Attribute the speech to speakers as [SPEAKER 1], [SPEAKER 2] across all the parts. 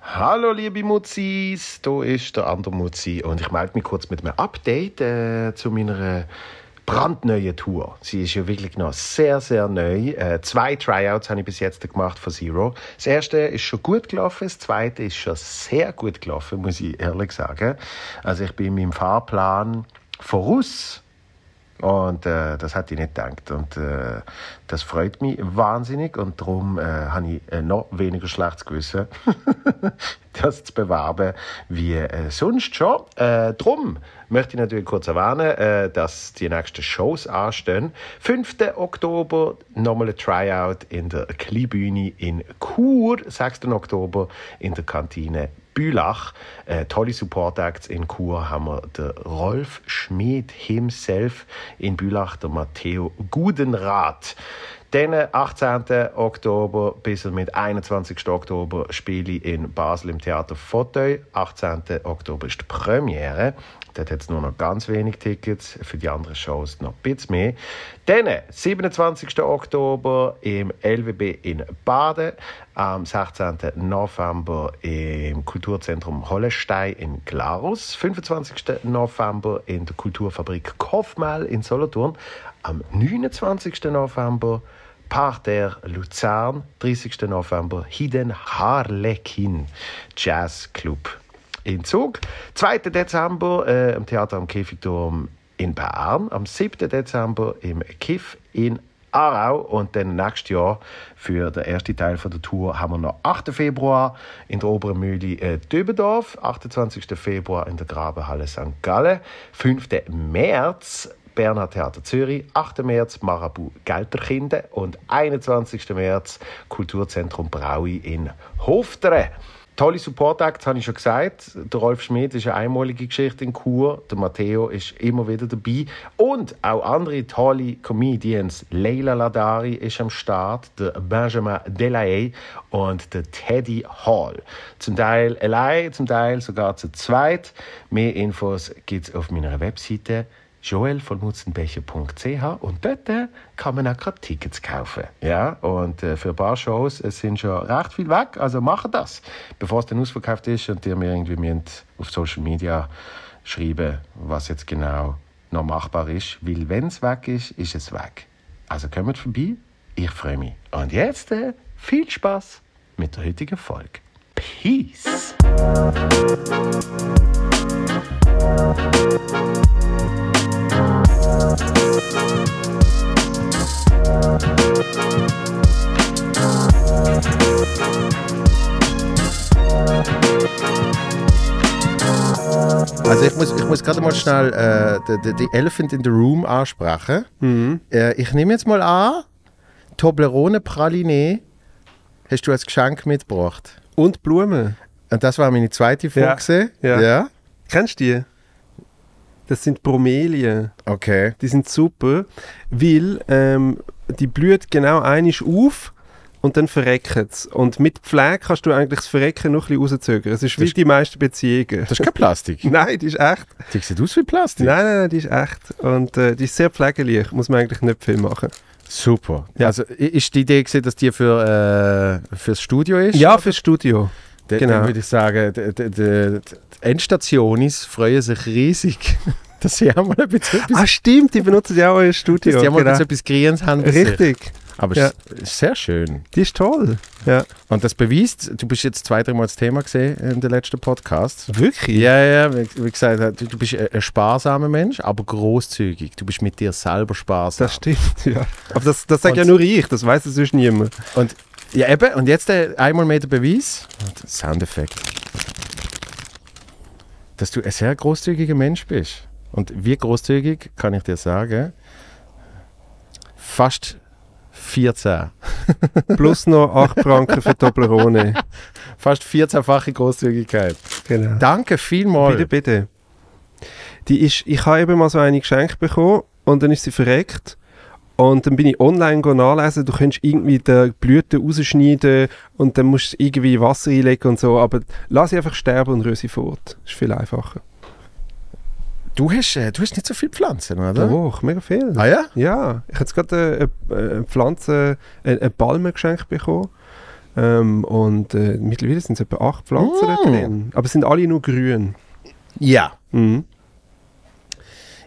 [SPEAKER 1] Hallo liebe Mutzis, hier ist der andere Mutzi und ich melde mich kurz mit einem Update äh, zu meiner brandneuen Tour. Sie ist ja wirklich noch sehr, sehr neu. Äh, zwei Tryouts habe ich bis jetzt gemacht von Zero. Das erste ist schon gut gelaufen, das zweite ist schon sehr gut gelaufen, muss ich ehrlich sagen. Also ich bin in meinem Fahrplan voraus. Und äh, das hat ich nicht gedacht. Und äh, das freut mich wahnsinnig. Und darum äh, habe ich äh, noch weniger schlechtes Gewissen, das zu bewerben, wie äh, sonst schon. Äh, darum möchte ich natürlich kurz erwähnen, äh, dass die nächsten Shows anstehen. 5. Oktober nochmal ein Tryout in der Kleinbühne in Chur. 6. Oktober in der Kantine Bülach. Äh, tolle Support Acts in Chur haben wir der Rolf Schmid himself in Bülach, der Matteo Gudenrath. Dann äh, 18. Oktober bis und mit 21. Oktober spiele ich in Basel im Theater Fauteuil. 18. Oktober ist die Premiere. Dort hat es nur noch ganz wenig Tickets, für die anderen Shows noch ein bisschen mehr. Dann 27. Oktober im LWB in Baden, am 16. November im Kulturzentrum Hollestein in Glarus, 25. November in der Kulturfabrik Kofmel in Solothurn, am 29. November Parterre Luzern, 30. November Hidden Harlekin Jazz Club in Zug. 2. Dezember äh, im Theater am Käfigturm in Bern, am 7. Dezember im Kiff in Aarau und dann nächstes Jahr für den ersten Teil von der Tour haben wir noch 8. Februar in der Oberen Mühle äh, Döbendorf, 28. Februar in der Grabenhalle St. Gallen, 5. März Berner Theater Zürich, 8. März Marabu Gelterkinde und 21. März Kulturzentrum Braui in Hoftere. Tolle Support-Acts, habe ich schon gesagt. Der Rolf Schmid ist eine einmalige Geschichte in Chur. Der Matteo ist immer wieder dabei. Und auch andere tolle Comedians. Leila Ladari ist am Start, der Benjamin Delahaye und der Teddy Hall. Zum Teil allein, zum Teil sogar zu zweit. Mehr Infos gibt es auf meiner Webseite joelvonmutzenbecher.ch und dort äh, kann man auch gerade Tickets kaufen. Ja? Und äh, für ein paar Shows es sind schon recht viel weg, also macht das, bevor es dann ausverkauft ist und ihr mir irgendwie müsst auf Social Media schreiben, was jetzt genau noch machbar ist, weil wenn es weg ist, ist es weg. Also kommt vorbei, ich freue mich. Und jetzt äh, viel Spaß mit der heutigen Folge. Peace! Also ich muss, ich muss gerade mal schnell äh, die, die Elephant in the Room ansprechen.
[SPEAKER 2] Mhm.
[SPEAKER 1] Äh, ich nehme jetzt mal an, Toblerone Praline hast du als Geschenk mitgebracht.
[SPEAKER 2] Und Blumen.
[SPEAKER 1] Und das war meine zweite
[SPEAKER 2] Ja,
[SPEAKER 1] Frage.
[SPEAKER 2] ja. Kennst du die? Das sind Bromelien.
[SPEAKER 1] Okay.
[SPEAKER 2] Die sind super, weil ähm, die blüht genau einisch auf und dann verreckt es. Und mit Pflege kannst du eigentlich das Verrecken noch ein bisschen rauszögern. Es ist wie
[SPEAKER 1] ist-
[SPEAKER 2] die meisten Beziehungen.
[SPEAKER 1] Das ist kein Plastik.
[SPEAKER 2] Nein, die ist echt.
[SPEAKER 1] Die sieht aus wie Plastik.
[SPEAKER 2] Nein, nein, nein, die ist echt. Und äh, die ist sehr pflegeleicht. Muss man eigentlich nicht viel machen.
[SPEAKER 1] Super.
[SPEAKER 2] Ja.
[SPEAKER 1] Also i- ist die Idee gewesen, dass die für äh, fürs Studio ist?
[SPEAKER 2] Ja, fürs Studio.
[SPEAKER 1] Dann,
[SPEAKER 2] genau.
[SPEAKER 1] dann würde ich sagen, die, die, die, die Endstationis freuen sich riesig, dass sie auch mal ein bisschen etwas,
[SPEAKER 2] Ah, stimmt, die benutzen ja auch euer
[SPEAKER 1] dass
[SPEAKER 2] Studio.
[SPEAKER 1] die auch mal
[SPEAKER 2] genau.
[SPEAKER 1] ein bisschen etwas Grünes haben. bei sich.
[SPEAKER 2] Richtig,
[SPEAKER 1] Aber
[SPEAKER 2] Ja.
[SPEAKER 1] es ist sehr schön.
[SPEAKER 2] die ist toll. Ja.
[SPEAKER 1] Und das beweist, du bist jetzt zwei, dreimal das Thema gesehen in den letzten Podcasts.
[SPEAKER 2] Wirklich?
[SPEAKER 1] Ja, ja, wie, wie gesagt, du, du bist ein, ein sparsamer Mensch, aber großzügig. Du bist mit dir selber sparsam.
[SPEAKER 2] Das stimmt, ja. Aber das, das sagt
[SPEAKER 1] Und-
[SPEAKER 2] ja nur ich, das weiß es sonst niemand.
[SPEAKER 1] Und ja, eben, und jetzt äh, einmal mehr der Beweis. Und Soundeffekt. Dass du ein sehr großzügiger Mensch bist. Und wie großzügig, kann ich dir sagen, fast 14.
[SPEAKER 2] Plus noch 8 Franken für Toblerone.
[SPEAKER 1] Fast 14-fache Großzügigkeit.
[SPEAKER 2] Genau.
[SPEAKER 1] Danke vielmals.
[SPEAKER 2] Bitte, bitte. Die ist, ich habe eben mal so eine geschenkt bekommen und dann ist sie verreckt. Und dann bin ich online go nachlesen, du kannst irgendwie die Blüten rausschneiden und dann musst du irgendwie Wasser einlegen und so, aber lass sie einfach sterben und rühr sie fort. Ist viel einfacher.
[SPEAKER 1] Du hast, äh, du hast nicht so viele Pflanzen, oder?
[SPEAKER 2] Doch, mega viel.
[SPEAKER 1] Ah ja?
[SPEAKER 2] Ja, ich habe jetzt gerade äh, eine, eine Pflanze, eine, eine Palme geschenkt bekommen. Ähm, und äh, mittlerweile sind es etwa acht Pflanzen
[SPEAKER 1] Mm.
[SPEAKER 2] da drin. Aber es sind alle nur grün.
[SPEAKER 1] Ja.
[SPEAKER 2] Mhm.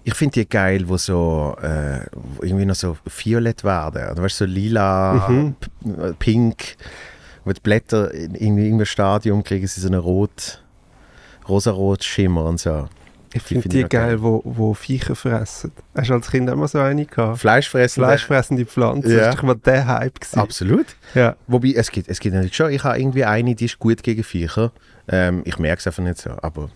[SPEAKER 1] Ich finde die geil, wo so äh, wo irgendwie noch so violett werden. Oder weißt du, so lila,
[SPEAKER 2] Mhm.
[SPEAKER 1] p- pink, wo die Blätter in, in irgendeinem Stadium kriegen sie so einen rot, rosarot Schimmer und so.
[SPEAKER 2] Ich
[SPEAKER 1] Die
[SPEAKER 2] finde
[SPEAKER 1] finde
[SPEAKER 2] die
[SPEAKER 1] ich noch geil.
[SPEAKER 2] geil, wo, wo Viecher fressen. Hast du als Kind immer so eine gehabt?
[SPEAKER 1] Fleischfressen.
[SPEAKER 2] Fleischfressende Pflanzen.
[SPEAKER 1] Ja.
[SPEAKER 2] Das war doch mal der Hype. Gewesen.
[SPEAKER 1] Absolut.
[SPEAKER 2] Ja.
[SPEAKER 1] Wobei, es gibt, es gibt natürlich schon, ich habe irgendwie eine, die ist gut gegen Viecher. Ähm, ich merke es einfach nicht so, aber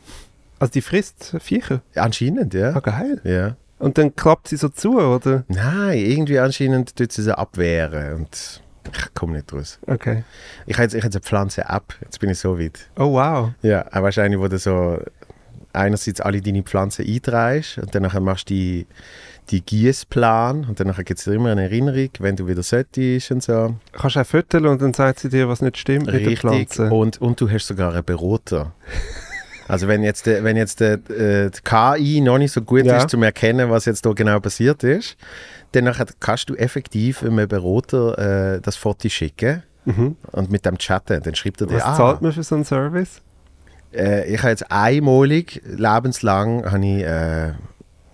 [SPEAKER 2] Also die frisst Viecher.
[SPEAKER 1] anscheinend, ja.
[SPEAKER 2] Ah, geil.
[SPEAKER 1] ja.
[SPEAKER 2] Und dann klappt sie so zu, oder?
[SPEAKER 1] Nein, irgendwie anscheinend tut sie sie abwehren und ich komme nicht raus.
[SPEAKER 2] Okay.
[SPEAKER 1] Ich habe jetzt, ich habe jetzt eine Pflanze-App, jetzt bin ich so weit.
[SPEAKER 2] Oh, wow.
[SPEAKER 1] Ja, aber wahrscheinlich, wo du so einerseits alle deine Pflanzen eintreibst und dann nachher machst du die, die Gießplan und dann gibt es dir immer eine Erinnerung, wenn du wieder solltest und so.
[SPEAKER 2] Kannst auch fütteln und dann sagt sie dir, was nicht stimmt mit der
[SPEAKER 1] Richtig.
[SPEAKER 2] Pflanze.
[SPEAKER 1] Und, und du hast sogar einen Berater. Also wenn jetzt, der- wenn jetzt der, äh, die KI noch nicht so gut
[SPEAKER 2] Ja.
[SPEAKER 1] ist, zum Erkennen, was jetzt da genau passiert ist, dann nachher kannst du effektiv einem Berater äh, das Foto schicken
[SPEAKER 2] Mhm.
[SPEAKER 1] und mit dem chatten. Dann schreibt er dir, ah,
[SPEAKER 2] Was zahlt man für so einen Service?
[SPEAKER 1] äh, ich habe jetzt einmalig, lebenslang, habe ich äh,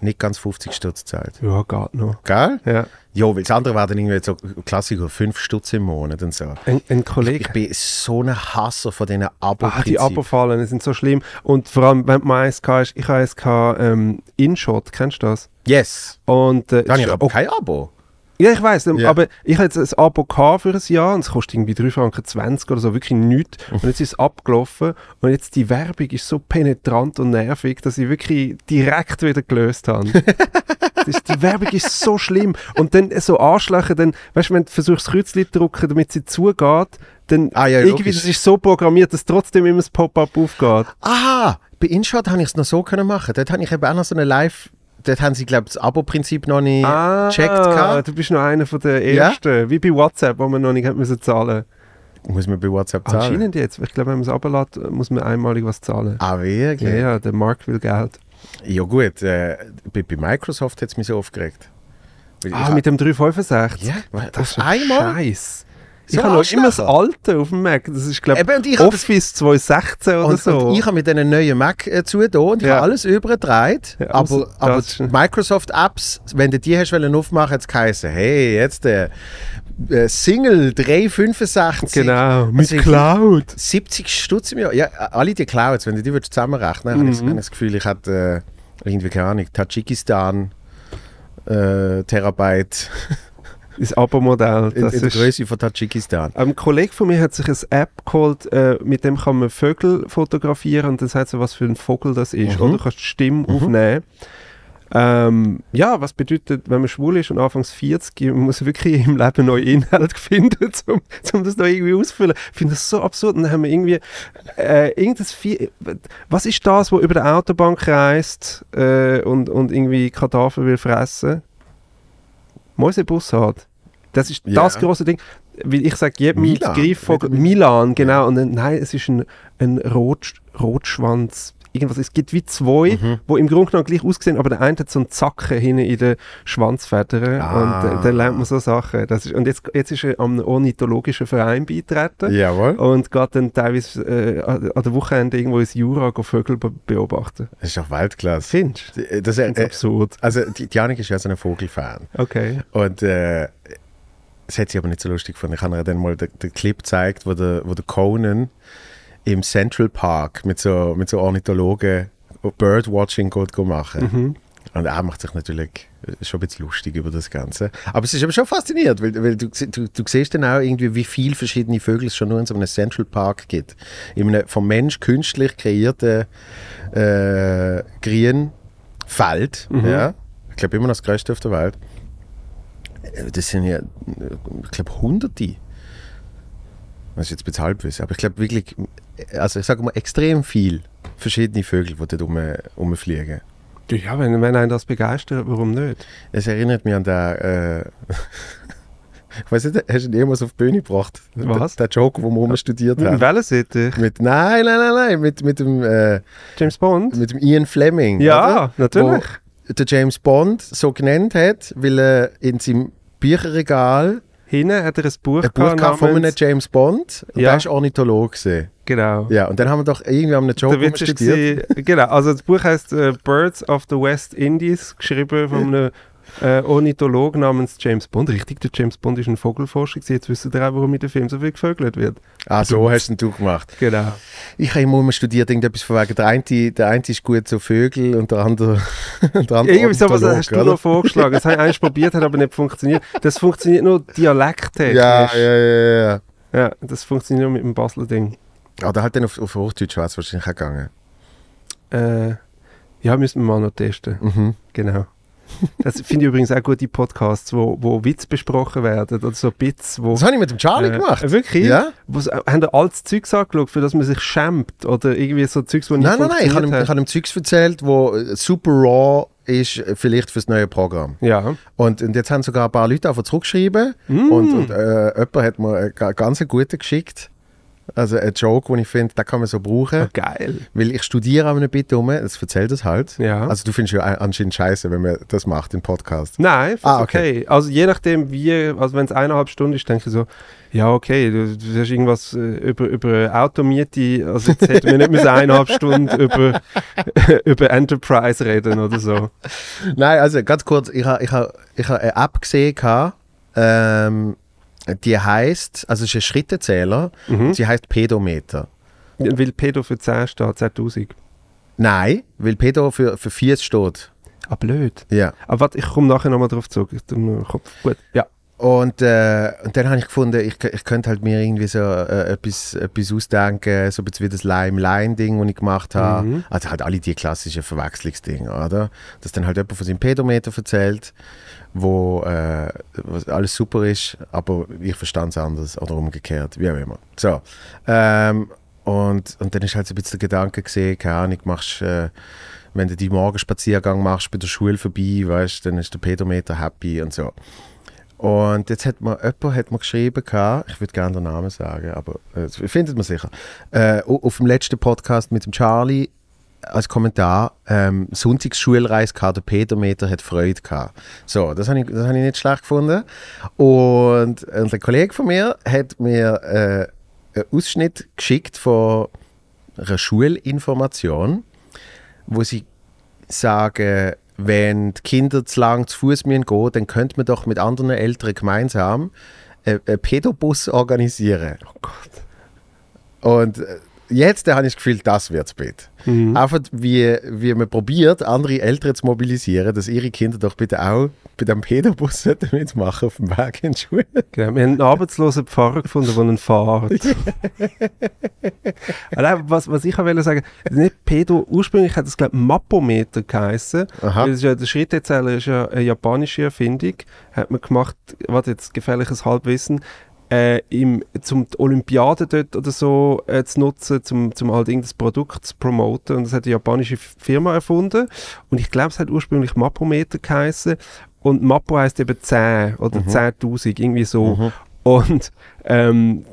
[SPEAKER 1] nicht ganz 50 Stutz gezahlt.
[SPEAKER 2] Ja, geht noch.
[SPEAKER 1] Gell?
[SPEAKER 2] Ja.
[SPEAKER 1] Ja, weil das andere war dann irgendwie so Klassiker, 5 Stutz im Monat und so.
[SPEAKER 2] Ein, ein
[SPEAKER 1] Ich
[SPEAKER 2] Kollege
[SPEAKER 1] bin so ein Hasser von diesen
[SPEAKER 2] Ah, die
[SPEAKER 1] Abo-Prinzip.
[SPEAKER 2] Abfallen die sind so schlimm. Und vor allem, wenn man eins hatte, ich hatte eins gehabt, ähm, InShot, kennst du das?
[SPEAKER 1] yes.
[SPEAKER 2] Und, äh,
[SPEAKER 1] Dann ich
[SPEAKER 2] es-
[SPEAKER 1] aber kein Abo.
[SPEAKER 2] ja, ich weiß, ähm,
[SPEAKER 1] Ja.
[SPEAKER 2] aber ich hatte jetzt ein Abo gehabt für ein Jahr und es kostet irgendwie 3,20 Franken oder so, wirklich nichts.
[SPEAKER 1] Mhm.
[SPEAKER 2] Und jetzt ist es abgelaufen und jetzt die Werbung ist so penetrant und nervig, dass ich wirklich direkt wieder gelöst habe. Das ist, die Werbung ist so schlimm. Und dann so anschleichen, dann, weißt du, wenn du versuchst, das Kreuzchen zu drücken, damit sie zugeht, dann
[SPEAKER 1] Ah, ja,
[SPEAKER 2] irgendwie,
[SPEAKER 1] logisch.
[SPEAKER 2] das ist so programmiert, dass trotzdem immer das Pop-up aufgeht.
[SPEAKER 1] Aha, bei InShot habe ich es noch so können machen. Dort habe ich eben auch noch so eine Live... Dort haben sie, glaube ich, das Abo-Prinzip noch nicht
[SPEAKER 2] Ah.
[SPEAKER 1] gecheckt. gehabt.
[SPEAKER 2] Du bist noch einer von der
[SPEAKER 1] Ja.
[SPEAKER 2] ersten, wie bei WhatsApp, wo man noch nicht hat müssen zahlen
[SPEAKER 1] Muss man bei WhatsApp
[SPEAKER 2] musste.
[SPEAKER 1] zahlen?
[SPEAKER 2] Anscheinend jetzt. Ich glaube, wenn man es runterlässt, muss man einmalig was zahlen.
[SPEAKER 1] Ah, wirklich?
[SPEAKER 2] Ja,
[SPEAKER 1] Ja,
[SPEAKER 2] ja, der Markt will Geld.
[SPEAKER 1] gut, äh, bei, bei Microsoft hat es mich so aufgeregt. Weil ich
[SPEAKER 2] Ah,
[SPEAKER 1] hab-
[SPEAKER 2] mit dem 365?
[SPEAKER 1] Ja,
[SPEAKER 2] das ist
[SPEAKER 1] auf einmal?
[SPEAKER 2] Scheiß.
[SPEAKER 1] So
[SPEAKER 2] ich habe noch immer das
[SPEAKER 1] Arschlöcher.
[SPEAKER 2] Alte auf dem Mac. Das ist, glaube
[SPEAKER 1] Eben, und ich
[SPEAKER 2] ich,
[SPEAKER 1] hab-
[SPEAKER 2] Office 2016 oder
[SPEAKER 1] und,
[SPEAKER 2] so.
[SPEAKER 1] und ich habe mit diesen neuen Mac äh, zu und ich
[SPEAKER 2] Ja.
[SPEAKER 1] habe alles übergedreht.
[SPEAKER 2] Ja,
[SPEAKER 1] aber
[SPEAKER 2] das-
[SPEAKER 1] aber
[SPEAKER 2] das
[SPEAKER 1] die
[SPEAKER 2] ist-
[SPEAKER 1] Microsoft-Apps, wenn du die hast wollen aufmachen, hat es geheißen, hey, jetzt der äh, Single 365.
[SPEAKER 2] genau, mit
[SPEAKER 1] Also ich-
[SPEAKER 2] Cloud.
[SPEAKER 1] 70 Stutz im Jahr. Ja, alle die Clouds, wenn du die würdest zusammenrechnen würdest,
[SPEAKER 2] Mhm.
[SPEAKER 1] habe ich das Gefühl, ich hätte äh, irgendwie, keine Ahnung, Tadschikistan, äh, Terabyte,
[SPEAKER 2] Das Abo-Modell.
[SPEAKER 1] in,
[SPEAKER 2] das
[SPEAKER 1] in der
[SPEAKER 2] ist-
[SPEAKER 1] Größe von Tadschikistan.
[SPEAKER 2] Ein Kollege von mir hat sich eine App geholt, äh, mit dem kann man Vögel fotografieren und dann sagt so, was für ein Vogel das ist.
[SPEAKER 1] Mhm.
[SPEAKER 2] Oder du kannst die Stimme aufnehmen. Ähm, ja, was bedeutet, wenn man schwul ist und anfangs 40, man muss wirklich im Leben neue Inhalte finden, um zum das noch irgendwie auszufüllen. Ich finde das so absurd. Und dann haben wir irgendwie äh, irgendes Vieh, Was ist das, wo über der Autobahn kreist äh, und, und irgendwie Kadaver will fressen? Mäusebus hat. Das ist
[SPEAKER 1] Ja.
[SPEAKER 2] das große Ding. Weil ich sage jedem
[SPEAKER 1] Milan.
[SPEAKER 2] Greifvogel,
[SPEAKER 1] Nicht
[SPEAKER 2] Milan, genau. Und dann, nein, es ist ein, ein Rot, Rotschwanz. Irgendwas. Es gibt wie zwei,
[SPEAKER 1] Mhm.
[SPEAKER 2] wo im Grunde genommen gleich aussehen, aber der eine hat so einen Zacken hinten in den Schwanzfedern
[SPEAKER 1] Ah.
[SPEAKER 2] und äh, dann lernt man so Sachen. Das ist, und jetzt, jetzt ist er am ornithologischen Verein beitreten
[SPEAKER 1] Jawohl.
[SPEAKER 2] und geht dann teilweise äh, an an der Wochenende irgendwo ins Jura gehen Vögel be beobachten.
[SPEAKER 1] Das ist doch Weltklasse.
[SPEAKER 2] Findest du?
[SPEAKER 1] Das, äh,
[SPEAKER 2] Das ist
[SPEAKER 1] äh,
[SPEAKER 2] absurd.
[SPEAKER 1] also, die, die Janik ist ja so ein Vogelfan.
[SPEAKER 2] Okay.
[SPEAKER 1] Und äh, das hat sie aber nicht so lustig gefunden. Ich habe ihr dann mal den, den Clip gezeigt, wo der, wo der Conan im Central Park mit so, mit so Ornithologen Birdwatching geht go machen. Und er macht sich natürlich schon ein bisschen lustig über das Ganze. Aber es ist aber schon faszinierend, weil, weil du, du, du siehst dann auch irgendwie, wie viele verschiedene Vögel es schon nur in so einem Central Park gibt. In einem vom Mensch künstlich kreierten äh, Grünfeld. Ja? Ich glaube, immer noch das größte auf der Welt. Äh, Das sind ja, äh, ich glaube, hunderte. Das ist jetzt ein bisschen halbwissen, aber ich glaube wirklich, äh, also ich sage mal, extrem viel verschiedene Vögel, die dort rum, rumfliegen.
[SPEAKER 2] Du, Ja, wenn, wenn einen das begeistert, warum nicht?
[SPEAKER 1] Es erinnert mich an der. Äh, ich weiß nicht, hast du ihn jemals auf die Bühne gebracht?
[SPEAKER 2] Was? Hm,
[SPEAKER 1] Der, der Joke, den wir oben studiert
[SPEAKER 2] Mit dem
[SPEAKER 1] haben.
[SPEAKER 2] Wellensittich?
[SPEAKER 1] Mit, nein, nein, nein, nein, mit, mit, dem, äh,
[SPEAKER 2] James Bond?
[SPEAKER 1] mit dem Ian Fleming.
[SPEAKER 2] Ja,
[SPEAKER 1] oder?
[SPEAKER 2] natürlich.
[SPEAKER 1] Wo der James Bond so genannt hat, weil er in seinem Bücherregal
[SPEAKER 2] hinten hat er ein Buch
[SPEAKER 1] Ein Buch gehabt von einem James Bond und
[SPEAKER 2] Ja.
[SPEAKER 1] der war Ornithologe. gewesen.
[SPEAKER 2] Genau.
[SPEAKER 1] Ja, und dann haben wir doch irgendwie am Joke
[SPEAKER 2] Der Witz ist,
[SPEAKER 1] studiert.
[SPEAKER 2] gewesen- genau, also das Buch heißt äh, Birds of the West Indies, geschrieben von einem äh, Ornithologen namens James Bond. Richtig, der James Bond ist ein Vogelforscher. gewesen. Jetzt wisst ihr auch, warum in dem Film so viel gevögelt wird.
[SPEAKER 1] Ah, so hast denn du gemacht.
[SPEAKER 2] Genau.
[SPEAKER 1] Ich habe immer mal studiert, irgendetwas von wegen, der eine, der eine ist gut so Vögel und der andere, der andere
[SPEAKER 2] Irgendwie sowas
[SPEAKER 1] Ornithologe,
[SPEAKER 2] hast du
[SPEAKER 1] oder?
[SPEAKER 2] noch vorgeschlagen. Das habe ich einmal probiert, hat aber nicht funktioniert. Das funktioniert nur dialektechnisch.
[SPEAKER 1] Ja, ja, ja, ja.
[SPEAKER 2] Ja, das funktioniert nur mit dem Basler Ding.
[SPEAKER 1] Ah, da halt dann auf, auf Hochdeutsch wäre es wahrscheinlich auch gegangen.
[SPEAKER 2] Äh, ja, müssen wir mal noch testen.
[SPEAKER 1] Mhm.
[SPEAKER 2] Genau. Das finde ich übrigens auch gute Podcasts, wo, wo Witz besprochen werden oder so Bits, wo
[SPEAKER 1] Das habe ich mit dem Charlie
[SPEAKER 2] Äh,
[SPEAKER 1] gemacht.
[SPEAKER 2] Wirklich?
[SPEAKER 1] Ja?
[SPEAKER 2] Was, äh, haben ihr altes Zeugs angeschaut, für das man sich schämt? Oder irgendwie so Zeugs, die nicht
[SPEAKER 1] Nein, nein, nein, ich habe ihm,
[SPEAKER 2] funktioniert
[SPEAKER 1] ich habe ihm Zeugs erzählt, wo äh, super raw ist, äh, vielleicht fürs neue Programm.
[SPEAKER 2] haben?
[SPEAKER 1] Und, und jetzt haben sogar ein paar Leute einfach zurückgeschrieben und, und äh, jemand hat mir einen ga- ganz einen guten geschickt. Also ein Joke, den ich finde, den kann man so brauchen.
[SPEAKER 2] Ja. Geil.
[SPEAKER 1] Weil ich studiere an einem Bit um, das erzählt das halt.
[SPEAKER 2] Ja.
[SPEAKER 1] Also du findest ja an- anscheinend scheiße, wenn man das macht im Podcast.
[SPEAKER 2] Nein,
[SPEAKER 1] Ah,
[SPEAKER 2] ah, okay. Also je nachdem, wie, also wenn es eineinhalb Stunden ist, denke ich so, ja, okay, du, du hast irgendwas äh, über, über Automiete, also jetzt hätten wir nicht mehr eineinhalb Stunden über, über Enterprise reden oder so.
[SPEAKER 1] Nein, also ganz kurz, ich habe ich ha, ich ha eine App gesehen, gehabt, ähm, die heißt, also es ist ein Schrittezähler, sie heißt Pedometer.
[SPEAKER 2] Weil Pedo für 10 steht, 10.000.
[SPEAKER 1] Nein, weil Pedo für, für 4 steht.
[SPEAKER 2] Ah, blöd.
[SPEAKER 1] Ja.
[SPEAKER 2] Aber warte, ich komme nachher nochmal drauf zurück. Ich tu nur den Kopf. Gut, ja.
[SPEAKER 1] Und, äh, und dann habe ich gefunden, ich, kö- ich könnte halt mir irgendwie so äh, etwas, etwas ausdenken, so ein bisschen wie das Lime-Line-Ding, das ich gemacht habe. Also halt alle die klassischen Verwechslungsdinge, oder? Dass dann halt jemand von seinem Pedometer erzählt, wo äh, was alles super ist, aber ich verstand es anders oder umgekehrt, wie auch immer. So. Ähm, und, und dann ist halt so ein bisschen der Gedanke gesehen, keine Ahnung, machst, äh, wenn du die Morgenspaziergang machst bei der Schule vorbei, weißt, dann ist der Pedometer happy und so. Und jetzt hat mir jemand hat mir geschrieben, gehabt, ich würde gerne den Namen sagen, aber äh, das findet man sicher. Äh, au- auf dem letzten Podcast mit dem Charlie äh, als Kommentar, ähm, Sonntagsschulreis gehabt, der Pedometer hat Freude gehabt. So, das habe ich, das hab ich nicht schlecht gefunden. Und, und ein Kollege von mir hat mir äh, einen Ausschnitt geschickt von einer Schulinformation, wo sie sagen, wenn die Kinder zu lang zu Fuß gehen müssen, dann könnte man doch mit anderen Eltern gemeinsam äh, einen Pädobus organisieren.
[SPEAKER 2] Oh Gott.
[SPEAKER 1] Und äh, jetzt da habe ich das Gefühl, das wird's bitte.
[SPEAKER 2] Mhm.
[SPEAKER 1] Einfach wie, wie man probiert, andere Eltern zu mobilisieren, dass ihre Kinder doch bitte auch bei dem Pädobus sollten mitmachen auf dem Weg in die Schule.
[SPEAKER 2] Genau, wir haben einen arbeitslosen Pfarrer gefunden, der einen fährt. Allein, was, was ich auch wollte sagen, nicht Pedo, ursprünglich hat es, glaube ich, Mappometer geheißen.
[SPEAKER 1] Aha.
[SPEAKER 2] Weil es ist ja, der Schritterzähler ist ja eine japanische Erfindung. Hat man gemacht, warte jetzt, gefährliches Halbwissen, äh, im, zum die Olympiade dort oder so äh, zu nutzen, zum, zum halt irgendein Produkt zu promoten. Und das hat eine japanische Firma erfunden. Und ich glaube, es hat ursprünglich Mappometer geheißen. Und Mappo heißt eben 10 oder 10.000, irgendwie so. Und ähm,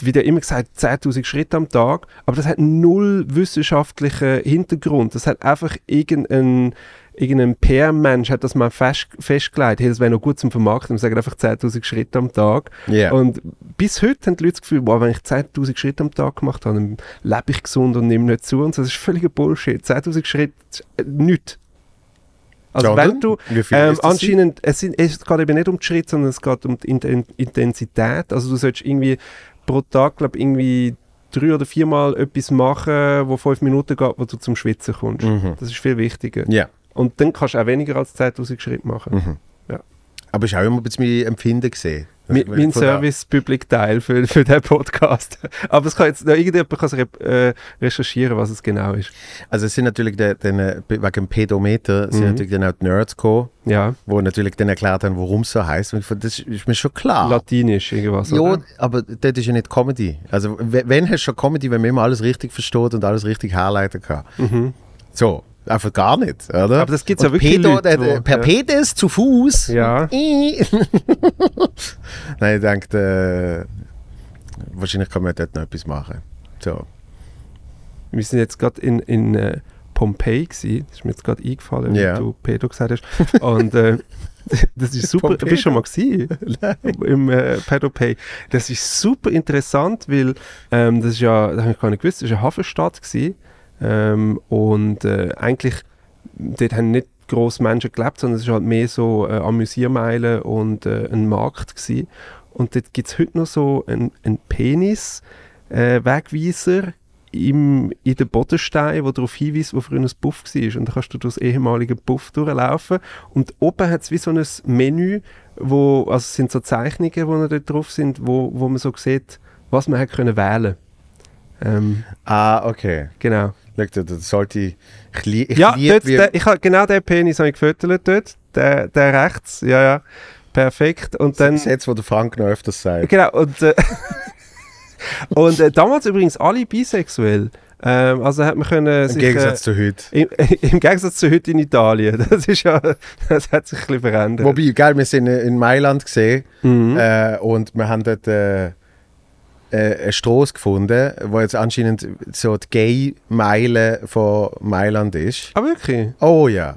[SPEAKER 2] wie der immer gesagt, 10.000 Schritte am Tag, aber das hat null wissenschaftlichen Hintergrund. Das hat einfach irgendein, irgendein PR-Mensch hat das mal fest, festgelegt. Hey, das wäre noch gut zum Vermarkten. Wir sagen einfach 10.000 Schritte am Tag.
[SPEAKER 1] Ja.
[SPEAKER 2] Und bis heute haben die Leute das Gefühl, wow, wenn ich 10.000 Schritte am Tag gemacht habe, dann lebe ich gesund und nehme nicht zu. Und so. das ist völliger Bullshit. 10.000 Schritte, äh, nichts. Also
[SPEAKER 1] Sondern?
[SPEAKER 2] wenn du
[SPEAKER 1] Wie viel
[SPEAKER 2] ähm,
[SPEAKER 1] ist das?
[SPEAKER 2] anscheinend, es, sind, es geht eben nicht um die Schritte, sondern es geht um die Inten- Intensität. Also du solltest irgendwie pro Tag, glaube irgendwie drei oder viermal etwas machen, wo fünf Minuten geht, wo du zum Schwitzen kommst.
[SPEAKER 1] Mhm.
[SPEAKER 2] Das ist viel wichtiger.
[SPEAKER 1] Ja.
[SPEAKER 2] Und dann kannst du auch weniger als 10.000 Schritte machen.
[SPEAKER 1] Aber ich habe immer ein bisschen mein Empfinden gesehen.
[SPEAKER 2] Mi- mein
[SPEAKER 1] Also Von der-
[SPEAKER 2] Service-Public-Teil für, für den Podcast. Aber es kann jetzt, noch irgendjemand kann es rep- äh, recherchieren, was es genau ist.
[SPEAKER 1] Also es sind natürlich dann, dann, äh, wegen dem Pedometer
[SPEAKER 2] Mhm.
[SPEAKER 1] sind natürlich dann auch die Nerds gekommen,
[SPEAKER 2] Ja,
[SPEAKER 1] wo natürlich dann erklärt haben, warum es so heißt. Und ich fand, Das ist mir schon klar.
[SPEAKER 2] latinisch irgendwas.
[SPEAKER 1] ja,
[SPEAKER 2] oder?
[SPEAKER 1] aber das ist ja nicht Comedy. Also we- wenn hast du schon Comedy, wenn man immer alles richtig versteht und alles richtig herleiten kann. So, einfach gar nicht, oder?
[SPEAKER 2] Mhm. Aber das gibt's ja
[SPEAKER 1] Und
[SPEAKER 2] wirklich
[SPEAKER 1] Pedo,
[SPEAKER 2] Leute,
[SPEAKER 1] äh,
[SPEAKER 2] wo-
[SPEAKER 1] per
[SPEAKER 2] ja.
[SPEAKER 1] Pedes zu Fuß.
[SPEAKER 2] Ja.
[SPEAKER 1] Ih. Nein, ich denke, äh, wahrscheinlich kann man dort noch etwas machen. So.
[SPEAKER 2] Wir sind jetzt gerade in, in äh, Pompeji gewesen. Das ist mir jetzt gerade eingefallen,
[SPEAKER 1] Ja.
[SPEAKER 2] wie du Pedo gesagt hast. Und äh, Das ist super. Du bist schon mal gewesen, im äh, Pedopay. Das ist super interessant, weil ähm, das ist ja, das habe ich gar nicht gewusst, das war eine Hafenstadt. Gewesen, ähm, und äh, eigentlich, dort haben nicht gross Menschen gelebt, sondern es war halt mehr so äh, Amüsiermeilen und äh, ein Markt. Gewesen. Und dort gibt es heute noch so einen, einen Penis-Wegweiser äh, im, in den Bodenstein, der darauf hinweist, wo früher ein Puff war. Und da kannst du durch das ehemalige Puff durchlaufen. Und oben hat es wie so ein Menü, wo, also es sind so Zeichnungen, die noch dort drauf sind, wo, wo man so sieht, was man hätte können wählen können. Ähm,
[SPEAKER 1] Ah, okay.
[SPEAKER 2] genau.
[SPEAKER 1] Schau, da- da sollte ich. Ich, li- ich
[SPEAKER 2] ja,
[SPEAKER 1] lieb
[SPEAKER 2] dort,
[SPEAKER 1] wie-
[SPEAKER 2] der, ich habe genau den Penis habe ich gefüttert dort, der, der rechts, ja, ja, perfekt. Und dann,
[SPEAKER 1] Sätze, wo der Frank noch öfters sagt.
[SPEAKER 2] genau, und, äh, und äh, damals übrigens alle bisexuell. Ähm, also hat man können
[SPEAKER 1] Im
[SPEAKER 2] sich,
[SPEAKER 1] Gegensatz zu heute.
[SPEAKER 2] äh, im, im Gegensatz zu heute in Italien. Das ist ja, das hat sich ein bisschen verändert.
[SPEAKER 1] Wobei, gell, wir sind äh, in Mailand gesehen
[SPEAKER 2] Mhm.
[SPEAKER 1] äh, und wir haben dort äh, äh, einen Strasse gefunden, wo jetzt anscheinend so die Gay-Meile von Mailand ist.
[SPEAKER 2] Ah, wirklich?
[SPEAKER 1] Oh ja.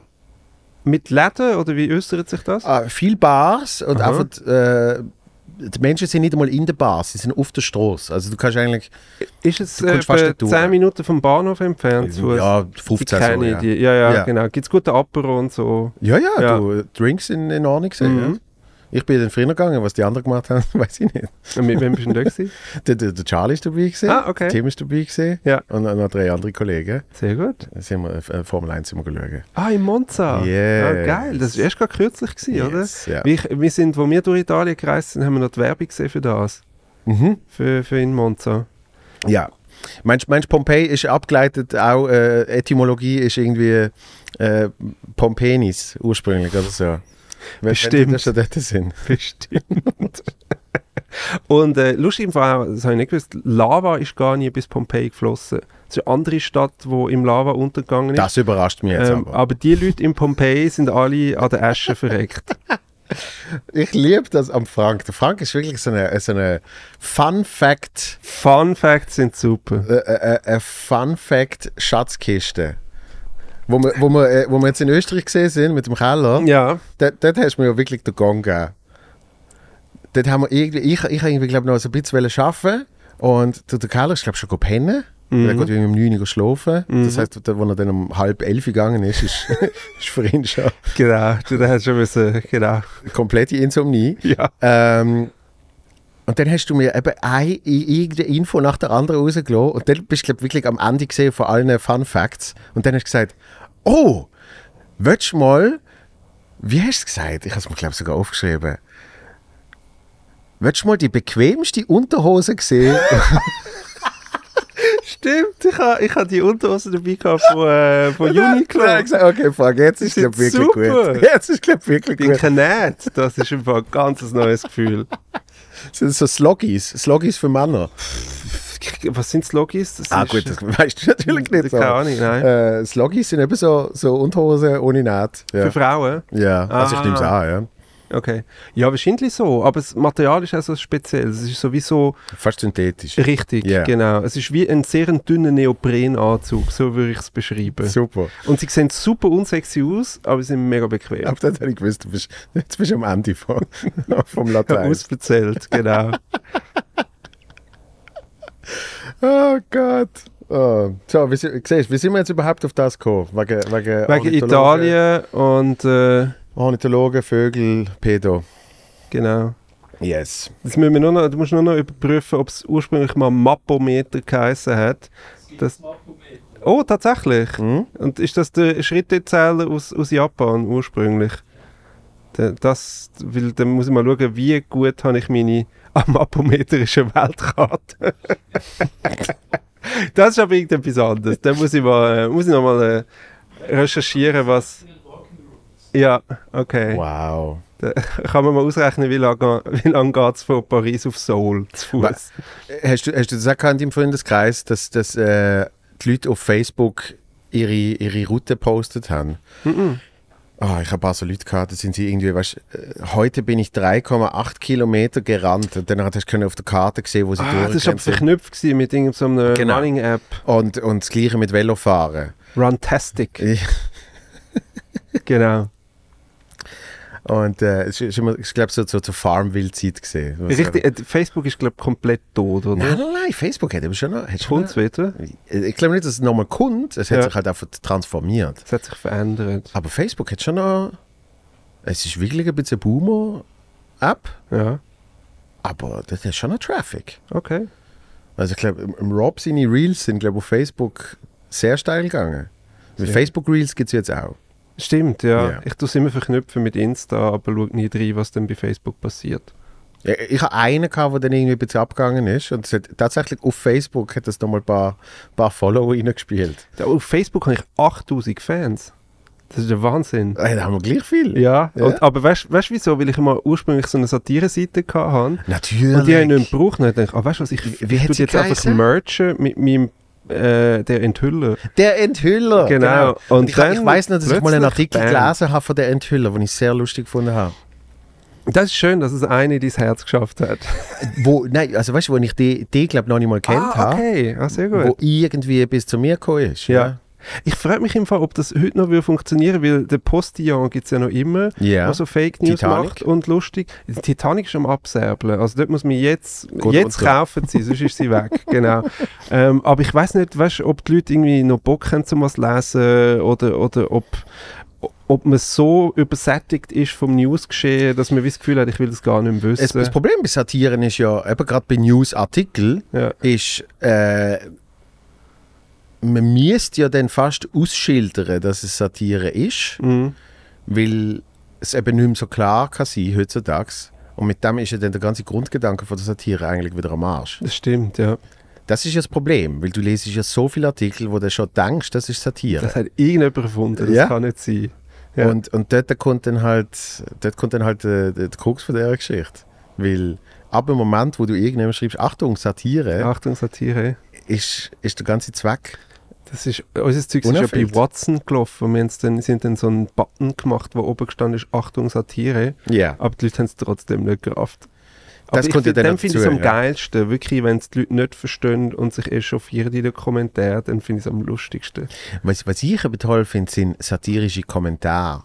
[SPEAKER 2] Mit Läden oder wie äußert sich das?
[SPEAKER 1] Ah, viel Bars und
[SPEAKER 2] Aha.
[SPEAKER 1] einfach äh, die Menschen sind nicht einmal in der Bars, sie sind auf der Straße. Also du kannst eigentlich
[SPEAKER 2] Ist es
[SPEAKER 1] du kommst fast
[SPEAKER 2] etwa
[SPEAKER 1] nicht durch.
[SPEAKER 2] 10 Minuten vom Bahnhof entfernt? zu-
[SPEAKER 1] ja,
[SPEAKER 2] die
[SPEAKER 1] 15
[SPEAKER 2] kenne
[SPEAKER 1] so,
[SPEAKER 2] ich,
[SPEAKER 1] ja.
[SPEAKER 2] die. Ja, ja,
[SPEAKER 1] Ja.
[SPEAKER 2] genau. Gibt es gute Apero und so?
[SPEAKER 1] Ja, ja,
[SPEAKER 2] Ja.
[SPEAKER 1] Du, Drinks sind in Ordnung gesehen.
[SPEAKER 2] Mhm.
[SPEAKER 1] Ja. Ich bin dann früher gegangen, was die anderen gemacht haben, weiß ich nicht.
[SPEAKER 2] Und Mit wem bist du denn da? gewesen?
[SPEAKER 1] Der, der, der Charlie ist dabei gesehen,
[SPEAKER 2] Ah, okay.
[SPEAKER 1] Tim ist dabei gesehen
[SPEAKER 2] Ja.
[SPEAKER 1] und noch drei andere Kollegen.
[SPEAKER 2] Sehr gut.
[SPEAKER 1] Dann sind wir äh, Formel 1 sind wir schauen.
[SPEAKER 2] Ah, in Monza.
[SPEAKER 1] Yes.
[SPEAKER 2] Ah, geil. Das war erst gerade kürzlich, gewesen,
[SPEAKER 1] Yes,
[SPEAKER 2] oder?
[SPEAKER 1] ja.
[SPEAKER 2] Wir, wir sind, wo wir durch Italien gereist sind, haben wir noch die Werbung gesehen für das.
[SPEAKER 1] Mhm.
[SPEAKER 2] Für, für in Monza.
[SPEAKER 1] Ja. Meinst meinst du, Pompeii ist abgeleitet, auch äh, Etymologie ist irgendwie äh, Pompenis ursprünglich oder so. Wenn- Wenn,
[SPEAKER 2] Bestimmt.
[SPEAKER 1] Wenn das schon dort sind.
[SPEAKER 2] Bestimmt. Und äh, lustig im Fall, das habe ich nicht gewusst, Lava ist gar nie bis Pompeji geflossen. Es ist eine andere Stadt, die im Lava untergegangen ist.
[SPEAKER 1] Das überrascht mich jetzt
[SPEAKER 2] ähm,
[SPEAKER 1] aber.
[SPEAKER 2] aber die Leute in Pompeji sind alle an der Asche verreckt.
[SPEAKER 1] Ich liebe das am Frank. Der Frank ist wirklich so eine, so eine Fun Fact,
[SPEAKER 2] Fun Facts sind super.
[SPEAKER 1] äh, äh, äh, Fun Fact Schatzkiste. Wo wir, wo, wir, äh, wo wir jetzt in Österreich gesehen sind mit dem Keller.
[SPEAKER 2] Ja,
[SPEAKER 1] Dort, dort hast du mir ja wirklich den Gong gegeben. Dort haben wir irgendwie, ich, ich irgendwie, glaube noch so ein bisschen wollen arbeiten und der, der Keller ist, glaube ich, schon gepennt. Mhm. Er geht irgendwie um 9 Uhr schlafen. Das heißt, dort, wo er dann um halb elf gegangen ist, ist, ist für ihn schon
[SPEAKER 2] genau. Du da hättest schon müssen, genau.
[SPEAKER 1] komplette Insomnie.
[SPEAKER 2] Ja.
[SPEAKER 1] Ähm, und dann hast du mir eben eine, irgendeine Info nach der anderen rausgelassen. Und dann bist du, glaube ich, wirklich am Ende gesehen von allen Fun Facts. Und dann hast du gesagt, oh, willst du mal, wie hast du es gesagt? Ich habe es mir, glaube ich, sogar aufgeschrieben. Willst du mal die bequemste Unterhose sehen?
[SPEAKER 2] Stimmt, ich habe ich ha die Unterhose dabei gehabt von, äh, von Uniqlo.
[SPEAKER 1] Dann habe ich gesagt, okay, Frank, jetzt ist es,
[SPEAKER 2] Die
[SPEAKER 1] glaube ich,
[SPEAKER 2] sind
[SPEAKER 1] wirklich
[SPEAKER 2] super.
[SPEAKER 1] gut. Jetzt ist es, glaube ich, wirklich
[SPEAKER 2] Bin
[SPEAKER 1] gut.
[SPEAKER 2] genäht. Das ist einfach ein ganz neues Gefühl.
[SPEAKER 1] Das sind so Sloggies, Sloggies für Männer.
[SPEAKER 2] Was sind Sloggies? Das
[SPEAKER 1] Ah
[SPEAKER 2] ist- äh,
[SPEAKER 1] gut, das weißt du natürlich nicht so.
[SPEAKER 2] Keine Ahnung, nein.
[SPEAKER 1] Äh, Sloggies sind eben so, so Unterhosen ohne Naht. Ja,
[SPEAKER 2] Für Frauen?
[SPEAKER 1] ja. also ich
[SPEAKER 2] Ah.
[SPEAKER 1] nehme es an, ja.
[SPEAKER 2] Okay. Ja, wahrscheinlich so. Aber das Material ist auch so speziell. Es ist sowieso
[SPEAKER 1] Fast synthetisch.
[SPEAKER 2] richtig,
[SPEAKER 1] Ja.
[SPEAKER 2] genau. Es ist wie ein sehr dünner Neoprenanzug, so würde ich es beschreiben.
[SPEAKER 1] Super.
[SPEAKER 2] Und sie sehen super unsexy aus, aber sie sind mega bequem.
[SPEAKER 1] Ab dann hätte ich gewusst, du bist, jetzt bist du am Ende von, vom Latein.
[SPEAKER 2] Ausbezählt, genau.
[SPEAKER 1] Oh Gott. Oh. So, wie, si- siehst, wie sind wir jetzt überhaupt auf das gekommen? Wegen, wegen,
[SPEAKER 2] Wegen
[SPEAKER 1] Ornithologen-
[SPEAKER 2] Italien und äh,
[SPEAKER 1] Ornithologen, Vögel, Pedo.
[SPEAKER 2] genau.
[SPEAKER 1] Yes.
[SPEAKER 2] Jetzt müssen wir nur noch, du musst nur noch überprüfen, ob es ursprünglich mal Mappometer geheißen hat. Das, oh, tatsächlich.
[SPEAKER 1] Hm?
[SPEAKER 2] Und ist das der Schrittezähler aus, aus Japan ursprünglich? Da- Das, weil dann muss ich mal schauen, wie gut habe ich meine amapometrischen Weltkarte. das ist aber irgendetwas anderes. Da muss ich, mal, äh, muss ich noch mal äh, recherchieren, was... Ja, okay.
[SPEAKER 1] Wow.
[SPEAKER 2] Kann man mal ausrechnen, wie lange, wie lange geht es von Paris auf Seoul zu Fuß?
[SPEAKER 1] Was? Hast du, hast du das auch gehabt im Freundeskreis, dass, dass äh, die Leute auf Facebook ihre, ihre Route gepostet haben? Ah, ich habe ein paar so Leute gehabt, da sind sie irgendwie, weißt du, äh, heute bin ich 3,8 Kilometer gerannt und dann hast du können auf der Karte gesehen, wo sie
[SPEAKER 2] Ah, das war aber
[SPEAKER 1] durchgerannt sind.
[SPEAKER 2] verknüpft gewesen mit irgendeiner so einer
[SPEAKER 1] Genau.
[SPEAKER 2] Running-App.
[SPEAKER 1] Und, und das Gleiche mit Velofahren.
[SPEAKER 2] Runtastic.
[SPEAKER 1] Ich-
[SPEAKER 2] genau.
[SPEAKER 1] Und äh, es ist, immer, ich glaube, so zur so, so Farmville-Zeit gesehen.
[SPEAKER 2] Richtig, äh, Facebook ist, glaube ich, komplett tot, oder?
[SPEAKER 1] Nein, nein, nein, Facebook hat aber schon noch. Hat schon
[SPEAKER 2] Kommt
[SPEAKER 1] noch
[SPEAKER 2] wieder?
[SPEAKER 1] ich glaube nicht, dass es nochmal kommt. Es
[SPEAKER 2] Ja.
[SPEAKER 1] hat sich halt einfach transformiert.
[SPEAKER 2] Es hat sich verändert.
[SPEAKER 1] Aber Facebook hat schon noch. Es ist wirklich ein bisschen Boomer-App,
[SPEAKER 2] Ja,
[SPEAKER 1] aber das hat schon noch Traffic.
[SPEAKER 2] okay.
[SPEAKER 1] Also ich glaube, im im Rob seine Reels sind, glaube ich, auf Facebook sehr steil gegangen. Mit
[SPEAKER 2] Sehr.
[SPEAKER 1] Facebook Reels gibt es jetzt auch.
[SPEAKER 2] Stimmt, ja.
[SPEAKER 1] Ja.
[SPEAKER 2] Ich tue es immer verknüpfen mit Insta, aber schaue nie rein, was dann bei Facebook passiert.
[SPEAKER 1] Ja, Ich habe einen, gehabt, der dann irgendwie ein bisschen abgegangen ist. Und es hat, tatsächlich auf Facebook hat das nochmal ein paar, paar Follower reingespielt.
[SPEAKER 2] Da- Auf Facebook habe ich 8000 Fans. Das ist der Wahnsinn.
[SPEAKER 1] Hey, Äh, da haben wir gleich viel.
[SPEAKER 2] Ja,
[SPEAKER 1] Ja.
[SPEAKER 2] Und, aber weißt du wieso? Weil ich mal ursprünglich so eine Satire-Seite hatte.
[SPEAKER 1] Natürlich.
[SPEAKER 2] Und die habe ich nicht gebraucht. Und dann dachte ich, ah, weißt du was, ich,
[SPEAKER 1] Wie- wie
[SPEAKER 2] ich
[SPEAKER 1] hat
[SPEAKER 2] tue
[SPEAKER 1] sie
[SPEAKER 2] jetzt einfach
[SPEAKER 1] geheißen?
[SPEAKER 2] merchen mit meinem, äh, der Enthüller.
[SPEAKER 1] Der Enthüller.
[SPEAKER 2] Genau. Und
[SPEAKER 1] Und ich,
[SPEAKER 2] dann
[SPEAKER 1] ich weiß noch, dass ich mal einen
[SPEAKER 2] plötzlich
[SPEAKER 1] Artikel
[SPEAKER 2] bam.
[SPEAKER 1] gelesen habe von der Enthüller, den ich sehr lustig gefunden habe.
[SPEAKER 2] Das ist schön, dass es eine dein Herz geschafft hat.
[SPEAKER 1] Wo, nein, also weißt du, wo ich die, die glaube noch nicht mal kennt
[SPEAKER 2] ah, okay. Ah, sehr
[SPEAKER 1] habe,
[SPEAKER 2] gut.
[SPEAKER 1] wo irgendwie bis zu mir gekommen ist.
[SPEAKER 2] Ja. Ich frage mich im Fall, ob das heute noch würde funktionieren weil der Postillon gibt es ja noch immer,
[SPEAKER 1] Ja.
[SPEAKER 2] der so Fake News
[SPEAKER 1] Titanic.
[SPEAKER 2] macht und lustig. Die Titanic ist am Abserbeln, also dort muss man jetzt,
[SPEAKER 1] Gut
[SPEAKER 2] jetzt
[SPEAKER 1] unter.
[SPEAKER 2] kaufen sie, sonst ist sie weg, genau. Ähm, aber ich weiß nicht, weißt, du, ob die Leute irgendwie noch Bock haben, zum was zu lesen oder, oder ob, ob man so übersättigt ist vom Newsgeschehen, dass man wie das Gefühl hat, ich will das gar nicht mehr
[SPEAKER 1] Es,
[SPEAKER 2] wissen.
[SPEAKER 1] das Problem bei Satiren ist ja, eben gerade bei Newsartikeln,
[SPEAKER 2] ja.
[SPEAKER 1] ist, äh, man müsste ja dann fast ausschildern, dass es Satire ist,
[SPEAKER 2] Mhm.
[SPEAKER 1] weil es eben nicht mehr so klar kann sein heutzutage. Und mit dem ist ja dann der ganze Grundgedanke von der Satire eigentlich wieder am Arsch.
[SPEAKER 2] Das stimmt, ja.
[SPEAKER 1] Das ist ja das Problem, weil du lesest ja so viele Artikel, wo du schon denkst, das ist Satire.
[SPEAKER 2] Das hat irgendjemand erfunden, das
[SPEAKER 1] Ja.
[SPEAKER 2] kann nicht sein. Ja.
[SPEAKER 1] Und, und dort kommt dann halt, dort kommt dann halt der, der Krux von dieser Geschichte. Weil ab dem Moment, wo du irgendjemandem schreibst, Achtung, Satire,
[SPEAKER 2] Achtung, Satire.
[SPEAKER 1] ist, ist der ganze Zweck.
[SPEAKER 2] Das ist, unser Zeug ist ja bei
[SPEAKER 1] Unerfüllt.
[SPEAKER 2] Watson gelaufen. Wir haben's dann, sind dann so einen Button gemacht, wo oben gestanden ist, Achtung, Satire.
[SPEAKER 1] Ja.
[SPEAKER 2] Aber die Leute haben es trotzdem nicht gerafft. Aber
[SPEAKER 1] Das
[SPEAKER 2] ich
[SPEAKER 1] kommt ja
[SPEAKER 2] find-
[SPEAKER 1] dann
[SPEAKER 2] dann
[SPEAKER 1] noch
[SPEAKER 2] finde ich es
[SPEAKER 1] dazu,
[SPEAKER 2] am
[SPEAKER 1] ja.
[SPEAKER 2] geilsten. Wirklich, wenn es die Leute nicht verstehen und sich echauffieren in den Kommentaren, dann finde ich es am lustigsten.
[SPEAKER 1] Was, was ich aber toll finde, sind satirische Kommentare,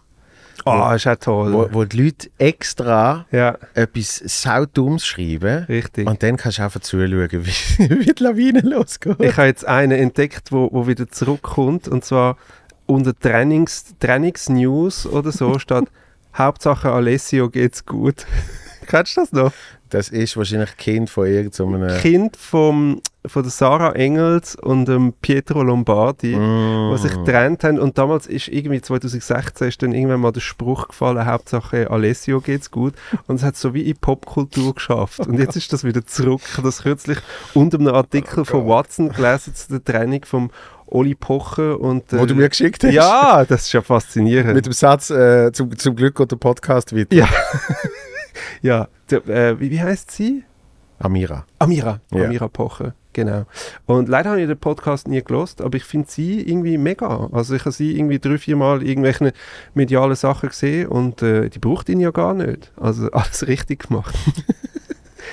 [SPEAKER 2] Ah, ist auch toll.
[SPEAKER 1] wo, wo die Leute extra
[SPEAKER 2] ja,
[SPEAKER 1] etwas saudums schreiben
[SPEAKER 2] richtig.
[SPEAKER 1] und dann kannst du einfach zuschauen, wie, wie die Lawine losgeht.
[SPEAKER 2] Ich habe jetzt einen entdeckt, wo, wo wieder zurückkommt und zwar unter Trainings, Trainingsnews oder so steht Hauptsache Alessio geht's gut. Kennst du das noch?
[SPEAKER 1] das ist wahrscheinlich Kind von irgendeinem...
[SPEAKER 2] Kind vom, von der Sarah Engels und dem Pietro Lombardi, die sich
[SPEAKER 1] Mm.
[SPEAKER 2] getrennt haben. Und damals ist irgendwie 2016 ist dann irgendwann mal der Spruch gefallen, Hauptsache Alessio geht's gut. Und es hat so wie in Popkultur geschafft. Und jetzt ist das wieder zurück. Ich habe das kürzlich unter einem Artikel
[SPEAKER 1] Oh
[SPEAKER 2] von Watson gelesen zu der Trennung vom Oli Pocher und
[SPEAKER 1] Wo du mir geschickt hast.
[SPEAKER 2] äh, Ja, das ist ja faszinierend.
[SPEAKER 1] Mit dem Satz, äh, zum, zum Glück geht der Podcast weiter.
[SPEAKER 2] Ja. ja, der, äh, wie, wie heißt sie?
[SPEAKER 1] Amira.
[SPEAKER 2] Amira,
[SPEAKER 1] Ja.
[SPEAKER 2] Amira Pocher, genau. Und leider habe ich den Podcast nie gelost, aber ich finde sie irgendwie mega. Also ich habe sie irgendwie drei, vier Mal irgendwelche medialen Sachen gesehen und äh, die braucht ihn ja gar nicht. Also alles richtig gemacht.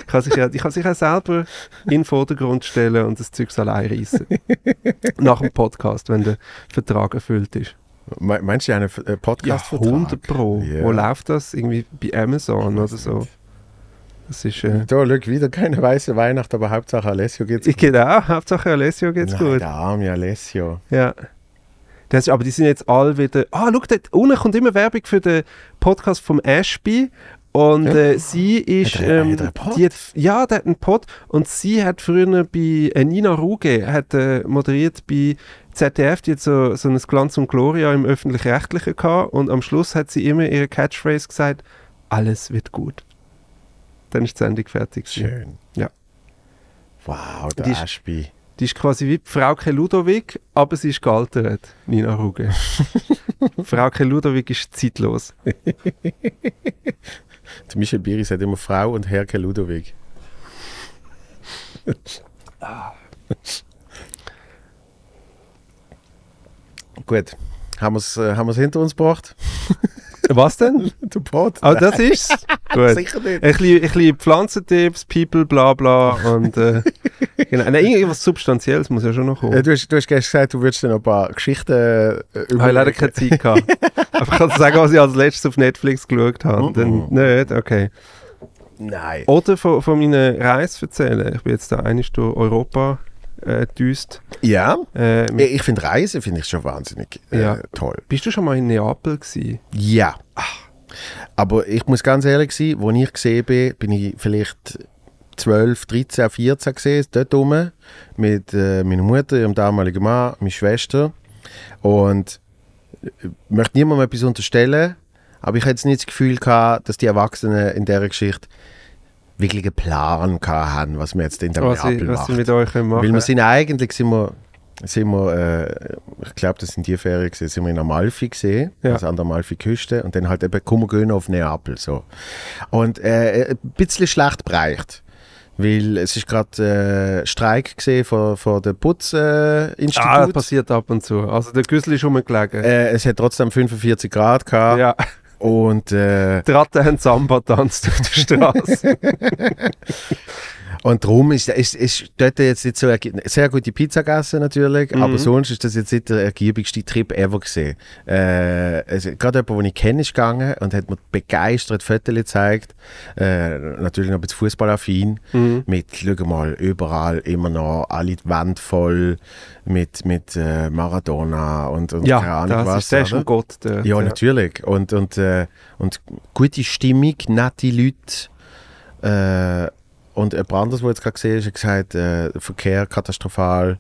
[SPEAKER 2] ich kann sich ja, ich kann sich ja selber in den Vordergrund stellen und das Zeug allein reissen. Nach dem Podcast, wenn der Vertrag erfüllt ist.
[SPEAKER 1] Me- Meinst du einen F- äh, Podcast?
[SPEAKER 2] 100 Pro.
[SPEAKER 1] Ja.
[SPEAKER 2] Wo läuft das? Irgendwie bei Amazon oder so. Das ist... Äh,
[SPEAKER 1] Da, schau, wieder keine weiße Weihnacht, aber Hauptsache Alessio geht's
[SPEAKER 2] ich gehe auch, genau, Hauptsache Alessio geht's
[SPEAKER 1] Nein,
[SPEAKER 2] gut.
[SPEAKER 1] Der arme Alessio.
[SPEAKER 2] Ja. Das, aber die sind jetzt alle wieder. Ah, schau, dort unten kommt immer Werbung für den Podcast vom Ashby. Und äh, sie ist.
[SPEAKER 1] Hat er-
[SPEAKER 2] ähm,
[SPEAKER 1] hat er einen Pod?
[SPEAKER 2] die hat, ja, der hat einen Pod. Und sie hat früher bei äh, Nina Ruge hat, äh, moderiert bei ZDF, die hat so, so ein Glanz und Gloria im Öffentlich-Rechtlichen gehabt. Und am Schluss hat sie immer ihre Catchphrase gesagt: Alles wird gut. Dann ist die Sendung fertig. gewesen.
[SPEAKER 1] Schön.
[SPEAKER 2] Ja.
[SPEAKER 1] Wow,
[SPEAKER 2] Die
[SPEAKER 1] der
[SPEAKER 2] ist-
[SPEAKER 1] Aspi.
[SPEAKER 2] Die ist quasi wie die Frauke Ludovic, aber sie ist gealtert, Nina Ruge. Frauke Ludovic ist zeitlos.
[SPEAKER 1] Der Michel Biris hat immer Frau und Herke Ludwig. Gut. Haben wir es äh, haben wir's hinter uns gebracht?
[SPEAKER 2] Was denn?
[SPEAKER 1] Der Pod?
[SPEAKER 2] Ah, das ist's? Gut. Ein
[SPEAKER 1] Sicher nicht.
[SPEAKER 2] bisschen, ein bisschen Pflanzentipps, People, bla bla und äh, Genau. Nein, irgendwas Substanzielles muss ja schon noch kommen.
[SPEAKER 1] Äh, Du hast, du hast gestern gesagt, du würdest dann noch ein paar Geschichten äh,
[SPEAKER 2] Ich habe leider
[SPEAKER 1] überlegen.
[SPEAKER 2] keine Zeit gehabt. Aber ich kann sagen, was ich als letztes auf Netflix geschaut habe. Dann, nicht, okay.
[SPEAKER 1] Nein.
[SPEAKER 2] Oder von, von meiner Reise erzählen. Ich bin jetzt da eigentlich durch Europa äh, düst.
[SPEAKER 1] Ja,
[SPEAKER 2] Äh,
[SPEAKER 1] Ja,
[SPEAKER 2] mit,
[SPEAKER 1] ich finde Reisen finde ich schon wahnsinnig äh,
[SPEAKER 2] Ja. Ah.
[SPEAKER 1] toll.
[SPEAKER 2] bist du schon mal in Neapel gewesen?
[SPEAKER 1] Ja. Aber ich muss ganz ehrlich sein, wo ich gesehen bin, bin ich vielleicht 12, 13, 14 gesehen, dort rum, mit äh, meiner Mutter, ihrem damaligen Mann, meiner Schwester. Und ich möchte niemandem etwas unterstellen, aber ich hatte jetzt nicht das Gefühl, gehabt, dass die Erwachsenen in dieser Geschichte wirklich einen Plan gehabt haben, was wir jetzt in der
[SPEAKER 2] Was,
[SPEAKER 1] Neapel
[SPEAKER 2] ich, was ich
[SPEAKER 1] machen.
[SPEAKER 2] mit euch können machen
[SPEAKER 1] Weil wir sind eigentlich, sind wir, sind wir äh, ich glaube, das sind die Ferien gewesen, sind wir in Amalfi gesehen,
[SPEAKER 2] Ja.
[SPEAKER 1] also an der Amalfi-Küste und dann halt eben Kummer gehen auf Neapel, so. Und äh, ein bisschen schlecht bereicht. Weil es ist gerade äh, Streik gesehen von, von der äh, Putzinstitut.
[SPEAKER 2] Ah, das passiert ab und zu. Also der Güssel ist rumgelegen.
[SPEAKER 1] äh, es hat trotzdem 45 Grad gehabt
[SPEAKER 2] Ja,
[SPEAKER 1] und äh,
[SPEAKER 2] die Ratten haben Samba tanzt auf der Straße.
[SPEAKER 1] Und darum ist, ist, ist dort jetzt nicht so ergie- sehr gute Pizza gegessen natürlich,
[SPEAKER 2] Mhm.
[SPEAKER 1] aber sonst ist das jetzt nicht der ergiebigste Trip ever gesehen. Äh, also, gerade jemand, den ich kenne, ist gegangen und hat mir begeistert Fotos gezeigt. Äh, natürlich noch ein bisschen fußballaffin.
[SPEAKER 2] Mhm.
[SPEAKER 1] Mit, schau mal, überall immer noch alle die Wände voll mit, mit äh, Maradona und, und keine
[SPEAKER 2] ja,
[SPEAKER 1] Ahnung
[SPEAKER 2] das
[SPEAKER 1] was.
[SPEAKER 2] ist, der ist
[SPEAKER 1] oder?
[SPEAKER 2] ein Gott. Dort,
[SPEAKER 1] Ja, natürlich. Und, und, äh, und gute Stimmung, nette Leute. Äh, und jemand anderes, der jetzt gerade gesehen ist, hat gesagt, äh, Verkehr katastrophal.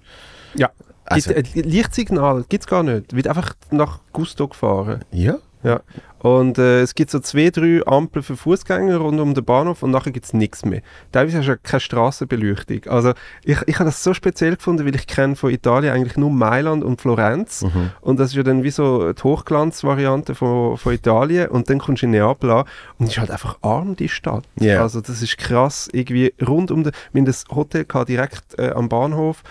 [SPEAKER 2] Ja.
[SPEAKER 1] Also,
[SPEAKER 2] Gibt, äh, Lichtsignal gibt es gar nicht. Wird einfach nach Gusto gefahren.
[SPEAKER 1] ja.
[SPEAKER 2] Ja. Und äh, es gibt so zwei, drei Ampeln für Fußgänger rund um den Bahnhof und nachher gibt es nichts mehr. Teilweise hast du ja keine Straßenbeleuchtung. Also ich, ich habe das so speziell gefunden, weil ich kenne von Italien eigentlich nur Mailand und Florenz.
[SPEAKER 1] Mhm.
[SPEAKER 2] Und das ist ja dann wie so die Hochglanzvariante von, von Italien. Und dann kommst du in Neapel an und es ist halt einfach arm, die Stadt.
[SPEAKER 1] Ja.
[SPEAKER 2] Also das ist krass, irgendwie rund um den... Wir haben das Hotel gehabt, direkt äh, am Bahnhof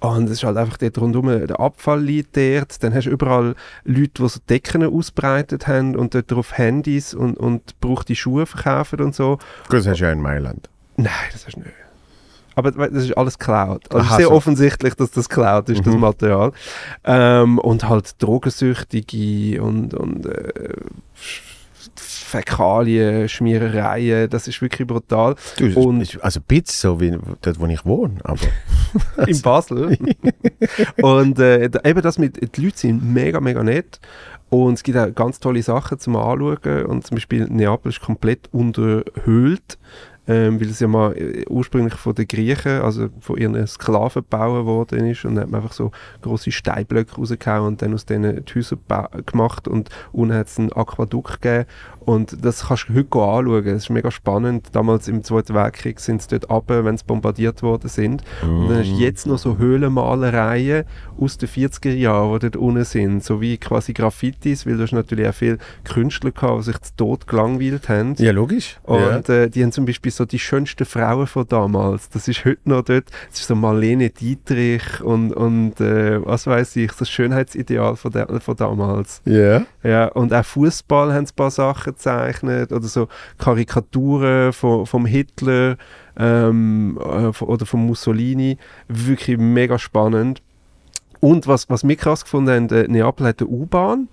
[SPEAKER 2] und es ist halt einfach dort rundum, der Abfall liegt dort, dann hast du überall Leute, die so Decken ausbreitet haben und dort drauf Handys und, und gebrauchte Schuhe verkaufen und so.
[SPEAKER 1] Gut, das hast du ja in Mailand.
[SPEAKER 2] Nein, das ist nicht. Aber we- das ist alles Cloud. Also es
[SPEAKER 1] Aha,
[SPEAKER 2] ist sehr
[SPEAKER 1] so. Mhm.
[SPEAKER 2] offensichtlich, dass das Cloud ist, das Material. Ähm, und halt Drogensüchtige und, und äh, Fäkalien, Schmierereien, das ist wirklich brutal.
[SPEAKER 1] Du, das
[SPEAKER 2] Und-
[SPEAKER 1] ist, also ein bisschen so wie dort, wo ich wohne. Aber
[SPEAKER 2] In Basel. und äh, da- eben das mit, die Leute sind mega, mega nett. Und es gibt auch ganz tolle Sachen zum Anschauen. Und zum Beispiel Neapel ist komplett unterhöhlt. Ähm, weil es ja mal äh, ursprünglich von den Griechen, also von ihren Sklaven gebaut worden ist und dann hat man einfach so große Steinblöcke rausgehauen und dann aus denen die Häuser ba- gemacht und unten hat es ein Aquädukt gegeben und das kannst du heute go anschauen, das ist mega spannend. Damals im Zweiten Weltkrieg sind sie dort runter, wenn sie bombardiert worden sind und dann hast du jetzt noch so Höhlenmalereien aus den 40er Jahren, die dort unten sind, so wie quasi Graffitis, weil du hast natürlich auch viele Künstler gehabt, die sich zu Tod gelangweilt haben.
[SPEAKER 1] ja, logisch. ja.
[SPEAKER 2] Und äh, die haben zum Beispiel so die schönsten Frauen von damals. Das ist heute noch dort. Das ist so Marlene Dietrich und, und äh, was weiß ich, das Schönheitsideal von, der, von damals.
[SPEAKER 1] ja.
[SPEAKER 2] Ja, und auch Fußball haben sie ein paar Sachen gezeichnet oder so Karikaturen von, vom Hitler ähm, äh, von- oder von Mussolini. Wirklich mega spannend. Und was, was wir krass gefunden haben, äh, Neapel hat eine U-Bahn.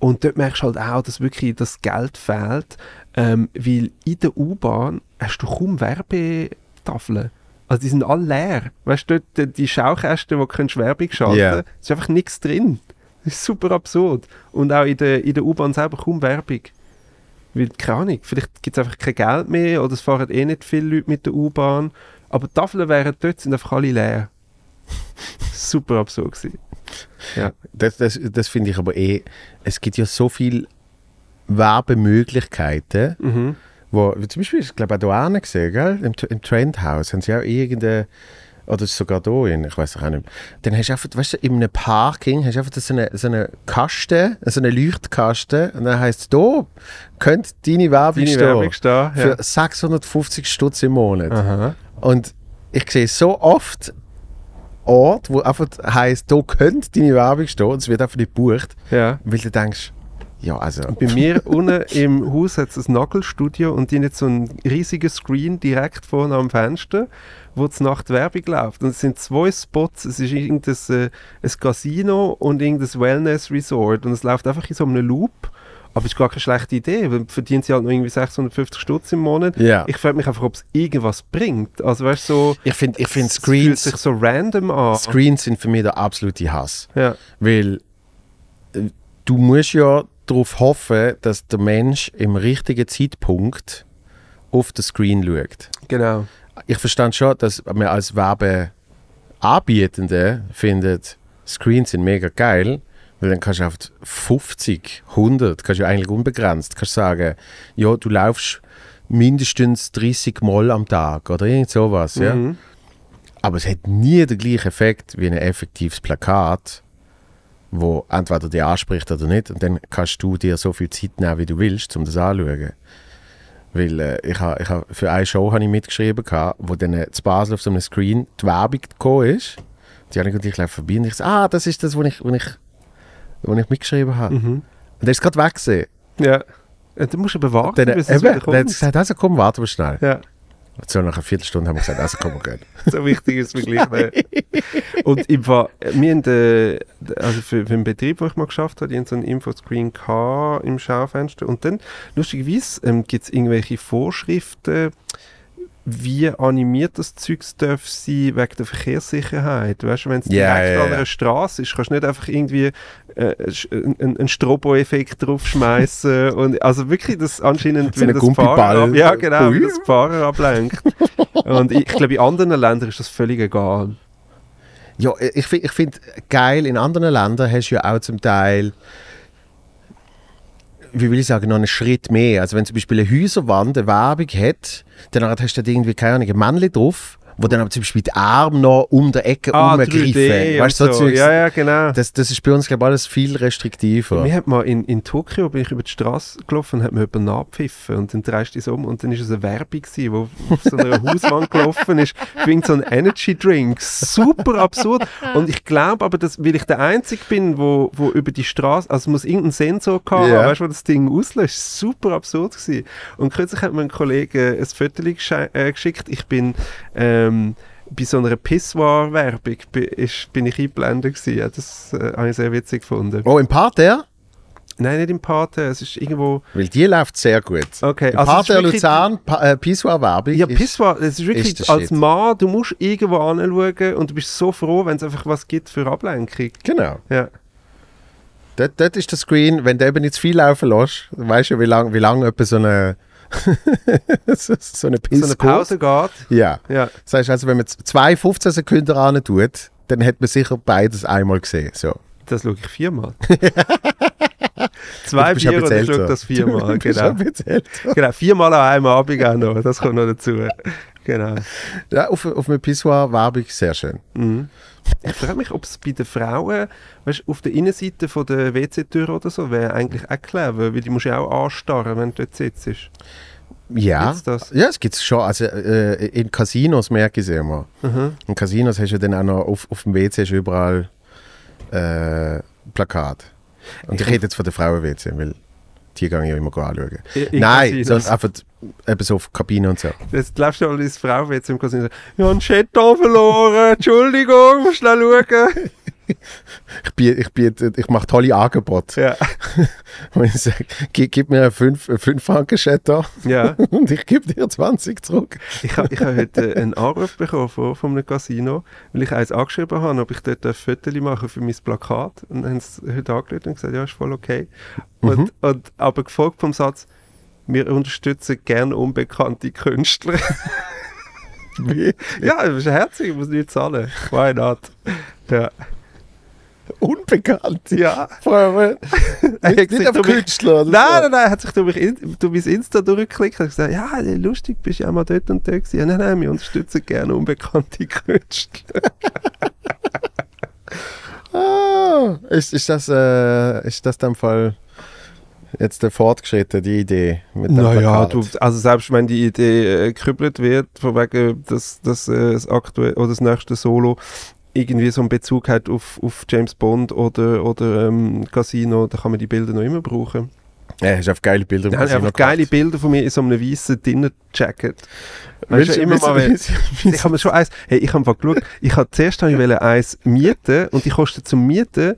[SPEAKER 2] Und dort merkst du halt auch, dass wirklich das Geld fehlt, ähm, weil in der U-Bahn hast du kaum Werbetafeln. Also die sind alle leer. Weißt du, dort, äh, die Schaukästen, wo du kannst Werbung schalten
[SPEAKER 1] Ja.
[SPEAKER 2] ist einfach nichts drin. Das ist super absurd. Und auch in der, in der U-Bahn selber kaum Werbung. Weil, keine Ahnung, vielleicht gibt es einfach kein Geld mehr oder es fahren eh nicht viele Leute mit der U-Bahn. Aber die Tafeln wären dort, sind einfach alle leer. super absurd gewesen.
[SPEAKER 1] Das, das, das finde ich aber eh, es gibt ja so viele Werbemöglichkeiten.
[SPEAKER 2] Mhm.
[SPEAKER 1] wo, zum Beispiel, ich glaube auch hier hinten gesehen, gell? Im, T- im Trendhaus haben sie auch irgendeine, oder ist es sogar da hin, ich weiß auch nicht mehr. Dann hast du einfach, weißt du, in einem Parking hast du einfach so eine, so eine Kasten, so eine Leuchtkasten und dann heisst es, da könnte deine Werbung
[SPEAKER 2] Deine
[SPEAKER 1] stehen.
[SPEAKER 2] Werbung ist da. Ja.
[SPEAKER 1] Für 650 Stutz im Monat.
[SPEAKER 2] Aha.
[SPEAKER 1] Und ich sehe so oft Orte, wo einfach heisst, da könnte deine Werbung stehen und es wird einfach nicht gebucht,
[SPEAKER 2] Ja.
[SPEAKER 1] weil du denkst, Ja, also.
[SPEAKER 2] Und bei mir unten im Haus hat es ein Nagelstudio und die haben jetzt so einen riesigen Screen direkt vorne am Fenster, wo die Nacht Werbung läuft. Und es sind zwei Spots, es ist irgendein äh, ein Casino und irgendein Wellness-Resort und es läuft einfach in so einem Loop. Aber es ist gar keine schlechte Idee, weil verdienen sie halt noch irgendwie 650 Stutz im Monat.
[SPEAKER 1] Ja.
[SPEAKER 2] Ich frage mich einfach, ob es irgendwas bringt. Also weißt du, so,
[SPEAKER 1] Ich finde ich find
[SPEAKER 2] es fühlt
[SPEAKER 1] Screens,
[SPEAKER 2] sich so random an.
[SPEAKER 1] Screens sind für mich der absolute Hass.
[SPEAKER 2] Ja.
[SPEAKER 1] Weil äh, du musst ja darauf hoffen, dass der Mensch im richtigen Zeitpunkt auf den Screen schaut.
[SPEAKER 2] Genau.
[SPEAKER 1] Ich verstand schon, dass man als Werbeanbietende findet, Screens sind mega geil, weil dann kannst du auf die 50, 100, kannst du eigentlich unbegrenzt, kannst sagen, ja, du laufst mindestens 30 Mal am Tag oder irgend sowas, ja.
[SPEAKER 2] Mhm.
[SPEAKER 1] Aber es hat nie den gleichen Effekt wie ein effektives Plakat, wo entweder dir anspricht oder nicht. Und dann kannst du dir so viel Zeit nehmen, wie du willst, um das anzuschauen. Weil äh, ich ha, ich ha, für eine Show habe ich mitgeschrieben, gehabt, wo dann äh, zu Basel auf so einem Screen die Werbung gekommen ist. Die Janik und ich laufen vorbei und ich sage, ah, das ist das, wo ich, wo ich, wo ich mitgeschrieben habe.
[SPEAKER 2] Mhm.
[SPEAKER 1] Und der ist gerade weg gewesen.
[SPEAKER 2] Ja. Ja, Du musst aber warten,
[SPEAKER 1] Dann, äh,
[SPEAKER 2] bis
[SPEAKER 1] eben, dann hat er
[SPEAKER 2] es wieder kommt.
[SPEAKER 1] gesagt, also komm, warte mal schnell.
[SPEAKER 2] Ja,
[SPEAKER 1] So nach einer Viertelstunde haben wir gesagt, also komm, wir gehen.
[SPEAKER 2] so wichtig ist es wirklich nicht. Und im Fall, wir haben, äh, also für, für den Betrieb, wo ich mal geschafft habe, die haben so einen Infoscreen gehabt im Schaufenster. Und dann, lustigerweise, ähm, gibt es irgendwelche Vorschriften, wie animiert das Zeug darf sein wegen der Verkehrssicherheit. Weißt du, wenn es
[SPEAKER 1] Ja,
[SPEAKER 2] direkt
[SPEAKER 1] ja,
[SPEAKER 2] an
[SPEAKER 1] ja.
[SPEAKER 2] einer Straße ist, kannst du nicht einfach irgendwie äh, sch- einen, einen Strobo-Effekt draufschmeißen. und, also wirklich, das anscheinend,
[SPEAKER 1] So einen
[SPEAKER 2] das
[SPEAKER 1] Gumpiball.
[SPEAKER 2] Fahrer, ab- ja, genau,
[SPEAKER 1] Ui.
[SPEAKER 2] wie das Fahrer ablenkt. und ich, ich glaube, in anderen Ländern ist das völlig egal.
[SPEAKER 1] Ja, ich, fi- ich finde geil, in anderen Ländern hast du ja auch zum Teil, wie will ich sagen, noch einen Schritt mehr. Also wenn zum Beispiel eine Häuserwand eine Werbung hat, dann hast du da irgendwie, keine Ahnung, ein Männchen drauf, wo dann aber zum Beispiel die Arme noch um der Ecke umgreifen. Weißt du,
[SPEAKER 2] Ah, und
[SPEAKER 1] so Zeugs.
[SPEAKER 2] Ja, ja, genau.
[SPEAKER 1] Das, das ist bei uns, glaube ich, alles viel restriktiver.
[SPEAKER 2] Also Mir hat mal in, in Tokio bin ich über die Straße gelaufen und hat mir jemand nachgepfiffen und dann drehst du es um und dann ist es eine Werbung gewesen, wo auf so einer Hauswand gelaufen ist für irgend so einen Energy Drink. Super absurd. Und ich glaube aber, dass, weil ich der Einzige bin, wo, wo über die Straße, also es muss irgendein Sensor gehabt
[SPEAKER 1] Ja.
[SPEAKER 2] haben, weißt du, wo das Ding auslöst. Super absurd gewesen. Und kürzlich hat mir ein Kollege ein Foto gesche- äh, geschickt. Ich bin ähm, bei so einer Pissoir-Werbung bi- ist- bin ich eingeblendet gewesen. Ja, Das äh, habe ich sehr witzig gefunden.
[SPEAKER 1] Oh, im Parterre?
[SPEAKER 2] Nein, nicht im Pate, es ist irgendwo.
[SPEAKER 1] Weil die läuft sehr gut.
[SPEAKER 2] Okay,
[SPEAKER 1] Im
[SPEAKER 2] also es ist
[SPEAKER 1] Parterre
[SPEAKER 2] wirklich-
[SPEAKER 1] Luzern, pa äh, Pissoir-Werbung.
[SPEAKER 2] Ja,
[SPEAKER 1] ist-
[SPEAKER 2] Pisswar, es ist wirklich
[SPEAKER 1] ist der
[SPEAKER 2] als
[SPEAKER 1] Shit.
[SPEAKER 2] Mann, du musst irgendwo anschauen und du bist so froh, wenn es einfach was gibt für Ablenkung.
[SPEAKER 1] Genau.
[SPEAKER 2] Ja.
[SPEAKER 1] Dort, dort ist der Screen, wenn du eben nicht zu viel laufen lässt, weißt du, wie lange wie lang etwa so eine, so, so eine Pisse
[SPEAKER 2] So eine Pause geht.
[SPEAKER 1] Ja.
[SPEAKER 2] Ja.
[SPEAKER 1] Das heißt also, wenn man z- zwei 15 Sekunden ran tut, dann hat man sicher beides einmal gesehen. So.
[SPEAKER 2] Das schaue ich viermal.
[SPEAKER 1] Du
[SPEAKER 2] Zwei
[SPEAKER 1] bist ja ein
[SPEAKER 2] Bier und
[SPEAKER 1] bisschen
[SPEAKER 2] ich schaue
[SPEAKER 1] älter.
[SPEAKER 2] das
[SPEAKER 1] Du
[SPEAKER 2] viermal.
[SPEAKER 1] bist
[SPEAKER 2] Genau.
[SPEAKER 1] ein bisschen älter.
[SPEAKER 2] genau. Viermal an einem Abend auch noch. Das kommt noch dazu. Genau.
[SPEAKER 1] Ja, auf, auf einem Pissoir-Werbung sehr schön.
[SPEAKER 2] Ich frage mich, ob es bei den Frauen, weißt du, auf der Innenseite von der WC-Tür oder so, wäre eigentlich auch clever, weil die musst du ja auch anstarren, wenn du dort sitzt.
[SPEAKER 1] Ja,
[SPEAKER 2] Gibt's das?
[SPEAKER 1] ja, es gibt es schon. Also, äh, in Casinos merke ich es immer.
[SPEAKER 2] Mhm.
[SPEAKER 1] In Casinos hast du dann auch noch auf, auf dem WC hast du überall äh, Plakat. Und ich rede jetzt von der Frauen-WC, weil die gehen ja immer go anschauen.
[SPEAKER 2] In- in
[SPEAKER 1] Nein,
[SPEAKER 2] Casinos.
[SPEAKER 1] sondern einfach eben so auf Kabine und so.
[SPEAKER 2] Jetzt läufst du alle ins Frau jetzt im Casino. Ich habe einen Chaton verloren. Entschuldigung, musst schnell schauen.
[SPEAKER 1] Ich, biet, ich, biet, ich mache tolle Angebote.
[SPEAKER 2] Ja.
[SPEAKER 1] Und ich sage, gib, gib mir einen 5-Franken-Chateau
[SPEAKER 2] ja.
[SPEAKER 1] und ich gebe dir 20 zurück.
[SPEAKER 2] Ich habe ich ha heute äh, einen Anruf bekommen von, von einem Casino, weil ich eins angeschrieben habe, ob ich dort ein Foto machen für mein Plakat. Und dann haben sie heute angerufen und gesagt, ja, ist voll okay. Und,
[SPEAKER 1] Mhm.
[SPEAKER 2] und, aber gefolgt vom Satz, wir unterstützen gerne unbekannte Künstler.
[SPEAKER 1] Wie?
[SPEAKER 2] ja, das ist herzig, ich muss nichts zahlen. Why not? Ja.
[SPEAKER 1] Unbekannt.
[SPEAKER 2] ja.
[SPEAKER 1] Frauen.
[SPEAKER 2] hat
[SPEAKER 1] Nicht,
[SPEAKER 2] sich
[SPEAKER 1] nicht auf
[SPEAKER 2] durch mich-
[SPEAKER 1] Künstler. oder so.
[SPEAKER 2] Nein, nein, nein, er hat sich durch, mich in, durch mein Insta durchgeklickt und gesagt, ja, lustig, bist ja auch mal dort und dort gewesen. Ja, nein, nein, wir unterstützen gerne unbekannte Künstler.
[SPEAKER 1] Ah, ist, ist das, äh, ist das dann Fall jetzt der fortgeschrittene, die Idee? Mit dem Plakat?
[SPEAKER 2] also selbst wenn die Idee äh, gekübelt wird, von wegen, dass das, äh, das aktuelle oder das nächste Solo irgendwie so einen Bezug hat auf, auf James Bond oder, oder ähm, Casino, dann kann man die Bilder noch immer brauchen.
[SPEAKER 1] Ja, hast einfach geile Bilder. im
[SPEAKER 2] Dann habe ich
[SPEAKER 1] Casino
[SPEAKER 2] einfach geile
[SPEAKER 1] gemacht.
[SPEAKER 2] Bilder von mir in so einem weißen Dinner-Jacket.
[SPEAKER 1] Willst
[SPEAKER 2] Weißt
[SPEAKER 1] du
[SPEAKER 2] du, immer mal, wenn-
[SPEAKER 1] willst du- willst
[SPEAKER 2] ich habe mir schon eins, hey, ich habe mal geschaut, ich habe zuerst habe ich wollte eins mieten und die kosten zum Mieten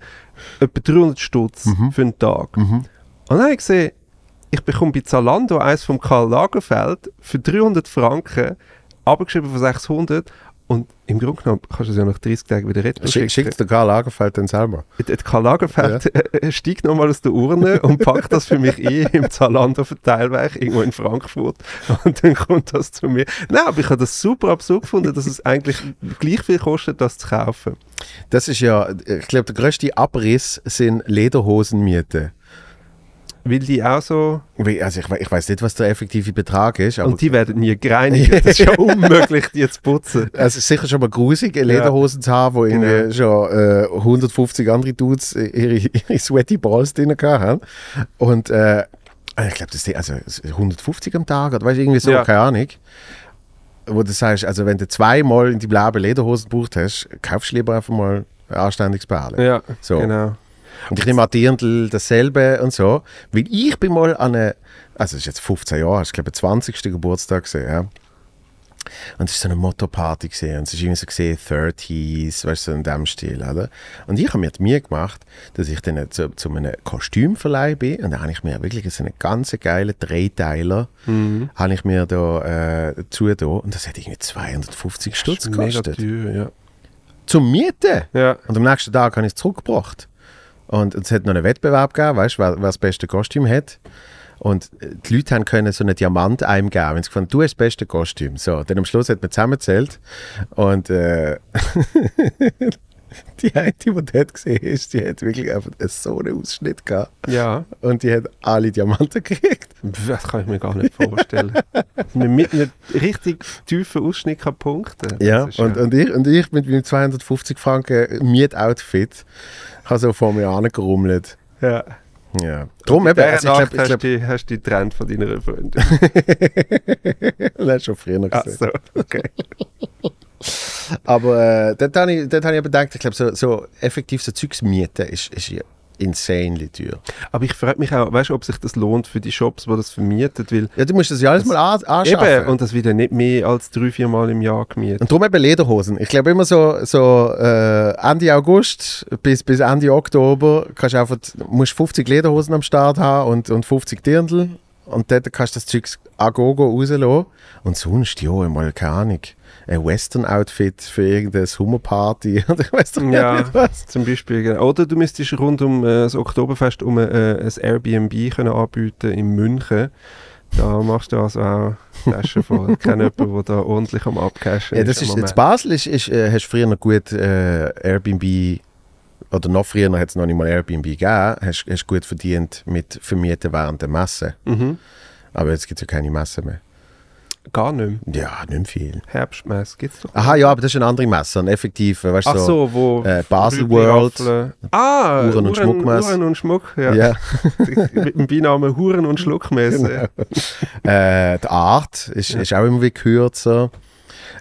[SPEAKER 2] etwa 300 Stutz
[SPEAKER 1] Mhm.
[SPEAKER 2] für einen Tag. Und dann habe ich gesehen, ich bekomme bei Zalando eins vom Karl Lagerfeld für 300 Franken, abgeschrieben von 600 und im Grunde genommen kannst du es ja nach 30 Tagen wieder
[SPEAKER 1] du-
[SPEAKER 2] retten.
[SPEAKER 1] Schick- Schickt der Karl Lagerfeld dann selber.
[SPEAKER 2] Der Karl Lagerfeld äh, steigt nochmal aus der Urne und packt das für mich ein im Zalando Verteilwerk irgendwo in Frankfurt und dann kommt das zu mir. Nein, aber ich habe das super absurd gefunden, dass es eigentlich gleich viel kostet, das zu kaufen.
[SPEAKER 1] Das ist ja, ich glaube, der größte Abriss sind Lederhosenmieten.
[SPEAKER 2] Weil die auch so...
[SPEAKER 1] Wie- Also ich, we- ich weiß nicht, was der effektive Betrag ist, aber
[SPEAKER 2] und die werden nie gereinigt. Das ist ja unmöglich, die zu putzen.
[SPEAKER 1] Also es ist sicher schon mal grusig, eine Lederhosen zu haben, wo irgendwie
[SPEAKER 2] Genau.
[SPEAKER 1] schon äh, 150 andere Dudes äh, ihre, ihre Sweaty Balls drin haben. Und äh, ich glaube, das ist also 150 am Tag oder weißt, du, irgendwie so,
[SPEAKER 2] Ja.
[SPEAKER 1] keine Ahnung. Wo du sagst, also wenn du zweimal in die blaue Lederhosen gebraucht hast, kaufst du lieber einfach mal ein anständiges Paar.
[SPEAKER 2] Ja,
[SPEAKER 1] So.
[SPEAKER 2] genau.
[SPEAKER 1] Und ich nehme an Dirndl dasselbe und so. Weil ich bin mal an eine, also das ist jetzt 15 Jahre, ich glaube 20. Geburtstag gesehen, ja. Und es war so eine Motto-Party gesehen und es ist irgendwie so gesehen 30s, weißt du, so in dem Stil, oder? Und ich habe mir die Mühe gemacht, dass ich dann zu, zu einem Kostümverleih bin und da habe ich mir wirklich so einen ganz geilen Dreiteiler
[SPEAKER 2] Mhm.
[SPEAKER 1] habe ich mir da äh, zu und das hat irgendwie 250
[SPEAKER 2] Das
[SPEAKER 1] Stutz
[SPEAKER 2] ist mega
[SPEAKER 1] gekostet.
[SPEAKER 2] teuer, ja.
[SPEAKER 1] Zum Mieten!
[SPEAKER 2] Ja,
[SPEAKER 1] Und am nächsten Tag habe ich es zurückgebracht. Und es hat noch einen Wettbewerb gegeben, weißt, wer, wer das beste Kostüm hat. Und äh, die Leute haben können so einen Diamant einem geben. Wenn sie gefunden du hast das beste Kostüm. So, dann am Schluss hat man zusammengezählt. Und äh, die eine, die man dort gesehen ist, die hat wirklich einfach so einen Ausschnitt gehabt.
[SPEAKER 2] ja.
[SPEAKER 1] Und die hat alle Diamanten gekriegt.
[SPEAKER 2] Das kann ich mir gar nicht vorstellen. Mit- Mit einem richtig tiefen Ausschnitt kann punkten.
[SPEAKER 1] Ja,
[SPEAKER 2] Das ist
[SPEAKER 1] und, und, ich, und ich mit meinem 250 Franken äh, Miet-Outfit habe so vor mir angerummelt.
[SPEAKER 2] ja.
[SPEAKER 1] Ja. Drum eben,
[SPEAKER 2] Der
[SPEAKER 1] also ich
[SPEAKER 2] Nacht
[SPEAKER 1] glaub- ich
[SPEAKER 2] hast,
[SPEAKER 1] glaub-
[SPEAKER 2] du, hast du die Trend von deiner Freundin.
[SPEAKER 1] Das hast du schon früher gesehen.
[SPEAKER 2] Also, okay.
[SPEAKER 1] Aber äh, dort habe ich, dort habe ich aber gedacht, ich glaube, so, so effektiv so Zeugs mieten ist, ist ja insanely teuer.
[SPEAKER 2] Aber ich frage mich auch, weißt du, ob sich das lohnt für die Shops, die das vermieten, weil
[SPEAKER 1] Ja, du musst das ja alles mal an, anschaffen.
[SPEAKER 2] eben, und das wird ja nicht mehr als drei, vier Mal im Jahr gemietet.
[SPEAKER 1] Und darum eben Lederhosen. Ich glaube immer so, so äh, Ende August bis, bis Ende Oktober kannst du einfach, musst 50 Lederhosen am Start haben und, und 50 Dirndl. Und dort kannst du das Zeugs agogo rauslassen. Und sonst, ja, mal keine Ahnung. Ein Western-Outfit für irgendeine Summerparty oder ich weiß doch
[SPEAKER 2] Ja.
[SPEAKER 1] nicht was.
[SPEAKER 2] Zum Beispiel, genau. oder du müsstest rund um äh, das Oktoberfest um äh, ein Airbnb können anbieten in München. Da machst du also auch Taschen voll. Ich kenne jemanden, der da ordentlich am Abcashen
[SPEAKER 1] Ja, das
[SPEAKER 2] im
[SPEAKER 1] ist, in
[SPEAKER 2] Moment.
[SPEAKER 1] Basel ist, ist, äh, hast du früher noch gut äh, Airbnb, oder noch früher hat es noch nicht mal Airbnb gegeben, hast du gut verdient mit Vermieten während der Messe.
[SPEAKER 2] mhm.
[SPEAKER 1] Aber jetzt gibt es ja keine Messe mehr.
[SPEAKER 2] Gar nicht mehr.
[SPEAKER 1] Ja, nicht mehr viel.
[SPEAKER 2] Herbstmesse gibt es doch.
[SPEAKER 1] Aha, ja, aber das ist eine andere Messe, eine effektive, weißt du,
[SPEAKER 2] Ach so, wo...
[SPEAKER 1] äh, Basel World.
[SPEAKER 2] Rübliaffeln. Ah,
[SPEAKER 1] Uhren- und Schmuckmesse.
[SPEAKER 2] Uhren und Schmuck, ja. Genau.
[SPEAKER 1] Ja,
[SPEAKER 2] Mit dem Beinamen Huren- und Schluckmesse.
[SPEAKER 1] äh, die Art ist, ist auch immer wie kürzer.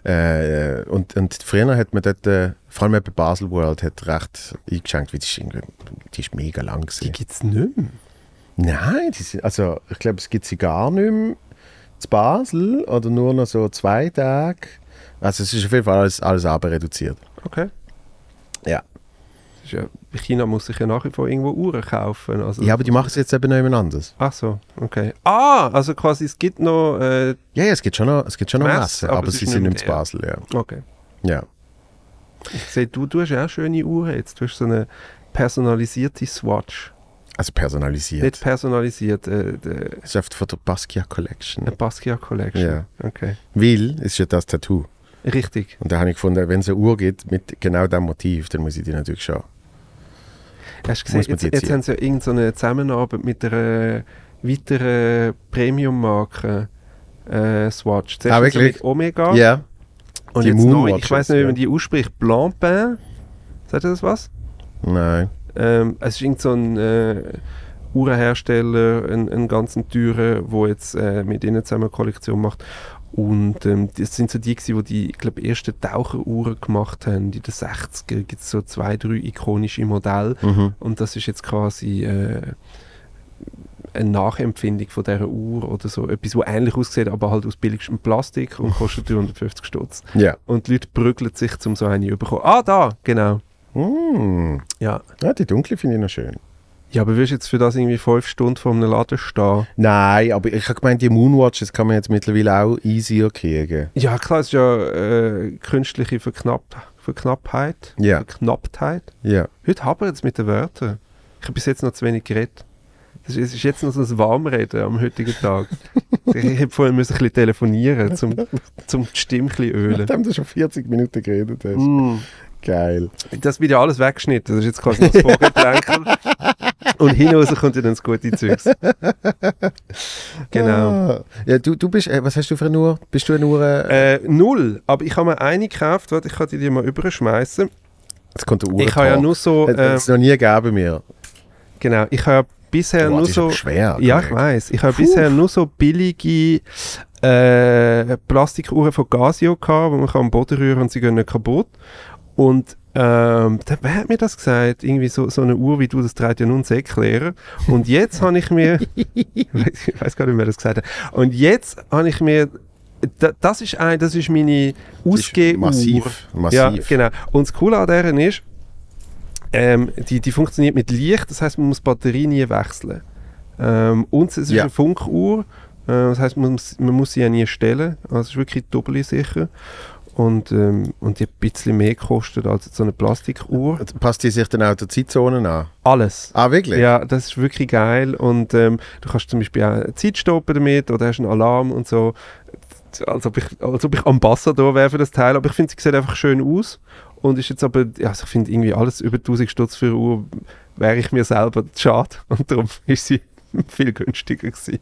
[SPEAKER 1] Äh, und, und früher hat man dort, äh, vor allem bei Basel World, hat recht eingeschenkt, weil die ist, irgendwie- die ist mega lang gewesen.
[SPEAKER 2] Die gibt es nicht mehr.
[SPEAKER 1] Nein, die sind, also ich glaube, es gibt sie gar nicht mehr zu Basel oder nur noch so zwei Tage. Also es ist auf jeden Fall alles, alles aber reduziert.
[SPEAKER 2] Okay.
[SPEAKER 1] Ja.
[SPEAKER 2] Das ist ja, in China muss sich ja nach wie vor irgendwo Uhren kaufen. Also,
[SPEAKER 1] Ja, aber die machen es jetzt eben noch jemand anders.
[SPEAKER 2] Ach so, okay. Ah, also quasi es gibt noch... Äh,
[SPEAKER 1] Ja, ja, es gibt schon noch, es gibt schon noch
[SPEAKER 2] Messe,
[SPEAKER 1] Messen,
[SPEAKER 2] aber
[SPEAKER 1] aber
[SPEAKER 2] es
[SPEAKER 1] sie
[SPEAKER 2] ist
[SPEAKER 1] sind
[SPEAKER 2] nicht
[SPEAKER 1] nicht zu
[SPEAKER 2] mehr
[SPEAKER 1] Basel, ja.
[SPEAKER 2] okay.
[SPEAKER 1] ja.
[SPEAKER 2] Ich sehe, du, du hast ja auch schöne Uhren jetzt. Du hast so eine personalisierte Swatch.
[SPEAKER 1] Also personalisiert.
[SPEAKER 2] Nicht personalisiert, äh, de-
[SPEAKER 1] Das ist oft von der Basquiat Collection.
[SPEAKER 2] eine Basquiat Collection.
[SPEAKER 1] Ja.
[SPEAKER 2] Okay.
[SPEAKER 1] Weil es ist ja das Tattoo.
[SPEAKER 2] Richtig.
[SPEAKER 1] Und da habe ich gefunden, wenn es eine Uhr gibt mit genau diesem Motiv, dann muss ich die natürlich schauen.
[SPEAKER 2] Hast du gesehen,
[SPEAKER 1] Muss man
[SPEAKER 2] jetzt,
[SPEAKER 1] die
[SPEAKER 2] jetzt,
[SPEAKER 1] ziehen?
[SPEAKER 2] haben sie ja irgendeine so eine Zusammenarbeit mit einer weiteren Premium-Marke äh, Swatch. Zuerst
[SPEAKER 1] Ah,
[SPEAKER 2] haben sie
[SPEAKER 1] wirklich?
[SPEAKER 2] mit Omega
[SPEAKER 1] Ja.
[SPEAKER 2] und
[SPEAKER 1] die
[SPEAKER 2] jetzt neu,
[SPEAKER 1] Moonwatch
[SPEAKER 2] ich weiß nicht, wie man
[SPEAKER 1] jetzt,
[SPEAKER 2] die ausspricht, Blancpain. Sagt ihr das was?
[SPEAKER 1] Nein.
[SPEAKER 2] Ähm, es ist irgend so ein äh, Uhrenhersteller, einen, einen ganzen teuren, der jetzt äh, mit ihnen zusammen eine Kollektion macht. Und ähm, das sind so die, gewesen, die die glaub, ersten Taucheruhren gemacht haben. In den 60er gibt es so zwei, drei ikonische Modelle.
[SPEAKER 1] Mhm.
[SPEAKER 2] Und das ist jetzt quasi äh, eine Nachempfindung von dieser Uhr oder so. Etwas, wo ähnlich aussieht, aber halt aus billigstem Plastik und kostet 350 Stutz.
[SPEAKER 1] Ja.
[SPEAKER 2] Und die Leute prügeln sich, um so eine zu bekommen. Ah, da, genau.
[SPEAKER 1] Mm.
[SPEAKER 2] Ja.
[SPEAKER 1] ja, die dunkle finde ich noch schön.
[SPEAKER 2] Ja, aber wirst du jetzt für das irgendwie fünf Stunden vor einem Laden stehen?
[SPEAKER 1] Nein, aber ich habe gemeint, die Moonwatches kann man jetzt mittlerweile auch easier kriegen.
[SPEAKER 2] Ja, klar, es ist ja äh, künstliche Verknapp Verknappheit.
[SPEAKER 1] Ja,
[SPEAKER 2] Verknapptheit.
[SPEAKER 1] ja.
[SPEAKER 2] Heute haben wir jetzt mit den Wörtern. Ich habe bis jetzt noch zu wenig geredet. Das ist, es ist jetzt noch so ein Warmreden am heutigen Tag. ich hätte vorhin müssen ein bisschen telefonieren, um zum die Stimme ein bisschen ölen.
[SPEAKER 1] Nachdem du schon 40 Minuten geredet hast.
[SPEAKER 2] Mm.
[SPEAKER 1] Geil.
[SPEAKER 2] Das wird ja alles weggeschnitten. Das ist jetzt quasi noch das Vogelplänkel. Und hinaus kommt ja dann das gute Zeugs. Genau.
[SPEAKER 1] Ah. Ja, du, du bist, äh, was hast du für eine Uhr? Bist du eine Uhr? Äh,
[SPEAKER 2] Äh, null. Aber ich habe mir eine gekauft. Warte, ich kann die dir mal überschmeißen.
[SPEAKER 1] jetzt kommt der Uhr.
[SPEAKER 2] Ich habe ja nur so.
[SPEAKER 1] Hat
[SPEAKER 2] Äh,
[SPEAKER 1] es noch nie gegeben mir.
[SPEAKER 2] genau. Ich habe bisher
[SPEAKER 1] Boah,
[SPEAKER 2] nur
[SPEAKER 1] die ist
[SPEAKER 2] so.
[SPEAKER 1] aber schwer.
[SPEAKER 2] Ja, ich
[SPEAKER 1] Greg.
[SPEAKER 2] weiß. Ich habe
[SPEAKER 1] Puh.
[SPEAKER 2] bisher nur so billige äh, Plastikuhren von Casio gehabt, wo man kann am Boden rühren und sie gehen nicht kaputt. Und ähm, dann, wer hat mir das gesagt? Irgendwie so, so eine Uhr wie du, das trägt ja nun Säcklehrer. Und jetzt habe ich mir, ich weiß- ich weiß gar nicht, wer das gesagt hat. Und jetzt habe ich mir, da, das ist ein, das ist meine
[SPEAKER 1] Die ist
[SPEAKER 2] Ausgeh-Uhr.
[SPEAKER 1] Massiv.
[SPEAKER 2] Ja,
[SPEAKER 1] Massiv.
[SPEAKER 2] genau. Und das Coole an deren ist, ähm, die, die funktioniert mit Licht, das heißt, man muss die Batterie nie wechseln. Ähm, und es ist
[SPEAKER 1] Ja.
[SPEAKER 2] eine Funkuhr, äh, das heißt, man, muss- man muss sie ja nie stellen. Also es ist wirklich doppelt sicher. Und, ähm, und die ein bisschen mehr kostet als jetzt so eine Plastikuhr.
[SPEAKER 1] Und Passt die sich dann auch der Zeitzone an?
[SPEAKER 2] Alles.
[SPEAKER 1] Ah, wirklich?
[SPEAKER 2] Ja, das ist wirklich geil. Und ähm, du kannst zum Beispiel auch Zeit stoppen damit oder hast einen Alarm und so. Als ob ich, als ob ich Ambassador wäre für das Teil. Aber ich finde, sie sieht einfach schön aus. Und ist jetzt aber, ja, also ich finde irgendwie alles über 1000 Stutz für eine Uhr wäre ich mir selber zu schade. Und darum ist sie viel günstiger gewesen.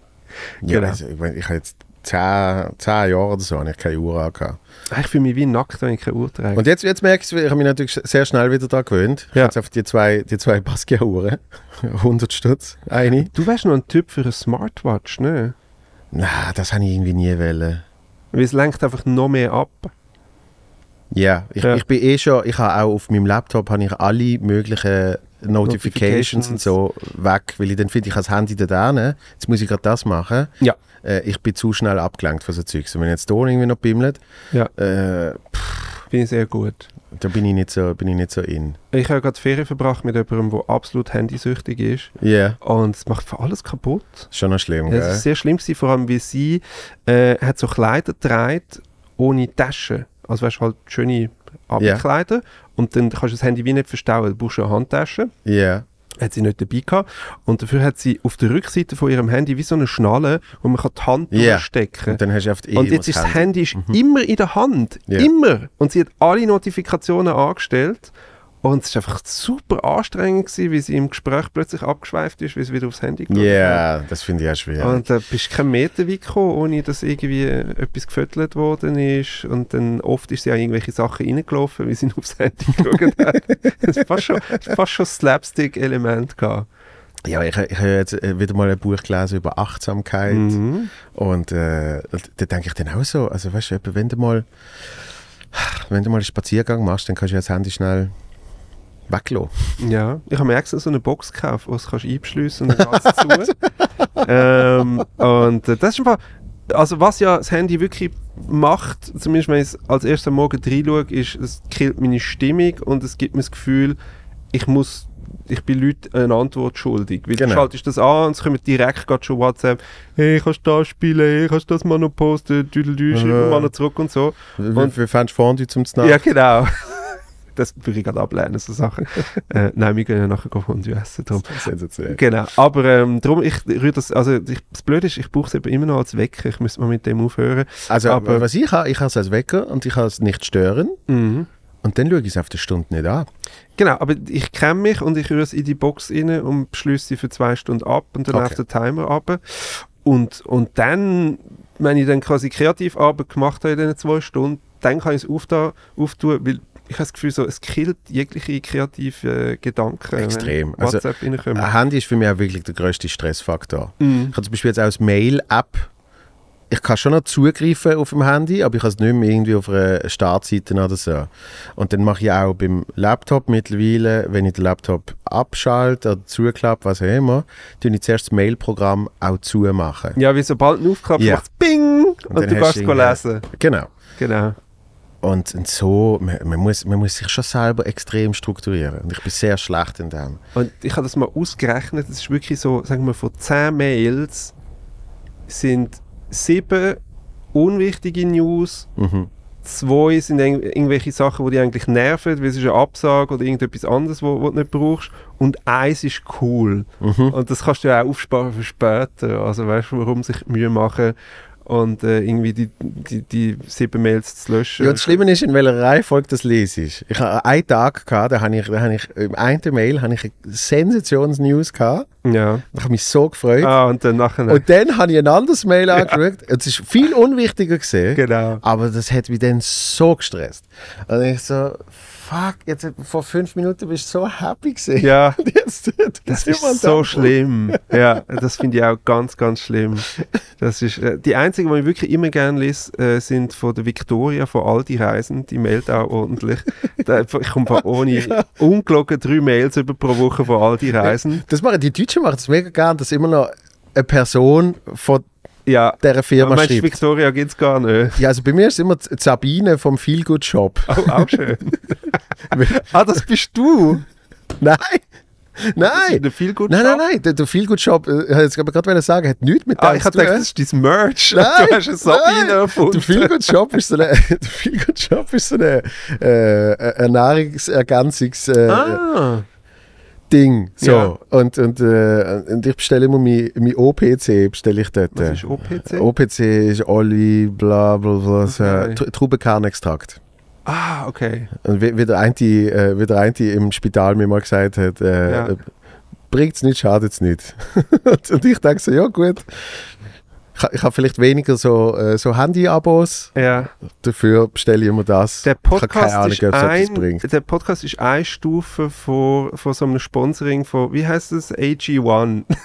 [SPEAKER 1] Ja,
[SPEAKER 2] Genau.
[SPEAKER 1] also, ich, meine, ich habe jetzt zehn, zehn Jahre oder so habe ich keine Uhr angehabt.
[SPEAKER 2] Ah, Ich fühle mich wie nackt, wenn ich keine Uhr trage.
[SPEAKER 1] Und jetzt, jetzt merke ich, ich habe mich natürlich sehr schnell wieder daran gewöhnt. Ich
[SPEAKER 2] Ja.
[SPEAKER 1] habe jetzt einfach die zwei, die zwei Basquiat-Uhren. 100 Stutz, eine.
[SPEAKER 2] du wärst noch ein Typ für eine Smartwatch, ne?
[SPEAKER 1] Nein, das habe ich irgendwie nie wollen.
[SPEAKER 2] Weil es lenkt einfach noch mehr ab.
[SPEAKER 1] Ja, ich,
[SPEAKER 2] Ja.
[SPEAKER 1] ich bin eh schon, ich habe auch auf meinem Laptop habe ich alle möglichen Notifications,
[SPEAKER 2] Notifications.
[SPEAKER 1] und so weg, weil ich dann finde, ich habe das Handy da drin, jetzt muss ich gerade das machen.
[SPEAKER 2] Ja.
[SPEAKER 1] Äh, ich bin zu schnell abgelenkt von so Zeugs. Und wenn jetzt hier irgendwie noch bimmelt,
[SPEAKER 2] Ja.
[SPEAKER 1] äh,
[SPEAKER 2] Finde ich sehr gut.
[SPEAKER 1] da bin ich nicht so, bin ich nicht so in.
[SPEAKER 2] Ich habe gerade Ferien verbracht mit jemandem, der absolut handysüchtig ist.
[SPEAKER 1] Ja,
[SPEAKER 2] Und es macht alles kaputt.
[SPEAKER 1] schon noch schlimm,
[SPEAKER 2] Ja, Es war
[SPEAKER 1] gell?
[SPEAKER 2] sehr schlimm, gewesen, vor allem weil sie äh, hat so Kleider getragen ohne Taschen. Also weißt du, halt schöne Abendkleider. Und dann kannst du das Handy wie nicht verstauen. Du brauchst eine Handtasche.
[SPEAKER 1] Ja.
[SPEAKER 2] Hat sie nicht dabei gehabt. Und dafür hat sie auf der Rückseite von ihrem Handy wie so eine Schnalle, wo man kann die Hand
[SPEAKER 1] Ja.
[SPEAKER 2] durchstecken
[SPEAKER 1] Und dann hast du oft eh
[SPEAKER 2] und
[SPEAKER 1] immer
[SPEAKER 2] jetzt ist das
[SPEAKER 1] Handy.
[SPEAKER 2] Handy ist immer in der Hand.
[SPEAKER 1] Mhm. Ja.
[SPEAKER 2] Immer. Und sie hat alle Notifikationen angestellt. Und es war einfach super anstrengend, gewesen, wie sie im Gespräch plötzlich abgeschweift ist, wie sie wieder aufs Handy
[SPEAKER 1] Ja,
[SPEAKER 2] geschaut
[SPEAKER 1] das finde ich auch schwer.
[SPEAKER 2] hat. Und da bist du keinen Meter weit gekommen, ohne dass irgendwie etwas gefüttert worden ist. Und dann oft ist sie an irgendwelche Sachen reingelaufen, wie sie nur aufs Handy geschaut hat. Es war fast schon, es war fast schon Slapstick-Element. gehabt.
[SPEAKER 1] ja, ich, ich habe jetzt äh, wieder mal ein Buch gelesen über Achtsamkeit.
[SPEAKER 2] Mhm.
[SPEAKER 1] Und äh, und da denke ich dann auch so, also weißt du, etwa wenn du mal, wenn du mal einen Spaziergang machst, dann kannst du ja das Handy schnell weglassen.
[SPEAKER 2] Ja, ich habe mir extra so eine Box gekauft, wo du es kannst einschliessen und dann geht's zu. ähm, und äh, das ist einfach, also was ja das Handy wirklich macht, zumindest wenn ich es als erstes am Morgen reinschaue, ist, es killt meine Stimmung und es gibt mir das Gefühl, ich muss, ich bin Leuten eine Antwort schuldig. Weil
[SPEAKER 1] Genau.
[SPEAKER 2] du schaltest das an und es kommen direkt gerade schon WhatsApp, hey, kannst du das spielen, hey, kannst du das mal noch posten, düdelü, schreib mir mal noch zurück und so.
[SPEAKER 1] Und wie fändest du Fondue zum Znacht?
[SPEAKER 2] Ja, genau. Das würde ich gerade ablehnen, so Sachen. äh, nein, wir gehen ja nachher Fondue essen. Drum.
[SPEAKER 1] Sensationell.
[SPEAKER 2] Genau, aber ähm, darum, ich rühre das, also ich, das Blöde ist, ich brauche es eben immer noch als Wecker, ich müsste mal mit dem aufhören.
[SPEAKER 1] Also
[SPEAKER 2] Aber-
[SPEAKER 1] was ich habe, ich habe es als Wecker und ich habe es nicht stören
[SPEAKER 2] Mhm.
[SPEAKER 1] und dann schaue ich es auf die Stunde nicht an.
[SPEAKER 2] Genau, aber ich kenne mich und ich rühre es in die Box rein und schließe sie für zwei Stunden ab und dann
[SPEAKER 1] Okay.
[SPEAKER 2] läuft der Timer ab. Und, und dann, wenn ich dann quasi kreativ Arbeit gemacht habe in diesen zwei Stunden, dann kann ich es aufta- auftun, weil ich habe das Gefühl, so, es killt jegliche kreative Gedanken.
[SPEAKER 1] Extrem. äh,
[SPEAKER 2] Wenn WhatsApp also, reinkommt. Mhm.
[SPEAKER 1] Ein Handy ist für mich auch wirklich der grösste Stressfaktor. Ich habe zum Beispiel jetzt auch als Mail-App, ich kann schon noch zugreifen auf dem Handy, aber ich kann es nicht mehr irgendwie auf einer Startseite oder so. Und dann mache ich auch beim Laptop mittlerweile, wenn ich den Laptop abschalte oder zuklappe, was auch immer, tue ich zuerst das Mail-Programm auch zumachen.
[SPEAKER 2] Ja, wie sobald du ihn aufklappst,
[SPEAKER 1] Ja.
[SPEAKER 2] macht's Bing und,
[SPEAKER 1] dann
[SPEAKER 2] du
[SPEAKER 1] hast
[SPEAKER 2] kannst es
[SPEAKER 1] irgendwie-
[SPEAKER 2] lesen.
[SPEAKER 1] Genau.
[SPEAKER 2] Genau.
[SPEAKER 1] Und, und so, man, man, muss, man muss sich schon selber extrem strukturieren. Und ich bin sehr schlecht in dem.
[SPEAKER 2] Und ich habe das mal ausgerechnet, es ist wirklich so, sagen wir, von 10 Mails sind 7 unwichtige News,
[SPEAKER 1] Mhm.
[SPEAKER 2] zwei sind irg irgendwelche Sachen, die dich eigentlich nerven, weil es ist eine Absage oder irgendetwas anderes, wo, wo du nicht brauchst und eins ist cool.
[SPEAKER 1] Mhm.
[SPEAKER 2] Und das kannst du ja auch aufsparen für später, also weißt du, warum sich Mühe machen und äh, irgendwie die, die, die sieben Mails zu löschen.
[SPEAKER 1] Ja, das Schlimme ist, in welcher Reihenfolge das lese ich. Ich hatte einen Tag, gehabt, da habe ich, da habe ich, im einen Mail habe ich eine Sensationsnews gehabt.
[SPEAKER 2] ja.
[SPEAKER 1] Ich habe mich so gefreut.
[SPEAKER 2] Ah, und dann nachher.
[SPEAKER 1] Und dann habe ich ein anderes Mail angeschaut. Es ist viel unwichtiger gesehen.
[SPEAKER 2] genau.
[SPEAKER 1] Aber das hat mich dann so gestresst. Und ich so, fuck, jetzt, vor fünf Minuten bist du so happy gesehen.
[SPEAKER 2] Ja.
[SPEAKER 1] Und jetzt tut
[SPEAKER 2] Das
[SPEAKER 1] jemand
[SPEAKER 2] ist so
[SPEAKER 1] ab.
[SPEAKER 2] schlimm. Ja, das finde ich auch ganz, ganz schlimm. Das ist, äh, die einzigen, die ich wirklich immer gerne lese, äh, sind von der Victoria von Aldi Reisen. Die mailt auch ordentlich. Da, ich komme von ohne ungelogen drei Mails über pro Woche von Aldi Reisen.
[SPEAKER 1] Das machen die Deutschen machen das mega gern, dass immer noch eine Person von
[SPEAKER 2] Ja.
[SPEAKER 1] dieser Firma
[SPEAKER 2] Meinst du,
[SPEAKER 1] schreibt.
[SPEAKER 2] Victoria gibt es gar nicht?
[SPEAKER 1] Ja, also bei mir ist immer die Sabine vom Feel Good Shop.
[SPEAKER 2] Auch, Oh, auch schön. ah, das bist du?
[SPEAKER 1] Nein!
[SPEAKER 2] Das ist
[SPEAKER 1] Nein!
[SPEAKER 2] der viel gut
[SPEAKER 1] Nein, nein, nein, der, der Feel Good Shop, äh, ich jetzt gerade wollen sagen, hat nichts mit
[SPEAKER 2] Ah,
[SPEAKER 1] dem
[SPEAKER 2] ich
[SPEAKER 1] zu
[SPEAKER 2] habe gedacht,
[SPEAKER 1] tun.
[SPEAKER 2] das ist dein Merch.
[SPEAKER 1] Nein,
[SPEAKER 2] du hast eine Sabine
[SPEAKER 1] nein. Der
[SPEAKER 2] erfunden.
[SPEAKER 1] Feel Good Shop ist so eine, der Feel Good Shop ist so eine, äh, ein Nahrungsergänzungs-Ding. Äh,
[SPEAKER 2] Ah.
[SPEAKER 1] Ding. so.
[SPEAKER 2] Ja.
[SPEAKER 1] und, und, äh, und ich bestelle immer mein, mein OPC, bestelle ich dort. äh.
[SPEAKER 2] Was ist OPC?
[SPEAKER 1] OPC ist Oli, bla bla bla, so.
[SPEAKER 2] Okay.
[SPEAKER 1] Tr- Traubenkernextrakt.
[SPEAKER 2] Ah, okay.
[SPEAKER 1] Und wie, wie, der eine, äh, wie der eine im Spital mir mal gesagt hat, äh,
[SPEAKER 2] Ja.
[SPEAKER 1] bringt es nicht, schadet es nicht. und, und ich denke so, ja gut. Ich, ha- ich habe vielleicht weniger so, äh, so Handy-Abos,
[SPEAKER 2] Ja.
[SPEAKER 1] dafür bestelle ich immer das.
[SPEAKER 2] Der
[SPEAKER 1] ich habe keine
[SPEAKER 2] Podcast,
[SPEAKER 1] Ahnung,
[SPEAKER 2] ist
[SPEAKER 1] ob es etwas
[SPEAKER 2] ein,
[SPEAKER 1] bringt.
[SPEAKER 2] der Podcast ist eine Stufe vor, vor so einem Sponsoring von, wie heißt es, AG1.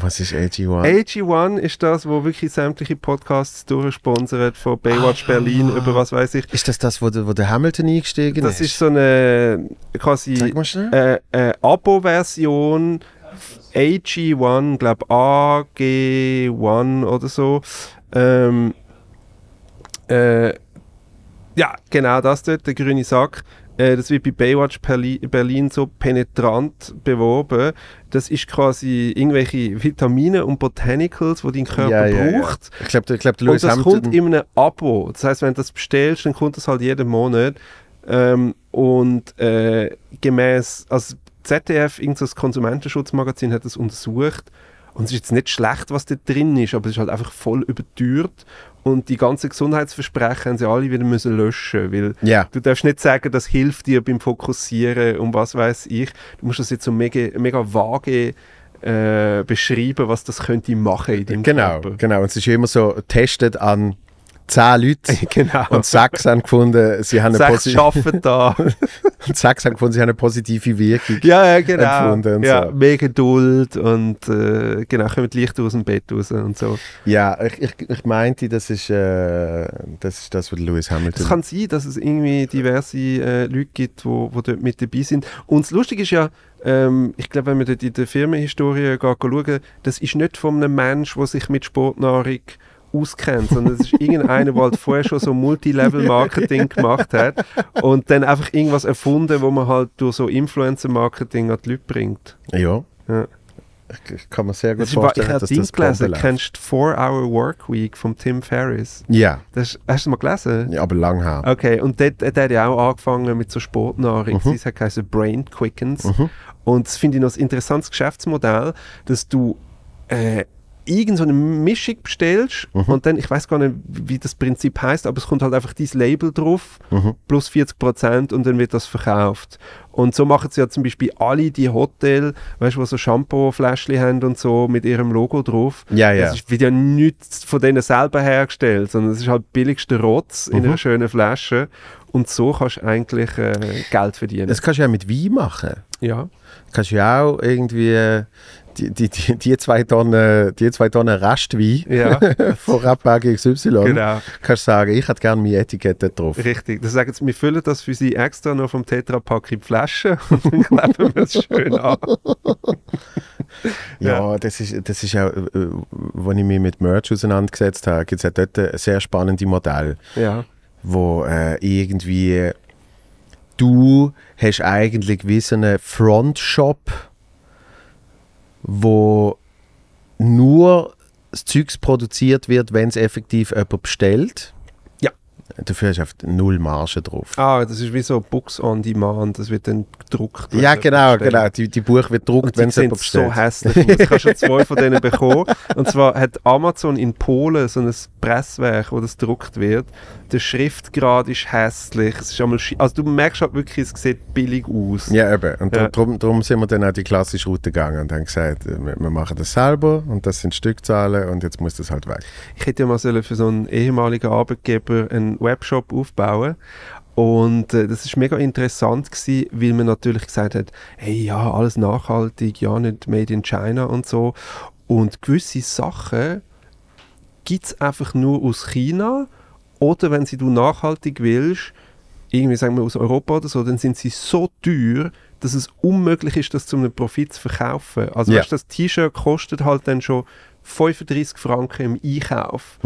[SPEAKER 1] Was ist AG1?
[SPEAKER 2] AG1 ist das, wo wirklich sämtliche Podcasts durchsponsert, von Baywatch
[SPEAKER 1] Ah.
[SPEAKER 2] Berlin über was weiß ich.
[SPEAKER 1] ist das das, wo der, wo der Hamilton eingestiegen
[SPEAKER 2] Das
[SPEAKER 1] ist?
[SPEAKER 2] ist so eine quasi
[SPEAKER 1] Sag mal schnell.
[SPEAKER 2] äh, äh, Abo-Version AG1, glaube AG1 oder so. Ähm, äh, ja, genau das dort, der grüne Sack. Äh, das wird bei Baywatch Perli- Berlin so penetrant beworben. Das ist quasi irgendwelche Vitamine und Botanicals, die dein
[SPEAKER 1] Ja,
[SPEAKER 2] Körper
[SPEAKER 1] ja, ja.
[SPEAKER 2] braucht.
[SPEAKER 1] Ich glaube, der, glaub, der
[SPEAKER 2] Und
[SPEAKER 1] Lewis
[SPEAKER 2] das kommt
[SPEAKER 1] Hamilton.
[SPEAKER 2] in einem Abo. Das heißt, wenn du das bestellst, dann kommt das halt jeden Monat. Ähm, und äh, gemäß, also ZDF, irgendein Konsumentenschutzmagazin, hat das untersucht. Und es ist jetzt nicht schlecht, was da drin ist, aber es ist halt einfach voll überteuert. Und die ganzen Gesundheitsversprechen haben sie alle wieder müssen löschen, weil
[SPEAKER 1] Ja,
[SPEAKER 2] Du darfst nicht sagen, das hilft dir beim Fokussieren und was weiß ich. Du musst das jetzt so mega, mega vage äh, beschreiben, was das könnte machen in deinem
[SPEAKER 1] genau,
[SPEAKER 2] Körper.
[SPEAKER 1] genau. Und es ist ja immer so, testet an 10 Leute.
[SPEAKER 2] Genau.
[SPEAKER 1] Und sechs haben gefunden, sie haben eine,
[SPEAKER 2] Sechs
[SPEAKER 1] posi
[SPEAKER 2] arbeiten da.
[SPEAKER 1] sechs haben gefunden, sie haben eine positive Wirkung.
[SPEAKER 2] ja, ja, genau.
[SPEAKER 1] Empfunden und
[SPEAKER 2] ja,
[SPEAKER 1] so.
[SPEAKER 2] Mehr Geduld und äh, genau, kommen leichter aus dem Bett raus und so.
[SPEAKER 1] Ja, ich, ich, ich meinte, das ist, äh, das ist das, was Lewis Hamilton.
[SPEAKER 2] Es kann sein, dass es irgendwie diverse äh, Leute gibt, die wo, wo dort mit dabei sind. Und das Lustige ist ja, ähm, ich glaube, wenn man dort in der Firmenhistorie geht schauen, das ist nicht von einem Mensch, der sich mit Sportnahrung auskennt, sondern es ist irgendeiner, der halt vorher schon so Multilevel-Marketing gemacht hat und dann einfach irgendwas erfunden, wo man halt durch so Influencer-Marketing an die Leute bringt.
[SPEAKER 1] ja.
[SPEAKER 2] Ja.
[SPEAKER 1] Ich, ich kann mir sehr gut
[SPEAKER 2] Das ist, aber- ich
[SPEAKER 1] vorstellen,
[SPEAKER 2] habe
[SPEAKER 1] dass
[SPEAKER 2] Ding
[SPEAKER 1] das
[SPEAKER 2] gelesen,
[SPEAKER 1] Bombe läuft.
[SPEAKER 2] kennst du die 4-Hour Workweek von Tim Ferriss?
[SPEAKER 1] Ja,
[SPEAKER 2] Das, ist- hast du das mal gelesen?
[SPEAKER 1] ja, aber lang her.
[SPEAKER 2] Okay, und dort äh, hat er ja auch angefangen mit so Sportnahrung. Mhm. Es hat geheißen Brain Quickens.
[SPEAKER 1] Mhm.
[SPEAKER 2] Und das finde ich noch ein interessantes Geschäftsmodell, dass du äh, irgend so eine Mischung bestellst
[SPEAKER 1] Mhm.
[SPEAKER 2] und dann, ich weiß gar nicht, wie das Prinzip heißt, aber es kommt halt einfach dieses Label drauf,
[SPEAKER 1] Mhm.
[SPEAKER 2] plus 40% und dann wird das verkauft. Und so machen sie ja zum Beispiel alle die Hotel, weißt du, wo so Shampoo-Fläschchen haben und so mit ihrem Logo drauf.
[SPEAKER 1] Ja, ja.
[SPEAKER 2] Das ist, wird ja nichts von denen selber hergestellt, sondern es ist halt billigster Rotz in einer schönen Flasche. Und so kannst du eigentlich äh, Geld verdienen.
[SPEAKER 1] Genau. Das kannst du ja mit Wein machen.
[SPEAKER 2] ja.
[SPEAKER 1] Kannst du ja auch irgendwie äh, die, die, die, die, zwei Tonnen, die zwei Tonnen Restwein
[SPEAKER 2] Ja.
[SPEAKER 1] von Rapag XY.
[SPEAKER 2] Genau,
[SPEAKER 1] Kannst du sagen, ich hätte gerne meine Etikette drauf.
[SPEAKER 2] richtig. Das sagen sie, wir füllen das für sie extra noch vom Tetrapack in die Flasche und dann kleben wir es schön an.
[SPEAKER 1] Ja, das ist, das ist auch, äh, äh, als ich mich mit Merch auseinandergesetzt habe, gibt es ja dort ein sehr spannendes Modell.
[SPEAKER 2] Ja,
[SPEAKER 1] wo äh, irgendwie du hast eigentlich wie so einen Frontshop, wo nur das Zeugs produziert wird, wenn es effektiv jemand bestellt.
[SPEAKER 2] Ja.
[SPEAKER 1] Dafür hast du oft null Marge drauf.
[SPEAKER 2] ah, das ist wie so Books on Demand, das wird dann gedruckt.
[SPEAKER 1] ja,
[SPEAKER 2] wenn
[SPEAKER 1] genau,
[SPEAKER 2] jemand bestellt.
[SPEAKER 1] genau. Die, die Buch wird gedruckt,
[SPEAKER 2] Und
[SPEAKER 1] wenn
[SPEAKER 2] die
[SPEAKER 1] es jemand
[SPEAKER 2] sind so
[SPEAKER 1] bestellt.
[SPEAKER 2] hässlich aus. Ich habe schon zwei von denen bekommen. Und zwar hat Amazon in Polen so ein Presswerk, wo das gedruckt wird. Der Schriftgrad ist hässlich. Es ist einmal schi- also du merkst halt wirklich, es sieht billig aus.
[SPEAKER 1] ja, eben. Und
[SPEAKER 2] Ja.
[SPEAKER 1] darum drum sind wir dann auch die klassische Route gegangen und haben gesagt, äh, wir, wir machen das selber und das sind Stückzahlen und jetzt muss das halt weg.
[SPEAKER 2] Ich hätte ja mal sollen für so einen ehemaligen Arbeitgeber einen Webshop aufbauen und äh, das ist mega interessant gewesen, weil man natürlich gesagt hat, hey ja, alles nachhaltig, ja nicht made in China und so und gewisse Sachen gibt es einfach nur aus China oder wenn sie du nachhaltig willst, irgendwie sagen wir aus Europa oder so, dann sind sie so teuer, dass es unmöglich ist, das zu einem Profit zu verkaufen. Also
[SPEAKER 1] Ja.
[SPEAKER 2] weißt, du, das T-Shirt kostet halt dann schon 35 Franken im Einkauf.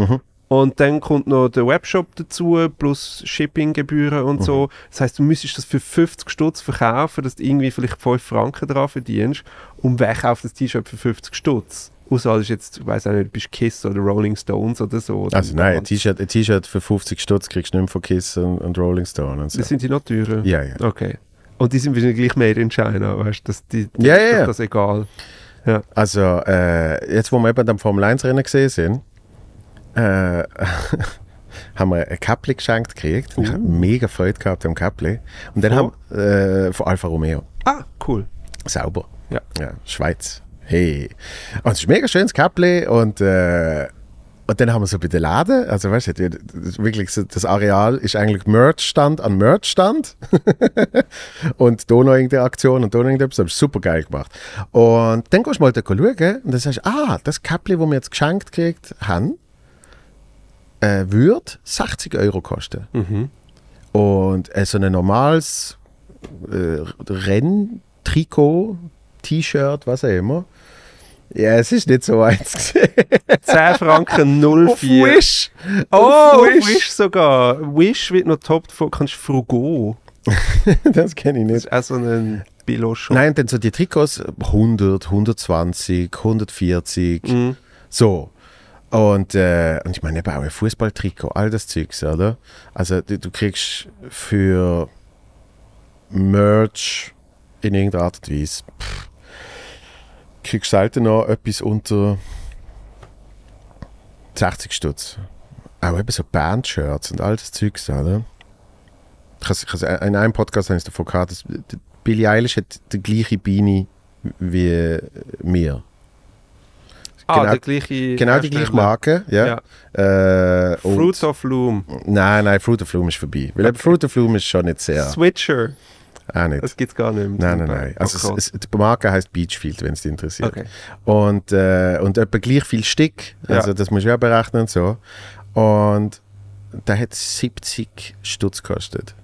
[SPEAKER 2] Und dann kommt noch der Webshop dazu, plus Shippinggebühren und
[SPEAKER 1] Mhm.
[SPEAKER 2] so. Das heißt, du müsstest das für 50 Stutz verkaufen, dass du irgendwie vielleicht 5 Franken dran verdienst. Und wer kauft das T-Shirt für 50 Stutz? Außer als jetzt, ich weiß auch nicht, bist Kiss oder Rolling Stones oder so.
[SPEAKER 1] Also nein, ein
[SPEAKER 2] T-Shirt.
[SPEAKER 1] T-Shirt ein T-Shirt für 50 Stutz kriegst du nicht mehr von Kiss und, und Rolling Stone und so.
[SPEAKER 2] Das sind die noch teurer.
[SPEAKER 1] äh, Ja, ja.
[SPEAKER 2] Okay. Und die sind wahrscheinlich gleich mehr in China, weißt du? dass Die, die
[SPEAKER 1] Ja,
[SPEAKER 2] ist
[SPEAKER 1] ja,
[SPEAKER 2] doch
[SPEAKER 1] ja.
[SPEAKER 2] das egal.
[SPEAKER 1] Also äh, jetzt, wo wir eben am Formel 1 Rennen gesehen sind, äh, haben wir ein Käppli geschenkt gekriegt. Ich habe mega Freude gehabt am Käppli. Und dann
[SPEAKER 2] Uh. Von?
[SPEAKER 1] haben äh, von Alfa Romeo.
[SPEAKER 2] Ah, cool.
[SPEAKER 1] Sauber.
[SPEAKER 2] Ja.
[SPEAKER 1] ja Schweiz. Hey. Und es ist ein mega schönes Käppli und äh, und dann haben wir so bei den Laden, also weißt du, das ist wirklich so, das Areal ist eigentlich Merch-Stand an Merch-Stand und da noch irgendeine Aktion und da noch irgendetwas, das ist super geil gemacht. Und dann gehst du mal da schauen und dann sagst du, ah, das Käppli, das wir jetzt geschenkt gekriegt haben, äh, würde 60 Euro kosten. Und äh, so ein normales äh, Renntrikot, T-Shirt, was auch immer. Ja, es ist nicht so eins gesehen.
[SPEAKER 2] 10 Franken 04.
[SPEAKER 1] Wish!
[SPEAKER 2] Oh,
[SPEAKER 1] Auf
[SPEAKER 2] Wish.
[SPEAKER 1] Wish.
[SPEAKER 2] sogar. Wish wird noch top von, kannst du Frugo.
[SPEAKER 1] Das kenne ich
[SPEAKER 2] Das
[SPEAKER 1] nicht.
[SPEAKER 2] ist auch so ein Billo-Shop.
[SPEAKER 1] Nein, denn so die Trikots 100, 120, 140,
[SPEAKER 2] Mhm.
[SPEAKER 1] so. Und, äh, und ich meine, eben auch ein Fußballtrikot, all das Zeugs, oder? Also du, du kriegst für Merch in irgendeiner Art und Weise, pff, kriegst selten noch etwas unter 60 Stutz. Auch eben so Bandshirts und all das Zeugs, oder? Ich has, ich has, äh, in einem Podcast habe ich es davon gehabt, dass die Billie Eilish hat die gleiche Beine wie äh, mir.
[SPEAKER 2] Ah,
[SPEAKER 1] genau-
[SPEAKER 2] der gleiche.
[SPEAKER 1] Genau die gleiche
[SPEAKER 2] Hersteller.
[SPEAKER 1] Marke, ja. Äh, und-
[SPEAKER 2] Fruits of Loom.
[SPEAKER 1] Nein, nein, Fruit of Loom ist vorbei. Weil eben
[SPEAKER 2] Okay.
[SPEAKER 1] Fruit of Loom ist schon nicht sehr.
[SPEAKER 2] Switcher.
[SPEAKER 1] Auch nicht.
[SPEAKER 2] Das gibt's gar nicht mehr.
[SPEAKER 1] Nein, nein, nein. Also
[SPEAKER 2] okay.
[SPEAKER 1] es, es, die Marke heißt Beachfield, wenn es dich interessiert.
[SPEAKER 2] Oh okay.
[SPEAKER 1] Und, äh, und etwa gleich viel Stick.
[SPEAKER 2] Ja.
[SPEAKER 1] Also das musst du ja berechnen und so. Und der hat 70 Stutz gekostet.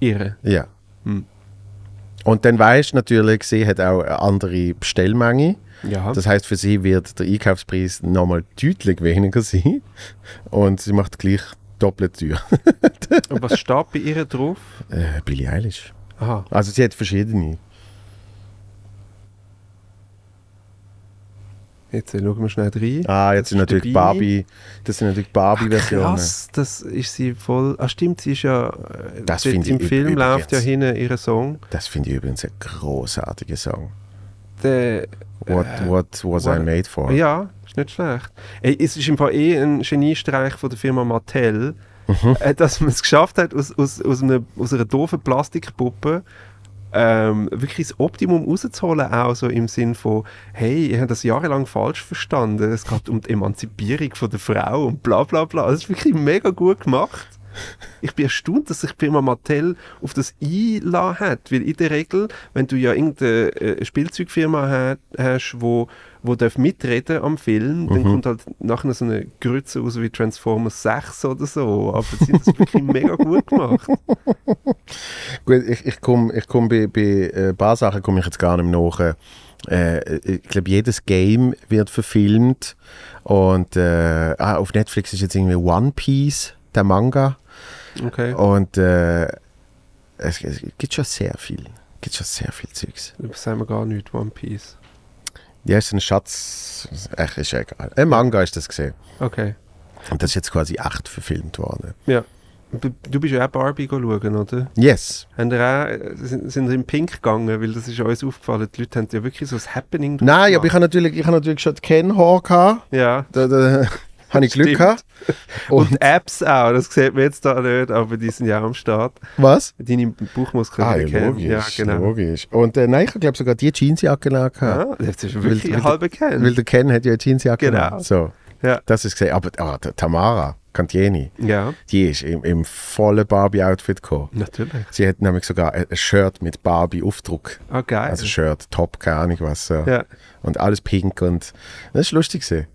[SPEAKER 2] Irre.
[SPEAKER 1] Ja.
[SPEAKER 2] Hm.
[SPEAKER 1] Und dann weißt du natürlich, sie hat auch eine andere Bestellmenge.
[SPEAKER 2] Ja.
[SPEAKER 1] Das heißt, für sie wird der Einkaufspreis nochmal deutlich weniger sein. Und sie macht gleich doppelt teuer.
[SPEAKER 2] Und was steht bei ihr drauf?
[SPEAKER 1] Äh, Billie Eilish.
[SPEAKER 2] Aha.
[SPEAKER 1] Also sie hat verschiedene.
[SPEAKER 2] Jetzt äh, schauen wir schnell rein.
[SPEAKER 1] Ah, jetzt sind
[SPEAKER 2] ist
[SPEAKER 1] natürlich
[SPEAKER 2] dabei.
[SPEAKER 1] Barbie. Das sind natürlich
[SPEAKER 2] Ah,
[SPEAKER 1] Barbie-Versionen.
[SPEAKER 2] Krass, das ist sie voll. Ah, stimmt, sie ist ja. äh,
[SPEAKER 1] Das
[SPEAKER 2] dort
[SPEAKER 1] finde ich
[SPEAKER 2] Im
[SPEAKER 1] üb-
[SPEAKER 2] Film läuft ja
[SPEAKER 1] übrigens.
[SPEAKER 2] hinten ihr Song.
[SPEAKER 1] Das finde ich übrigens ein großartiger Song.
[SPEAKER 2] Der,
[SPEAKER 1] What, Äh, what was
[SPEAKER 2] what-
[SPEAKER 1] I made for?
[SPEAKER 2] Ja, ist nicht schlecht. Ey, es ist im Fall eh ein Geniestreich von der Firma Mattel, äh, dass man es geschafft hat, aus, aus, aus, einer, aus einer doofen Plastikpuppe ähm, wirklich das Optimum rauszuholen, auch so im Sinn von, hey, ihr habt das jahrelang falsch verstanden, es geht um die Emanzipierung von der Frau und bla bla bla. Das ist wirklich mega gut gemacht. Ich bin erstaunt, dass sich die Firma Mattel auf das einlassen hat, weil in der Regel, wenn du ja irgendeine äh, Spielzeugfirma ha- hast, wo, wo darf mitreden am Film,
[SPEAKER 1] Mhm.
[SPEAKER 2] dann kommt halt nachher so eine Grütze raus wie Transformers 6 oder so, aber sie haben das wirklich mega gut gemacht.
[SPEAKER 1] Gut, ich, ich komme ich komm bei, bei äh, ein paar Sachen komme ich jetzt gar nicht mehr nach. Äh, ich glaube, jedes Game wird verfilmt. Und äh, ah, auf Netflix ist jetzt irgendwie One Piece, der Manga.
[SPEAKER 2] Okay.
[SPEAKER 1] Und äh, es, es gibt schon sehr viel. gibt schon sehr viel Zeugs.
[SPEAKER 2] Das sagen wir gar nicht, One Piece.
[SPEAKER 1] Ja, ist ein Schatz. Ach, ist ja egal. Ein Manga ist das gesehen.
[SPEAKER 2] Okay.
[SPEAKER 1] Und das ist jetzt quasi acht verfilmt worden.
[SPEAKER 2] Ja. B- Du bist ja auch Barbie schauen, oder?
[SPEAKER 1] Yes.
[SPEAKER 2] Haben ihr auch, äh, sind, sind ihr in Pink gegangen? Weil das ist uns aufgefallen. Die Leute haben ja wirklich so ein Happening
[SPEAKER 1] Nein,
[SPEAKER 2] durchgemacht.
[SPEAKER 1] aber ich habe natürlich, ich hab natürlich schon Ken Haar gehabt.
[SPEAKER 2] Ja.
[SPEAKER 1] Da, da habe ich Glück
[SPEAKER 2] Stimmt.
[SPEAKER 1] gehabt.
[SPEAKER 2] Und, Apps auch, das sieht man jetzt da nicht, aber die sind ja auch am Start.
[SPEAKER 1] Was?
[SPEAKER 2] Deine Bauchmuskeln
[SPEAKER 1] Ah,
[SPEAKER 2] die
[SPEAKER 1] ja,
[SPEAKER 2] kennen.
[SPEAKER 1] logisch,
[SPEAKER 2] Ja, genau.
[SPEAKER 1] logisch. Und äh, nein, ich glaube sogar die Jeansjacke angehabt.
[SPEAKER 2] Ja, das ist wirklich
[SPEAKER 1] Weil- weil-
[SPEAKER 2] halb
[SPEAKER 1] Weil
[SPEAKER 2] erkannt.
[SPEAKER 1] der Ken hat ja eine Jeansjacke
[SPEAKER 2] Genau.
[SPEAKER 1] an. So,
[SPEAKER 2] Ja.
[SPEAKER 1] das ist gesehen. Aber ah, die Tamara Kantieni,
[SPEAKER 2] ja,
[SPEAKER 1] die ist im, im vollen Barbie-Outfit gekommen.
[SPEAKER 2] natürlich.
[SPEAKER 1] Sie hat nämlich sogar ein ein Shirt mit Barbie-Aufdruck.
[SPEAKER 2] Ah, geil.
[SPEAKER 1] Also Shirt, Top, keine Ahnung was. So.
[SPEAKER 2] ja,
[SPEAKER 1] Und alles pink und das ist lustig gewesen.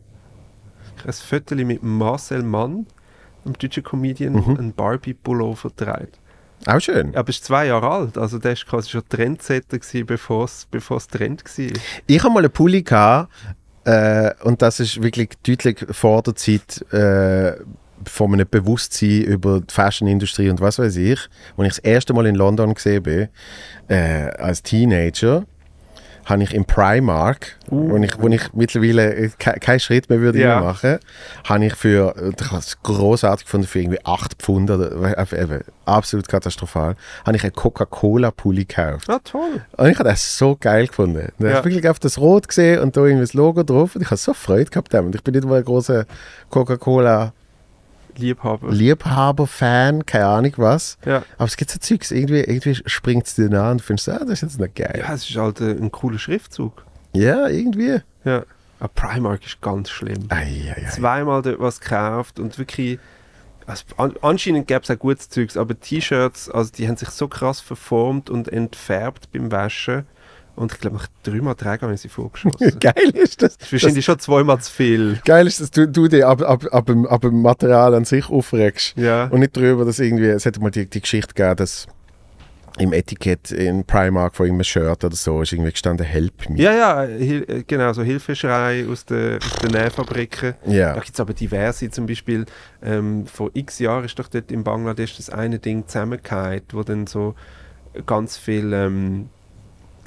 [SPEAKER 2] ein Foto mit Marcel Mann, einem deutschen Comedian,
[SPEAKER 1] Mhm.
[SPEAKER 2] der einen Barbie-Pullover trägt.
[SPEAKER 1] Auch schön.
[SPEAKER 2] Aber er ist zwei Jahre alt, also der war quasi schon Trendsetter, gewesen, bevor es bevor es Trend war.
[SPEAKER 1] Ich habe mal einen Pulli gehabt, äh, und das ist wirklich deutlich vor der Zeit äh, von einem Bewusstsein über die Fashionindustrie und was weiß ich. Als ich das erste Mal in London gesehen bin, äh, als Teenager, habe ich im Primark, wo, ich, wo ich mittlerweile äh, ke keinen Schritt mehr würde
[SPEAKER 2] Ja.
[SPEAKER 1] machen, habe ich für, ich habe es großartig gefunden, für irgendwie 8 Pfund oder äh, eben, absolut katastrophal, habe ich einen Coca-Cola-Pulli gekauft.
[SPEAKER 2] Ah, toll.
[SPEAKER 1] Und ich habe das so geil gefunden. Da
[SPEAKER 2] Ja.
[SPEAKER 1] habe ich wirklich auf das Rot gesehen und da irgendwie das Logo drauf. Und ich habe so Freude gehabt damit. Ich bin nicht mal ein großer
[SPEAKER 2] Liebhaber.
[SPEAKER 1] Coca-Cola-Liebhaber-Fan, keine Ahnung was.
[SPEAKER 2] Ja.
[SPEAKER 1] Aber es gibt so Zeugs, irgendwie, irgendwie springt es dir an und findest, ah, das ist jetzt noch geil.
[SPEAKER 2] ja, es ist halt äh, ein cooler Schriftzug.
[SPEAKER 1] Ja, irgendwie.
[SPEAKER 2] Ja. Aber Primark ist ganz schlimm.
[SPEAKER 1] Ei, ei, ei.
[SPEAKER 2] zweimal dort was gekauft und wirklich. Also an, anscheinend gäbe es auch gutes Zeugs, aber T-Shirts, also die haben sich so krass verformt und entfärbt beim Waschen. Und ich glaube, nach dreimal Träger habe ich sie vorgeschossen. das
[SPEAKER 1] Geil ist das.
[SPEAKER 2] ist wahrscheinlich schon zweimal zu viel.
[SPEAKER 1] das geil ist, dass du, du dich ab, ab, ab, dem, ab dem Material an sich aufregst.
[SPEAKER 2] Ja.
[SPEAKER 1] Und nicht darüber, dass irgendwie, es hätte mal die, die Geschichte gegeben, dass im Etikett in Primark von irgendeinem Shirt oder so ist irgendwie gestanden, help me.
[SPEAKER 2] Ja, ja, Hil äh, genau, so Hilfeschrei aus den aus den Nähfabriken.
[SPEAKER 1] Ja.
[SPEAKER 2] Da gibt es aber diverse, zum Beispiel ähm, vor x Jahren ist doch dort in Bangladesch das eine Ding zusammengefallen, wo dann so ganz viel ähm,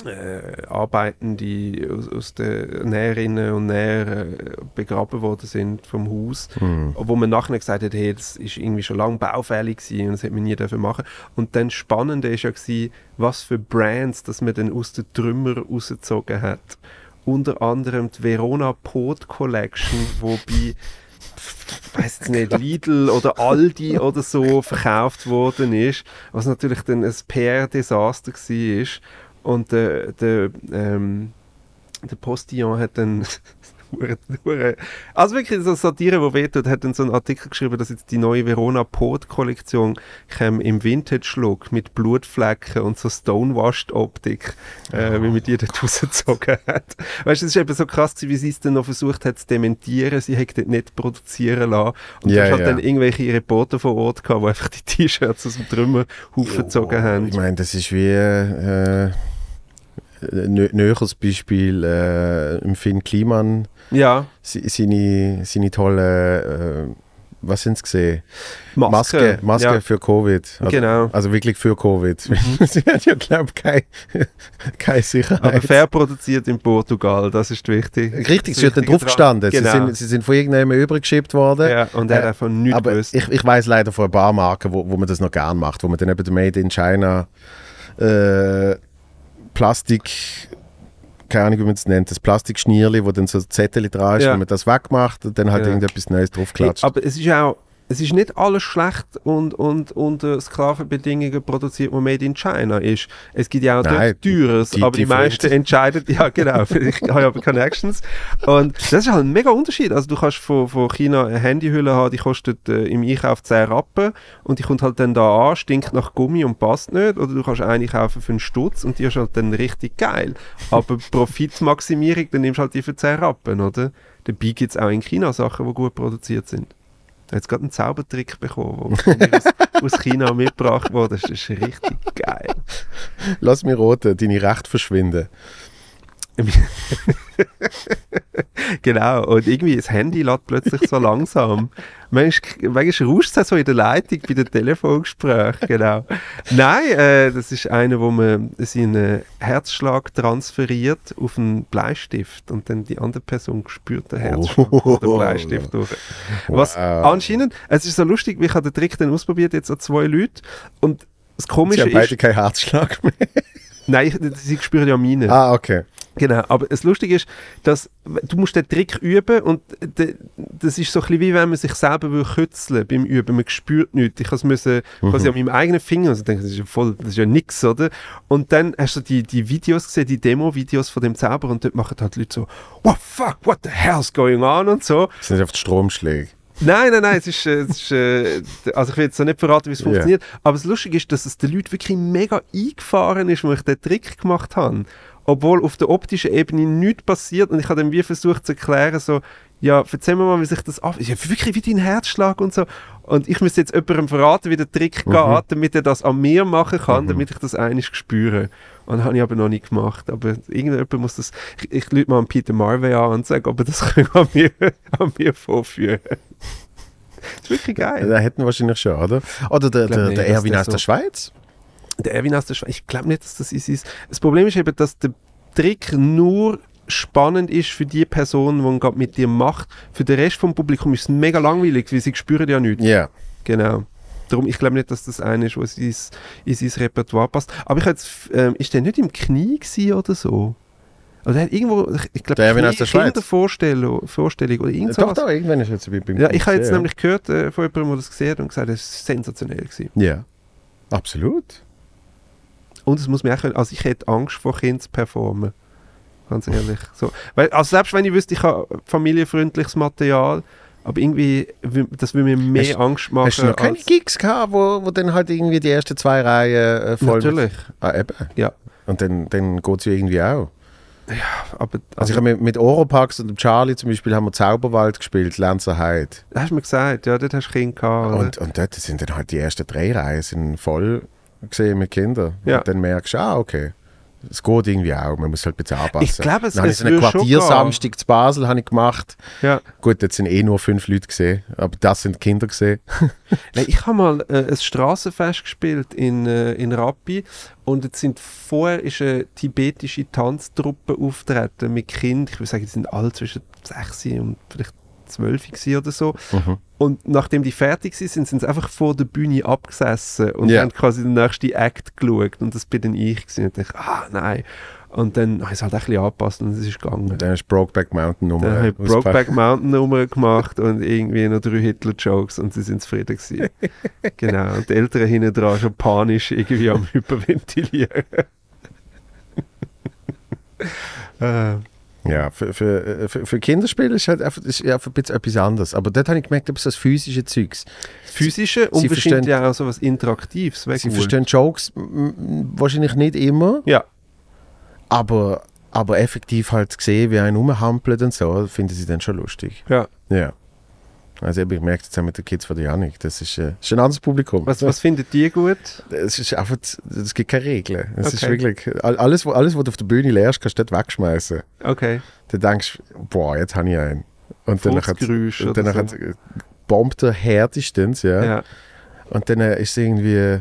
[SPEAKER 2] äh, Arbeitende aus, aus den Näherinnen und Näher äh, begraben worden sind vom Haus, wo man nachher gesagt hat, hey, das ist irgendwie schon lange baufällig gewesen und das hätte man nie dürfen machen. Und dann spannende ist ja gewesen, was für Brands, dass man dann aus den Trümmern rausgezogen hat. Unter anderem die Verona Pot Collection, wo bei weiß jetzt nicht, Lidl oder Aldi oder so verkauft worden ist, was natürlich dann ein PR-Desaster war. Und der, der, ähm, der Postillon hat dann. Hure- Hure- also wirklich so Satire, wo wehtut, hat dann so einen Artikel geschrieben, dass jetzt die neue Verona Pot-Kollektion käme im Vintage-Look mit Blutflecken und so Stonewashed-Optik, äh, wie man die dort rausgezogen hat. Weißt du, es ist eben so krass, gewesen, wie sie es dann noch versucht hat zu dementieren, sie hätte dort nicht produzieren lassen. Und
[SPEAKER 1] Ja,
[SPEAKER 2] du hast halt
[SPEAKER 1] ja.
[SPEAKER 2] dann irgendwelche Reporter vor Ort gehabt, die einfach die T-Shirts aus dem Trümmerhaufen gezogen haben.
[SPEAKER 1] Ich meine, das ist wie äh, ein nö- näheres Beispiel äh, im Finn Kliman,
[SPEAKER 2] Ja,
[SPEAKER 1] si- seine, seine tolle, äh, was sind es gesehen? Maske, Maske
[SPEAKER 2] Ja.
[SPEAKER 1] für Covid. Also,
[SPEAKER 2] Genau. Mhm.
[SPEAKER 1] also wirklich für Covid. Sie hat ja, glaube ich, keine keine Sicherheit.
[SPEAKER 2] Aber fair produziert in Portugal, das ist wichtig.
[SPEAKER 1] Äh, Richtig, sie hat dann
[SPEAKER 2] Wichtige
[SPEAKER 1] draufgestanden.
[SPEAKER 2] Tra-
[SPEAKER 1] Sie,
[SPEAKER 2] Genau.
[SPEAKER 1] sind, sie sind von irgendjemandem übergeschippt worden.
[SPEAKER 2] ja, und er hat
[SPEAKER 1] Äh,
[SPEAKER 2] einfach nichts
[SPEAKER 1] Aber
[SPEAKER 2] gewusst.
[SPEAKER 1] ich, ich weiß leider von ein paar Marken, wo, wo man das noch gern macht, wo man dann eben den Made in China äh, Plastik, keine Ahnung, wie man es nennt, das Plastikschnierli, wo dann so Zettel dran ist,
[SPEAKER 2] Ja.
[SPEAKER 1] wenn man das wegmacht und dann halt
[SPEAKER 2] Ja.
[SPEAKER 1] irgendetwas Neues
[SPEAKER 2] Hey,
[SPEAKER 1] draufklatscht.
[SPEAKER 2] aber es ist auch es ist nicht alles schlecht und, und unter Sklavenbedingungen produziert, wo made in China ist. Es gibt ja auch
[SPEAKER 1] Nein,
[SPEAKER 2] dort Teures,
[SPEAKER 1] die-
[SPEAKER 2] aber die,
[SPEAKER 1] die
[SPEAKER 2] meisten
[SPEAKER 1] Frucht.
[SPEAKER 2] entscheiden, ja genau, ich habe aber Connections. Und das ist halt ein mega Unterschied. Also du kannst von, von China eine Handyhülle haben, die kostet äh, im Einkauf 10 Rappen und die kommt halt dann da an, stinkt nach Gummi und passt nicht. Oder du kannst eine kaufen für einen Stutz und die ist halt dann richtig geil. Aber Profitmaximierung, dann nimmst du halt die für 10 Rappen, oder? Dabei gibt es auch in China Sachen, die gut produziert sind. Er hat jetzt gerade einen Zaubertrick bekommen, der von mir aus, aus China mitgebracht wurde. Das ist richtig geil.
[SPEAKER 1] Lass mir roten, deine Rechte verschwinden.
[SPEAKER 2] Genau. Und irgendwie das Handy lädt plötzlich so langsam. Manchmal, manchmal rauscht es so in der Leitung bei den Telefongesprächen. Genau. Nein, äh, das ist einer, wo man seinen Herzschlag transferiert auf einen Bleistift und dann die andere Person spürt den Herzschlag durch den Bleistift durch. Was
[SPEAKER 1] Wow.
[SPEAKER 2] anscheinend, es ist so lustig, ich habe den Trick dann ausprobiert, jetzt an zwei Leute. Und das
[SPEAKER 1] Sie
[SPEAKER 2] Komische
[SPEAKER 1] haben
[SPEAKER 2] ist,
[SPEAKER 1] beide keinen Herzschlag mehr.
[SPEAKER 2] Nein, ich- sie spüren ja meine.
[SPEAKER 1] Ah, okay.
[SPEAKER 2] Genau, aber das Lustige ist, dass du musst den Trick üben und de, das ist so ein bisschen wie wenn man sich selber will kützeln beim Üben. Man spürt nichts. Ich musste müssen quasi an meinem eigenen Finger, also ich denke, das ist ja voll, das ist ja nix, oder? Und dann hast du die, die Videos gesehen, die Demo-Videos von dem Zauber und dort machen halt Leute so, what fuck, what the hell's going on und so.
[SPEAKER 1] Das sind auf die Stromschläge.
[SPEAKER 2] Nein, nein, nein, es ist, äh, es ist äh, also ich will jetzt noch nicht verraten, wie es funktioniert, aber das Lustige ist, dass es den Leuten wirklich mega eingefahren ist, wo ich den Trick gemacht habe. Obwohl auf der optischen Ebene nichts passiert und ich habe dann wie versucht zu erklären, so, ja, erzähl mir mal, wie sich das ab... Ja, wirklich wie dein Herzschlag und so. Und ich müsste jetzt jemandem verraten, wie der Trick geht, damit er das an mir machen kann, damit ich das einiges spüre. Und das habe ich aber noch nicht gemacht. Aber irgendjemand muss das... Ich, ich lüte mal an Peter Marvey an und sage, ob er das an mir, an mir vorführen das ist wirklich geil.
[SPEAKER 1] Da hätten wir wahrscheinlich schon, oder? Oder der,
[SPEAKER 2] glaub
[SPEAKER 1] der,
[SPEAKER 2] nicht,
[SPEAKER 1] der
[SPEAKER 2] dass
[SPEAKER 1] Erwin
[SPEAKER 2] der
[SPEAKER 1] aus
[SPEAKER 2] so-
[SPEAKER 1] der Schweiz?
[SPEAKER 2] Der Erwin aus der Schweiz, ich glaube nicht, dass das easy ist. Das Problem ist eben, dass der Trick nur spannend ist für die Person, die ihn gerade mit dir macht. Für den Rest vom Publikum ist es mega langweilig, weil sie spüren ja nichts.
[SPEAKER 1] Ja.
[SPEAKER 2] Genau. Darum, ich glaube nicht, dass das eine ist, was in sein, in sein Repertoire passt. Aber ich habe jetzt, ähm, ist der nicht im Knie gewesen oder so? Oder er hat irgendwo, ich, ich glaube,
[SPEAKER 1] Der Erwin aus der Schweiz. Äh,
[SPEAKER 2] Kindervorstellung Vorstellung oder irgend
[SPEAKER 1] Doch,
[SPEAKER 2] sowas.
[SPEAKER 1] doch, irgendwann ist jetzt bei, beim
[SPEAKER 2] Ja, ich habe jetzt
[SPEAKER 1] Ja.
[SPEAKER 2] nämlich gehört äh, von jemandem, der das gesehen hat und gesagt, es ist sensationell gewesen.
[SPEAKER 1] Ja. Absolut.
[SPEAKER 2] Und es muss mir auch können, also ich hätte Angst vor Kindern zu performen. Ganz ehrlich. So, weil, also selbst wenn ich wüsste, ich habe familienfreundliches Material, aber irgendwie, wü- das würde mir mehr
[SPEAKER 1] Hast-
[SPEAKER 2] Angst machen.
[SPEAKER 1] Hast du noch keine
[SPEAKER 2] als-
[SPEAKER 1] Gigs gehabt, wo, wo dann halt irgendwie die ersten zwei Reihen äh, voll mit-
[SPEAKER 2] Natürlich,
[SPEAKER 1] Ah, eben.
[SPEAKER 2] Ja.
[SPEAKER 1] Und dann, dann geht es ja irgendwie auch.
[SPEAKER 2] aber
[SPEAKER 1] Also ich habe mit, mit Oropax und dem Charlie zum Beispiel haben wir Zauberwald gespielt, Lanzer Hyde.
[SPEAKER 2] hast du mir gesagt, ja, dort hast du Kind gehabt. oder?
[SPEAKER 1] Und, und dort sind dann halt die ersten drei Reihen sind voll gesehen mit Kindern.
[SPEAKER 2] Ja.
[SPEAKER 1] Und dann merkst du, ah, okay. Es geht irgendwie auch, man muss halt ein bisschen anpassen.
[SPEAKER 2] Ich glaube, es-
[SPEAKER 1] dann habe ich
[SPEAKER 2] es
[SPEAKER 1] so einen
[SPEAKER 2] würde schon
[SPEAKER 1] Quartiersamstag zu Basel habe ich gemacht.
[SPEAKER 2] ja.
[SPEAKER 1] Gut, jetzt sind eh nur fünf Leute gesehen, aber das sind Kinder gesehen.
[SPEAKER 2] Nein, ich habe mal äh, ein Straßenfest gespielt in, äh, in Rappi und jetzt sind vorher ist eine tibetische Tanztruppe auftreten mit Kind. Ich würde sagen, die sind alle zwischen 6 und vielleicht 12 gewesen oder so. Und nachdem die fertig waren, sind, sind sie einfach vor der Bühne abgesessen und
[SPEAKER 1] Ja.
[SPEAKER 2] haben quasi den nächsten Act geschaut. Und das bin dann ich gewesen. Und ich dachte, ah nein. Und dann habe ich es halt ein bisschen angepasst und es ist gegangen.
[SPEAKER 1] Und dann ist Brokeback Mountain Nummer.
[SPEAKER 2] Dann habe ich
[SPEAKER 1] ausgepackt.
[SPEAKER 2] Brokeback Mountain Nummer gemacht und irgendwie noch drei Hitler-Jokes und sie sind zufrieden gewesen. genau. Und die Eltern hinten dran schon panisch irgendwie am Hyperventilieren. äh,
[SPEAKER 1] Ja, für, für, äh, für, für Kinderspiele ist halt einfach, ist ja einfach ein bisschen etwas anderes. Aber dort habe ich gemerkt, ob es das physische Zeugs.
[SPEAKER 2] physische und
[SPEAKER 1] Sie
[SPEAKER 2] bestimmt
[SPEAKER 1] verstehen-
[SPEAKER 2] ja auch so was Interaktives. wäre
[SPEAKER 1] Sie
[SPEAKER 2] cool.
[SPEAKER 1] verstehen Jokes m- m- wahrscheinlich nicht immer,
[SPEAKER 2] Ja.
[SPEAKER 1] aber, aber effektiv halt gesehen, wie einen rumhampelt und so, finden sie dann schon lustig.
[SPEAKER 2] ja.
[SPEAKER 1] Ja. Also eben, ich merke das auch mit den Kids von der Janik, das ist, äh, ist ein anderes Publikum.
[SPEAKER 2] Was, was findet ihr gut?
[SPEAKER 1] Es ist einfach, es gibt keine Regeln. Es ist
[SPEAKER 2] Okay.
[SPEAKER 1] wirklich, all- alles, wo- alles, was du auf der Bühne lernst, kannst du nicht wegschmeißen.
[SPEAKER 2] Okay.
[SPEAKER 1] Dann denkst du, boah, jetzt habe ich einen. Und dann hat
[SPEAKER 2] Furzgeräusch oder so.
[SPEAKER 1] es bombt er härtestens, ja.
[SPEAKER 2] Ja.
[SPEAKER 1] Und dann äh, ist es irgendwie äh,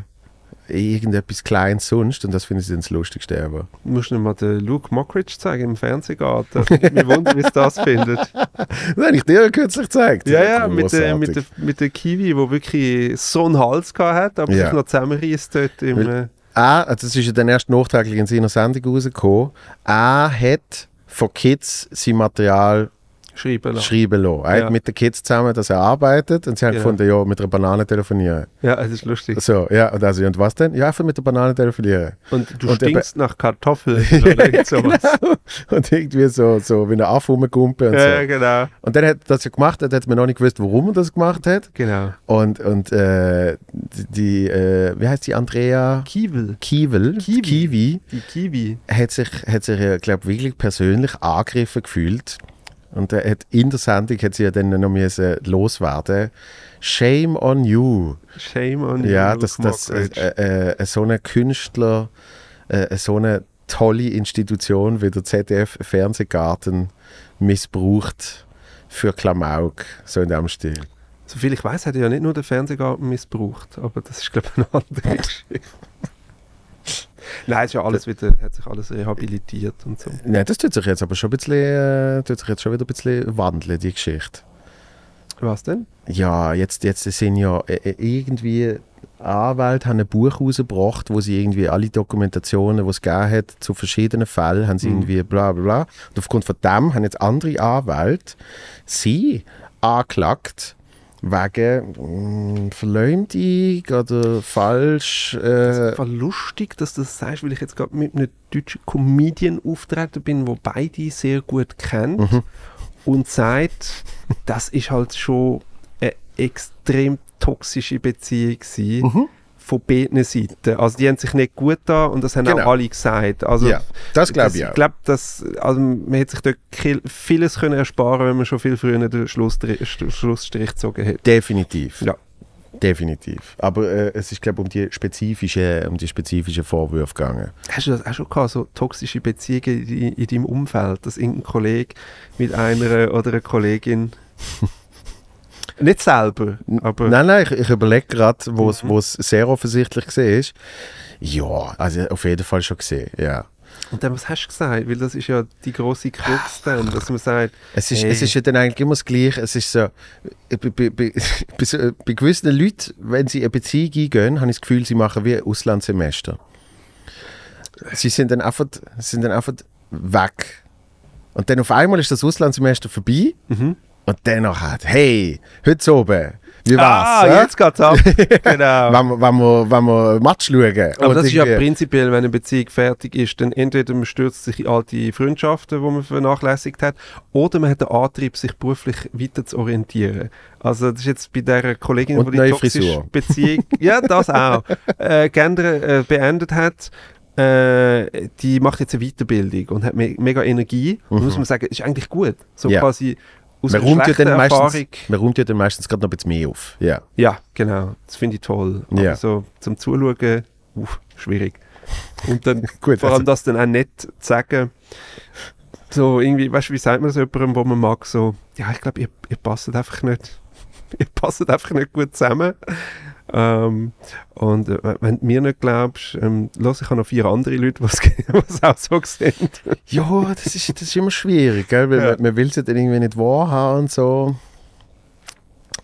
[SPEAKER 1] irgendetwas Kleines sonst und das finde ich dann das Lustigste ever.
[SPEAKER 2] Du musst nicht mal den Luke Mockridge zeigen im Fernsehgarten. Mich wundern, wie es das findet.
[SPEAKER 1] Das habe ich dir ja kürzlich gezeigt.
[SPEAKER 2] Ja, ja, mit der,
[SPEAKER 1] Großartig.
[SPEAKER 2] mit, der, mit der Kiwi, die wirklich so einen Hals gehabt hat, aber
[SPEAKER 1] Ja.
[SPEAKER 2] sich noch zusammenreißt dort im...
[SPEAKER 1] Weil-
[SPEAKER 2] äh,
[SPEAKER 1] Ah, also das ist ja dann erst nachträglich in seiner Sendung rausgekommen. Er hat von Kids sein Material
[SPEAKER 2] schreiben lassen.
[SPEAKER 1] schreiben lassen. Er
[SPEAKER 2] Genau. Ja.
[SPEAKER 1] hat mit den Kids zusammen das erarbeitet und sie haben
[SPEAKER 2] Ja.
[SPEAKER 1] gefunden, ja, mit einer Banane telefonieren.
[SPEAKER 2] Ja, es ist lustig.
[SPEAKER 1] So, ja, und also, und was denn? Ja, einfach mit der Banane telefonieren.
[SPEAKER 2] Und du
[SPEAKER 1] Und genau. der
[SPEAKER 2] stinkst nach Kartoffeln oder irgend sowas.
[SPEAKER 1] Und irgendwie so, so wie eine Affe rumgumpen und
[SPEAKER 2] Ja, ja,
[SPEAKER 1] so.
[SPEAKER 2] genau.
[SPEAKER 1] Und dann hat er das ja gemacht, dann hat man noch nicht gewusst, warum er das gemacht hat.
[SPEAKER 2] Genau.
[SPEAKER 1] Und, und äh, die, äh, wie heißt die, Andrea
[SPEAKER 2] Kiewel.
[SPEAKER 1] Kiewel,
[SPEAKER 2] Kiwi.
[SPEAKER 1] Kiwi
[SPEAKER 2] Die Kiwi.
[SPEAKER 1] hat sich, hat sich ja, glaube wirklich persönlich angegriffen gefühlt. Und er hat in der Sendung hat sie ja dann noch müssen loswerden. Shame on you.
[SPEAKER 2] Shame on
[SPEAKER 1] Ja,
[SPEAKER 2] you.
[SPEAKER 1] dass
[SPEAKER 2] Luke
[SPEAKER 1] das, äh,
[SPEAKER 2] Mockridge.
[SPEAKER 1] äh, äh, so eine Künstler, äh, so eine tolle Institution wie der ZDF Fernsehgarten missbraucht für Klamauk, so in dem Stil.
[SPEAKER 2] Soviel ich weiß, hat er ja nicht nur den Fernsehgarten missbraucht, aber das ist, glaube ich, eine andere Geschichte. Nein, ist ja alles wieder, hat sich alles rehabilitiert und so.
[SPEAKER 1] Nein, das tut sich jetzt aber schon ein bisschen, äh, tut sich jetzt schon wieder ein bisschen wandeln, die Geschichte.
[SPEAKER 2] Was denn?
[SPEAKER 1] Ja, jetzt, jetzt sind ja äh, irgendwie Anwälte haben ein Buch rausgebracht, wo sie irgendwie alle Dokumentationen, die es gegeben hat, zu verschiedenen Fällen, haben sie irgendwie bla bla bla. Und aufgrund von dem haben jetzt andere Anwälte sie angeklagt wegen mh, Verleumdung oder falsch.
[SPEAKER 2] Es
[SPEAKER 1] Äh,
[SPEAKER 2] ist voll lustig, dass du das sagst, weil ich jetzt gerade mit einem deutschen Comedian auftreten bin, wo beide sehr gut kennt
[SPEAKER 1] Mhm.
[SPEAKER 2] und sagt, das ist halt schon eine extrem toxische Beziehung gewesen.
[SPEAKER 1] Mhm.
[SPEAKER 2] Von beiden Seiten. Also die haben sich nicht gut da und das haben
[SPEAKER 1] Genau.
[SPEAKER 2] auch alle gesagt. Also
[SPEAKER 1] ja, das glaube ich
[SPEAKER 2] Ich
[SPEAKER 1] auch.
[SPEAKER 2] glaube, dass also man hätte sich dort kill- vieles können ersparen, wenn man schon viel früher den Schlussstrich, Sch- Schlussstrich gezogen hätte.
[SPEAKER 1] Definitiv.
[SPEAKER 2] Ja.
[SPEAKER 1] Definitiv. Aber äh, es ist, glaube ich, um die spezifischen um die spezifischen Vorwürfe gegangen.
[SPEAKER 2] Hast du das auch schon gehabt, so toxische Beziehungen in, de- in deinem Umfeld, dass irgendein Kollege mit einer oder einer Kollegin nicht selber, aber Mhm.
[SPEAKER 1] Nein, nein, ich, ich überlege gerade, wo es wo es sehr offensichtlich gesehen ist. Ja, also auf jeden Fall schon gesehen, ja.
[SPEAKER 2] und dann was hast du gesagt, weil das ist ja die große Krux dann, dass man sagt,
[SPEAKER 1] Es ist,
[SPEAKER 2] Hey.
[SPEAKER 1] es ist ja dann eigentlich immer das Gleiche. Es ist so, äh, bei, bei, bei, bei, so- äh, bei gewissen Leuten, wenn sie eine Beziehung eingehen, habe ich das Gefühl, sie machen wie ein Auslandssemester. Sie sind dann einfach, sind dann einfach weg. Und dann auf einmal ist das Auslandssemester vorbei
[SPEAKER 2] Mhm.
[SPEAKER 1] und danach hat, hey, heute oben, wie war's?
[SPEAKER 2] ah,
[SPEAKER 1] hä?
[SPEAKER 2] jetzt geht's ab, genau.
[SPEAKER 1] Wenn, wir- wenn, wir, wenn wir Match schauen.
[SPEAKER 2] Aber das ist ja
[SPEAKER 1] irgendwie-
[SPEAKER 2] prinzipiell, wenn eine Beziehung fertig ist, dann entweder man stürzt sich in alte Freundschaften, die man vernachlässigt hat, oder man hat den Antrieb, sich beruflich weiter zu orientieren. Also das ist jetzt bei der Kollegin,
[SPEAKER 1] Und
[SPEAKER 2] die die
[SPEAKER 1] neue
[SPEAKER 2] toxische
[SPEAKER 1] Frisur.
[SPEAKER 2] Beziehung, ja das auch, äh, geändert, äh, beendet hat, äh, die macht jetzt eine Weiterbildung und hat me mega Energie. Und muss man sagen, ist eigentlich gut. So
[SPEAKER 1] Mhm. Ja.
[SPEAKER 2] quasi aus
[SPEAKER 1] Man
[SPEAKER 2] einer
[SPEAKER 1] räumt, ja
[SPEAKER 2] schlechten
[SPEAKER 1] dann meistens,
[SPEAKER 2] Erfahrung.
[SPEAKER 1] man räumt ja dann meistens gerade noch ein bisschen mehr auf. Ja.
[SPEAKER 2] Ja, genau. Das finde ich toll. Aber
[SPEAKER 1] Ja.
[SPEAKER 2] so zum Zuschauen, uff, schwierig. Und dann
[SPEAKER 1] Gut,
[SPEAKER 2] vor allem
[SPEAKER 1] also-
[SPEAKER 2] das dann auch nicht zu sagen. So irgendwie, weißt du, wie sagt man das jemandem, wo man mag, so, ja, ich glaube, ihr, ihr passt einfach nicht. ihr passt einfach nicht gut zusammen. Ähm, und äh, wenn- wenn du mir nicht glaubst, ähm, los, ich habe noch vier andere Leute, die es auch so sehen.
[SPEAKER 1] Ja, das ist, das ist immer schwierig, gell? weil
[SPEAKER 2] Ja.
[SPEAKER 1] man, man will es ja dann irgendwie nicht wahrhaben und so.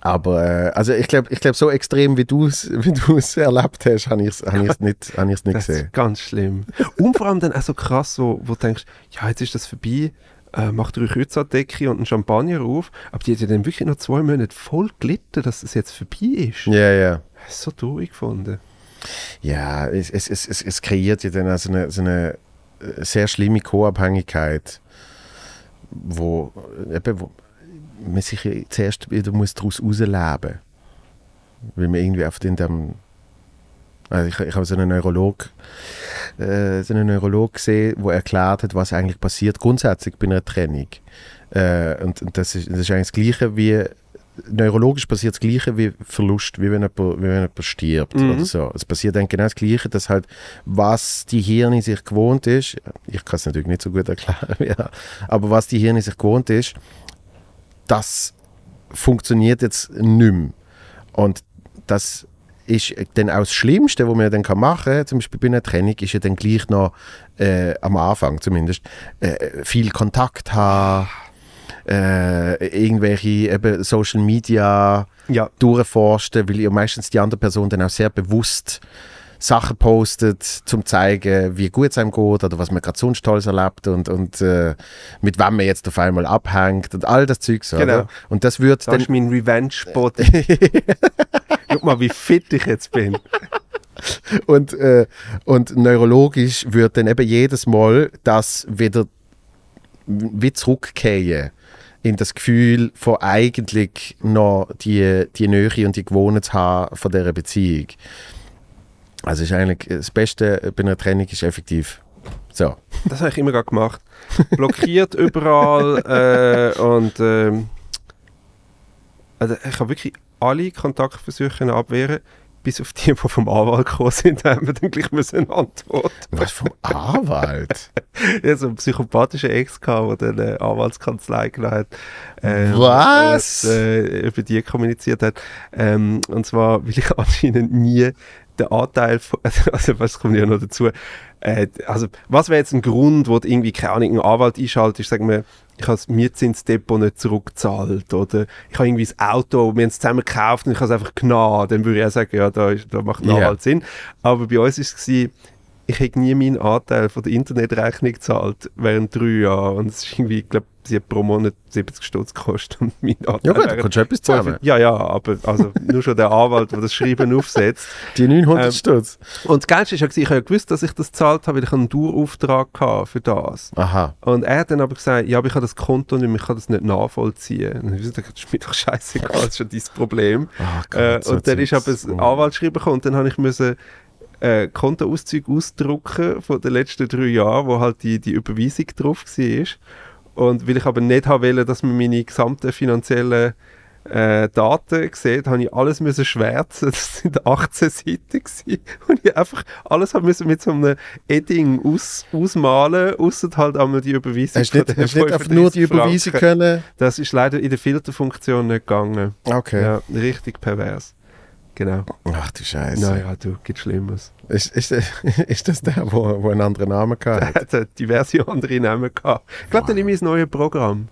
[SPEAKER 1] Aber äh, also ich glaube, ich glaub, so extrem, wie du es wie du's erlebt hast, habe ich es hab ich's nicht, hab ich's nicht
[SPEAKER 2] Das
[SPEAKER 1] gesehen.
[SPEAKER 2] ist ganz schlimm. Und vor allem dann auch so krass, wo, wo du denkst, ja, jetzt ist das vorbei, äh, mach drei Kreuze an die Decke und einen Champagner auf. Aber die hat ja dann wirklich noch zwei Monate voll gelitten, dass es jetzt vorbei ist.
[SPEAKER 1] Ja, ja.
[SPEAKER 2] Das ist so traurig gefunden.
[SPEAKER 1] Ja, es, es, es, es, es kreiert ja dann auch so eine, so eine äh, sehr schlimme Co-Abhängigkeit, wo, äh, eben, wo man sich ja zuerst wieder muss daraus herausleben muss. Weil man irgendwie einfach in dem. Also ich, ich habe so einen Neurolog, äh, so einen Neurolog gesehen, der erklärt hat, was eigentlich passiert, grundsätzlich bei einer Trennung. Äh, und und das, ist, das ist eigentlich das Gleiche wie. Neurologisch passiert das Gleiche wie Verlust, wie wenn jemand, wie wenn jemand stirbt
[SPEAKER 2] Mhm.
[SPEAKER 1] oder so. Es passiert dann genau das Gleiche, dass halt, was die Hirne sich gewohnt ist, ich kann es natürlich nicht so gut erklären, ja, aber was die Hirne sich gewohnt ist, das funktioniert jetzt nicht mehr. Und das ist dann auch das Schlimmste, was man dann machen kann, zum Beispiel bei einer Trennung, ist ja dann gleich noch, äh, am Anfang zumindest, äh, viel Kontakt haben, äh, irgendwelche eben Social Media
[SPEAKER 2] Ja.
[SPEAKER 1] durchforsten, weil ja meistens die andere Person dann auch sehr bewusst Sachen postet, um zu zeigen, wie gut es einem geht oder was man gerade sonst Tolles erlebt und, und äh, mit wem man jetzt auf einmal abhängt und all das Zeugs.
[SPEAKER 2] Genau.
[SPEAKER 1] Oder? Und das wird
[SPEAKER 2] Das
[SPEAKER 1] dann.
[SPEAKER 2] ist mein Revenge-Spot. Guck mal, wie fit ich jetzt bin.
[SPEAKER 1] Und, äh, und neurologisch wird dann eben jedes Mal das wieder wie zurückkehren in das Gefühl von eigentlich noch die, die Nähe und die Gewohnheit zu haben von dieser Beziehung. Also ist eigentlich das Beste bei einer Trennung ist effektiv. So.
[SPEAKER 2] Das habe ich immer gerade gemacht. Blockiert überall äh, und ähm, also ich habe wirklich alle Kontaktversuche können abwehren, bis auf die, die vom Anwalt gekommen sind, haben wir dann gleich müssen eine Antwort.
[SPEAKER 1] Was vom Anwalt?
[SPEAKER 2] Ich hatte so einen psychopathischen Ex, gehabt, der dann eine Anwaltskanzlei genommen hat. ähm,
[SPEAKER 1] Was?
[SPEAKER 2] Und, äh, über die kommuniziert hat. Ähm, und zwar, weil ich anscheinend nie den Anteil von, also was kommt ja noch dazu, äh, also was wäre jetzt ein Grund, wo du irgendwie, keine Ahnung, einen Anwalt einschaltest, sagen wir, ich habe das Mietzinsdepot nicht zurückgezahlt oder ich habe irgendwie das Auto, wir haben es zusammen gekauft und ich habe es einfach genommen, dann würde ich auch sagen, ja, da, ist, da macht ein
[SPEAKER 1] Ja.
[SPEAKER 2] Anwalt Sinn. Aber bei uns war es, gewesen, ich hätte nie meinen Anteil von der Internetrechnung gezahlt während drei Jahren und es ist irgendwie, ich glaube, sie hat pro Monat 70 Stutz gekostet um und mein Anteil
[SPEAKER 1] Ja gut, da
[SPEAKER 2] während
[SPEAKER 1] kommt schon etwas zusammen.
[SPEAKER 2] Äh, ja, ja, aber also nur schon der Anwalt, der das Schreiben aufsetzt.
[SPEAKER 1] Die 900
[SPEAKER 2] Ähm,
[SPEAKER 1] Stutz.
[SPEAKER 2] Und das Geilste ist ja, gewesen, ich habe ja gewusst, dass ich das gezahlt habe, weil ich einen Dauerauftrag hatte für das.
[SPEAKER 1] Aha.
[SPEAKER 2] Und er hat dann aber gesagt, ja, aber ich habe das Konto nicht mehr, ich kann das nicht nachvollziehen. Und dann habe ich gesagt, das ist mir doch scheißegal, das ist ja dein Problem.
[SPEAKER 1] Ah, Gott,
[SPEAKER 2] Äh,
[SPEAKER 1] so
[SPEAKER 2] und dann ist
[SPEAKER 1] Zeugs. Oh.
[SPEAKER 2] aber ein Anwaltsschreiben gekommen und dann habe ich müssen äh, Kontoauszüge ausdrucken von den letzten drei Jahren, wo halt die, die Überweisung drauf war. Und weil ich aber nicht haben wollte, dass man meine gesamten finanziellen äh, Daten sieht, habe ich alles müssen schwärzen. Das sind 18 Seiten gewesen. und ich einfach alles habe müssen mit so einem Edding aus, ausmalen, außer halt einmal die Überweisung.
[SPEAKER 1] Hast du
[SPEAKER 2] von
[SPEAKER 1] nicht,
[SPEAKER 2] den
[SPEAKER 1] hast nicht einfach nur die
[SPEAKER 2] 35 Franken.
[SPEAKER 1] Überweisung können?
[SPEAKER 2] Das ist leider in der Filterfunktion nicht gegangen.
[SPEAKER 1] Okay.
[SPEAKER 2] Ja, richtig pervers. Genau.
[SPEAKER 1] Ach du Scheiße.
[SPEAKER 2] Naja, du, gibt Schlimmes.
[SPEAKER 1] Ist, ist, ist das der, wo, wo einen anderen Namen hatte?
[SPEAKER 2] Hat er diverse andere Namen gehabt. Ich glaube, dann nehme ich das neue Programm.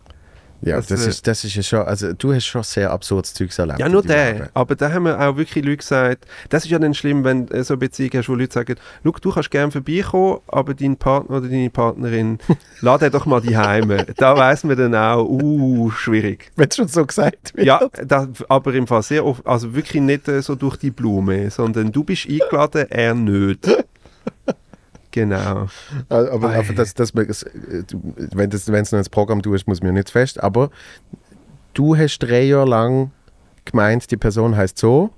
[SPEAKER 1] Ja,
[SPEAKER 2] Das,
[SPEAKER 1] das,
[SPEAKER 2] äh,
[SPEAKER 1] ist, das ist ja schon, also du hast schon sehr absurdes Zeugs erlebt.
[SPEAKER 2] Ja,
[SPEAKER 1] in
[SPEAKER 2] nur
[SPEAKER 1] deinem
[SPEAKER 2] der.
[SPEAKER 1] Leben.
[SPEAKER 2] Aber da haben wir auch wirklich Leute gesagt, das ist ja dann schlimm, wenn du so eine Beziehung hast, wo Leute sagen, schau, du kannst gerne vorbeikommen, aber dein Partner oder deine Partnerin, lade er doch mal die Heime. Da weiss man dann auch, uh, schwierig.
[SPEAKER 1] Wenn es schon so gesagt wird.
[SPEAKER 2] Ja, das, aber im Fall sehr oft, also wirklich nicht äh, so durch die Blume, sondern du bist eingeladen, er nicht. Genau.
[SPEAKER 1] Also, Aber,
[SPEAKER 2] Ei.
[SPEAKER 1] aber das, das, das, wenn es wenn es noch ins Programm tust, muss mir nicht fest. Aber du hast drei Jahre lang gemeint, die Person heißt so.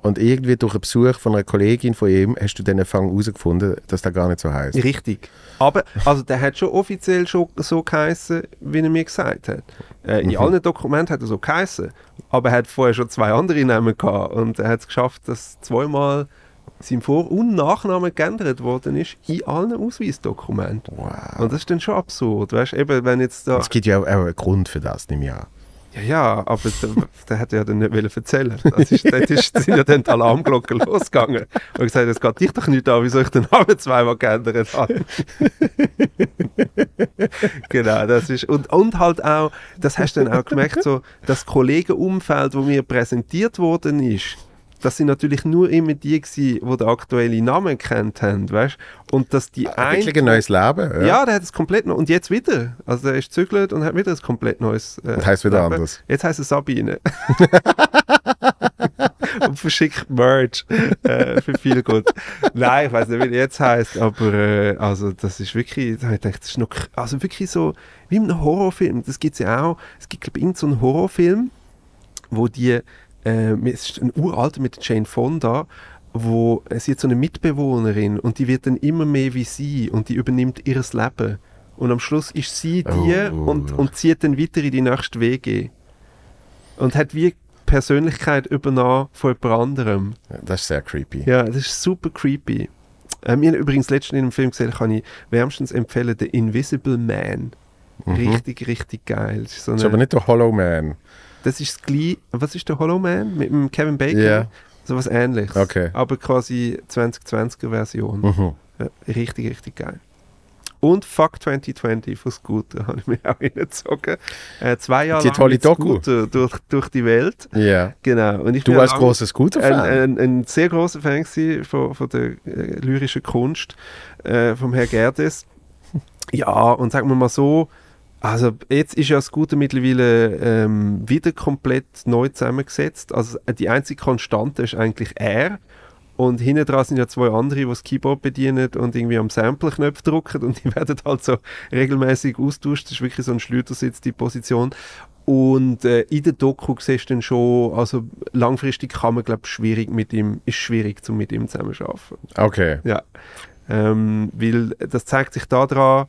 [SPEAKER 1] Und irgendwie durch einen Besuch von einer Kollegin von ihm hast du dann Anfang herausgefunden, dass der gar nicht so heißt.
[SPEAKER 2] Richtig. Aber also der hat schon offiziell schon so geheißen, wie er mir gesagt hat. Äh, in allen Dokumenten hat er so geheißen. Aber er hat vorher schon zwei andere Namen gehabt und er hat es geschafft, dass zweimal sein Vor- und Nachname geändert worden ist in allen Ausweisdokumenten.
[SPEAKER 1] Wow.
[SPEAKER 2] Und das ist dann schon absurd, weißt du? Eben, wenn jetzt da.
[SPEAKER 1] Es gibt ja auch, auch einen Grund für das, nehme ich an.
[SPEAKER 2] Ja, ja, aber der, der hat ja dann nicht wollen erzählen. Das ist, dort ist, sind ja dann die Alarmglocken losgegangen. Und gesagt, es geht dich doch nicht an, wieso ich den Namen zweimal geändert habe. genau, das ist. Und, und halt auch, das hast du dann auch gemerkt, so, das Kollegenumfeld, wo mir präsentiert worden ist, das sind natürlich nur immer die, gewesen, die den aktuellen Namen kennt haben, weißt Und dass die ein
[SPEAKER 1] Eigentlich ein neues Leben. Ja.
[SPEAKER 2] ja, der hat es komplett neu. Und jetzt wieder. Also der ist gezügelt und hat wieder ein komplett neues. Äh,
[SPEAKER 1] Und heisst wieder anders.
[SPEAKER 2] Jetzt heißt es Sabine. und verschickt Merch äh, für viel gut. Nein, ich weiß nicht, wie er jetzt heißt, aber äh, also das ist wirklich, da hab ich gedacht, das ist noch, kr- also wirklich so wie in einem Horrorfilm. Das gibt es ja auch. Es gibt, glaube ich, so einen Horrorfilm, wo die, äh, es ist ein uralter mit Jane Fonda, wo äh, sie hat so eine Mitbewohnerin und die wird dann immer mehr wie sie und die übernimmt ihres Leben. Und am Schluss ist sie die
[SPEAKER 1] Oh.
[SPEAKER 2] und, und zieht dann weiter in die nächste WG. Und hat wie die Persönlichkeit übernommen von jemand anderem.
[SPEAKER 1] Das ist sehr creepy.
[SPEAKER 2] Ja, das ist super creepy. Ähm, ich habe übrigens letztens in einem Film gesehen, kann ich wärmstens empfehlen, The Invisible Man. Richtig, richtig geil. Das ist, so
[SPEAKER 1] Das Mhm. ist aber
[SPEAKER 2] eine,
[SPEAKER 1] nicht der Hollow Man.
[SPEAKER 2] das ist das gleiche, was ist der Hollow Man mit dem Kevin Bacon?
[SPEAKER 1] Ja.
[SPEAKER 2] So was ähnliches.
[SPEAKER 1] Okay.
[SPEAKER 2] Aber quasi 2020er Version.
[SPEAKER 1] Mhm.
[SPEAKER 2] Ja, richtig, richtig geil. und Fuck 2020 von Scooter habe ich mir auch hingezogen. Äh, zwei Jahre
[SPEAKER 1] Die
[SPEAKER 2] lang
[SPEAKER 1] tolle
[SPEAKER 2] mit
[SPEAKER 1] Doku.
[SPEAKER 2] Scooter durch, durch die Welt.
[SPEAKER 1] Ja.
[SPEAKER 2] Genau. Und ich
[SPEAKER 1] Du
[SPEAKER 2] bin
[SPEAKER 1] als
[SPEAKER 2] lang-
[SPEAKER 1] großer Scooter-Fan.
[SPEAKER 2] ein, äh, ein, ein sehr großer Fan gewesen von, von der äh, lyrischen Kunst äh, vom Herr Gerdes. Ja, und sagen wir mal so, also jetzt ist ja das Gute mittlerweile ähm, wieder komplett neu zusammengesetzt. Also die einzige Konstante ist eigentlich er. Und hinten dran sind ja zwei andere, die das Keyboard bedienen und irgendwie am Sample-Knopf drücken und die werden halt so regelmäßig austauscht. Das ist wirklich so ein Schleudersitz, die Position. Und äh, in der Doku siehst du dann schon, also langfristig kann man, glaube ich, schwierig mit ihm, ist schwierig, um mit ihm zusammenzuarbeiten.
[SPEAKER 1] Okay.
[SPEAKER 2] Ja. Ähm, weil das zeigt sich daran,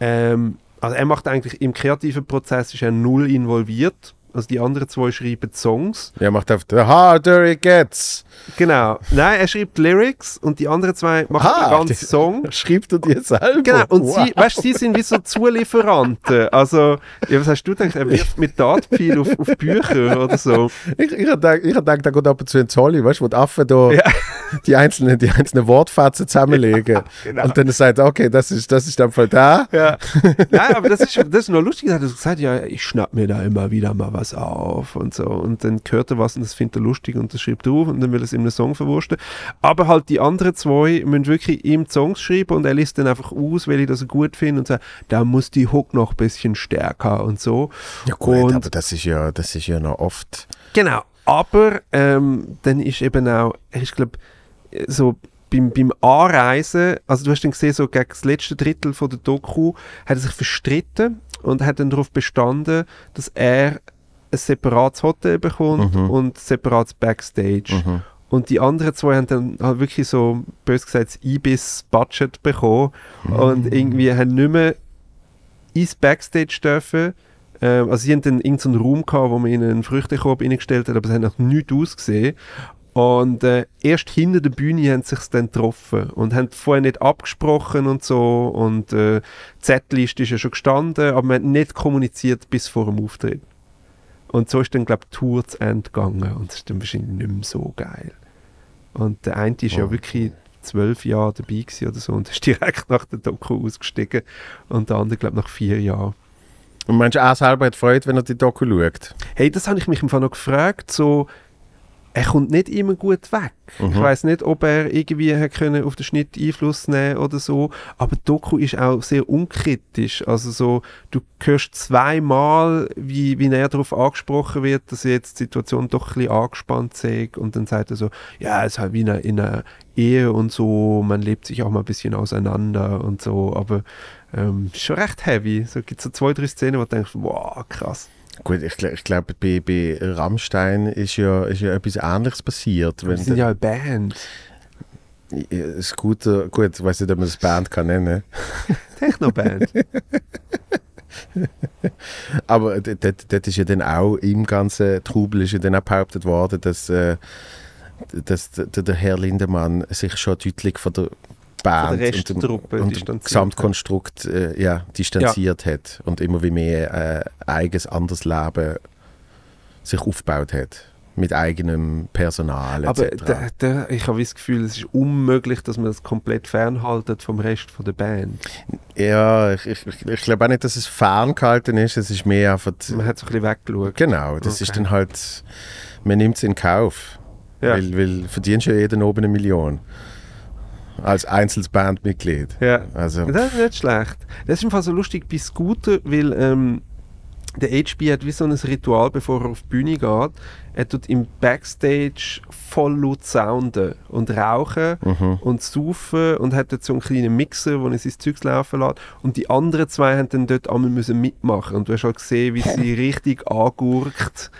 [SPEAKER 2] ähm, also er macht eigentlich im kreativen Prozess ist er null involviert. Also die anderen zwei schreiben Songs.
[SPEAKER 1] Er macht auf The Harder It Gets.
[SPEAKER 2] Genau. Nein, er schreibt Lyrics und die anderen zwei machen
[SPEAKER 1] Ah,
[SPEAKER 2] den
[SPEAKER 1] die-
[SPEAKER 2] ganzen Song.
[SPEAKER 1] Schreibt er dir selber?
[SPEAKER 2] Genau, und
[SPEAKER 1] Wow.
[SPEAKER 2] sie, weißt, sie sind wie so Zulieferanten. Also, ja, was hast du gedacht? Er wirft mit Datenpfeil auf, auf Bücher oder so.
[SPEAKER 1] Ich, ich habe gedacht, da geht ab und zu ein Zolli, weißt du, wo die Affen da die, einzelnen, die einzelnen Wortfetzen zusammenlegen.
[SPEAKER 2] genau.
[SPEAKER 1] Und dann sagt er, okay, das ist, das ist dann voll da.
[SPEAKER 2] Ja. Nein, aber das ist, das ist noch lustig. Er hat gesagt, ja, ich schnapp mir da immer wieder mal was auf und so. Und dann hört er was und das findet er lustig und das schreibt er auf und dann will er es in einem Song verwursten. Aber halt die anderen zwei müssen wirklich ihm Songs schreiben und er liest dann einfach aus, weil ich das gut finde und sagt, da muss die Hook noch ein bisschen stärker und so. und
[SPEAKER 1] das ist ja, das ist ja noch oft.
[SPEAKER 2] Genau, aber ähm, dann ist eben auch, ich glaube, so beim, beim Anreisen, also du hast dann gesehen, so gegen das letzte Drittel von der Doku hat er sich verstritten und hat dann darauf bestanden, dass er ein separates Hotel bekommt und separates Backstage. Und die anderen zwei haben dann halt wirklich so, bös gesagt, das Ibis-Budget bekommen und irgendwie haben nicht mehr ins Backstage dürfen. Ähm, also sie hatten dann irgendeinen Raum, gehabt, wo man ihnen einen Früchtekorb reingestellt hat, aber es hat nach nichts ausgesehen. Und äh, erst hinter der Bühne haben sie sich dann getroffen und haben vorher nicht abgesprochen und so. Und äh, die Setliste ist ja schon gestanden, aber man hat nicht kommuniziert bis vor dem Auftritt. Und so ist dann, glaube ich, die Tour zu Ende gegangen und es ist dann wahrscheinlich nicht mehr so geil. Und der eine ist ja wirklich zwölf Jahre dabei gewesen oder so und ist direkt nach der Doku ausgestiegen und der andere, glaube ich, nach vier Jahren.
[SPEAKER 1] Und meinst du, er selber hat Freude, wenn er die Doku schaut?
[SPEAKER 2] Hey, das habe ich mich im Fall noch gefragt, so, er kommt nicht immer gut weg. Ich weiß nicht, ob er irgendwie hat können auf den Schnitt Einfluss nehmen oder so, aber die Doku ist auch sehr unkritisch. Also so, du hörst zweimal, wie, wie er darauf angesprochen wird, dass jetzt die Situation doch ein bisschen angespannt ist und dann sagt er so, ja, es ist halt wie in einer, in einer Ehe und so, man lebt sich auch mal ein bisschen auseinander und so, aber ähm, ist schon recht heavy. So gibt es so zwei, drei Szenen, wo du denkst, wow, krass.
[SPEAKER 1] Gut, ich, gl- ich glaube, bei, bei Rammstein ist ja, ist ja etwas Ähnliches passiert.
[SPEAKER 2] Wir
[SPEAKER 1] Wenn
[SPEAKER 2] sind ja eine Band.
[SPEAKER 1] der, Scooter, gut, ich weiß nicht, ob man das Band kann nennen
[SPEAKER 2] Techno-Band.
[SPEAKER 1] Aber d- dort dort ist ja dann auch im ganzen Trubel ist ja dann auch behauptet worden, dass, äh, dass d- d- der Herr Lindemann sich schon deutlich von der Band
[SPEAKER 2] Von der
[SPEAKER 1] und dem-
[SPEAKER 2] Resttruppe
[SPEAKER 1] und dem
[SPEAKER 2] distanziert
[SPEAKER 1] Gesamtkonstrukt äh, ja, distanziert hat und immer wie mehr äh, eigenes, anderes Leben sich aufgebaut hat. Mit eigenem Personal
[SPEAKER 2] Aber
[SPEAKER 1] etc.
[SPEAKER 2] der, der, ich habe das Gefühl, es ist unmöglich, dass man das komplett fernhaltet vom Rest von der Band.
[SPEAKER 1] ja, ich, ich, ich- ich glaube auch nicht, dass es ferngehalten ist, es ist mehr einfach...
[SPEAKER 2] Man hat so ein bisschen weggeschaut.
[SPEAKER 1] Genau, das ist
[SPEAKER 2] Okay.
[SPEAKER 1] dann halt... Man nimmt es in Kauf.
[SPEAKER 2] Ja.
[SPEAKER 1] Weil, weil verdienst ja jeden oben eine Million. Als einzelnes Bandmitglied.
[SPEAKER 2] Ja.
[SPEAKER 1] Also,
[SPEAKER 2] Das ist nicht schlecht. Das ist im Fall so lustig bei Scooter, weil ähm, der HB hat wie so ein Ritual, bevor er auf die Bühne geht. Er tut im Backstage voll laut sounden und rauchen
[SPEAKER 1] Mhm.
[SPEAKER 2] und saufen und hat dort so einen kleinen Mixer, wo er sein Zeugs laufen lässt. Und die anderen zwei haben dann dort einmal müssen mitmachen. Und du hast halt gesehen, wie sie richtig angurkt.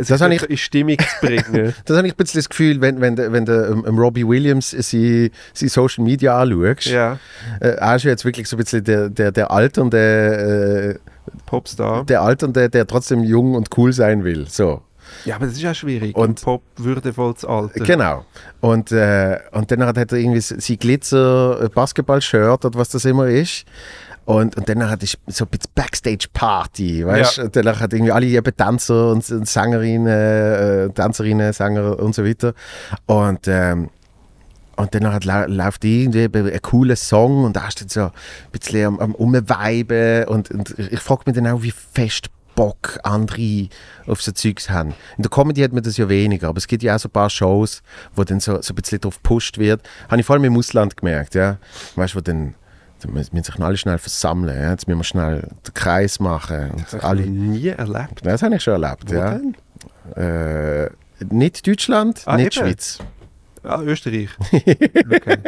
[SPEAKER 2] Es
[SPEAKER 1] Das
[SPEAKER 2] ist
[SPEAKER 1] habe
[SPEAKER 2] in Stimmung zu bringen.
[SPEAKER 1] das habe ich ein bisschen das Gefühl, wenn, wenn, der- wenn der ähm, ähm, Robbie Williams sie, sie Social Media anschaust,
[SPEAKER 2] ja,
[SPEAKER 1] äh, er ist ja jetzt wirklich so ein bisschen der, der, der Alternde, äh,
[SPEAKER 2] Popstar.
[SPEAKER 1] der Alternde, der trotzdem jung und cool sein will. So.
[SPEAKER 2] Ja, aber das ist ja schwierig.
[SPEAKER 1] Und-
[SPEAKER 2] Pop würdevoll zu altern.
[SPEAKER 1] Genau. Und, äh, und dann hat er irgendwie s- sein Glitzer-Basketball-Shirt oder was das immer ist. Und, und dann hat ich so ein bisschen Backstage-Party, weißt du?
[SPEAKER 2] Ja.
[SPEAKER 1] Und dann hat irgendwie alle eben Tänzer und, und Sängerinnen, äh, Tänzerinnen, Sänger und so weiter. Und, ähm, Und dann hat, läuft irgendwie ein cooler Song und da ist dann so ein bisschen am, am Umweiben. Und, und ich frage mich dann auch, wie fest Bock andere auf so Zeugs haben. In der Comedy hat man das ja weniger, aber es gibt ja auch so ein paar Shows, wo dann so, so ein bisschen drauf gepusht wird. Habe ich vor allem im Ausland gemerkt, ja. Weißt du, wo dann da müssen sich alle schnell versammeln, ja. jetzt müssen wir schnell den Kreis machen. Und
[SPEAKER 2] Das habe
[SPEAKER 1] alle,
[SPEAKER 2] ich nie erlebt.
[SPEAKER 1] das habe ich schon erlebt,
[SPEAKER 2] Wo
[SPEAKER 1] ja.
[SPEAKER 2] denn?
[SPEAKER 1] Äh, nicht Deutschland,
[SPEAKER 2] Ah,
[SPEAKER 1] nicht
[SPEAKER 2] eben.
[SPEAKER 1] Schweiz.
[SPEAKER 2] Ah, Österreich. Okay.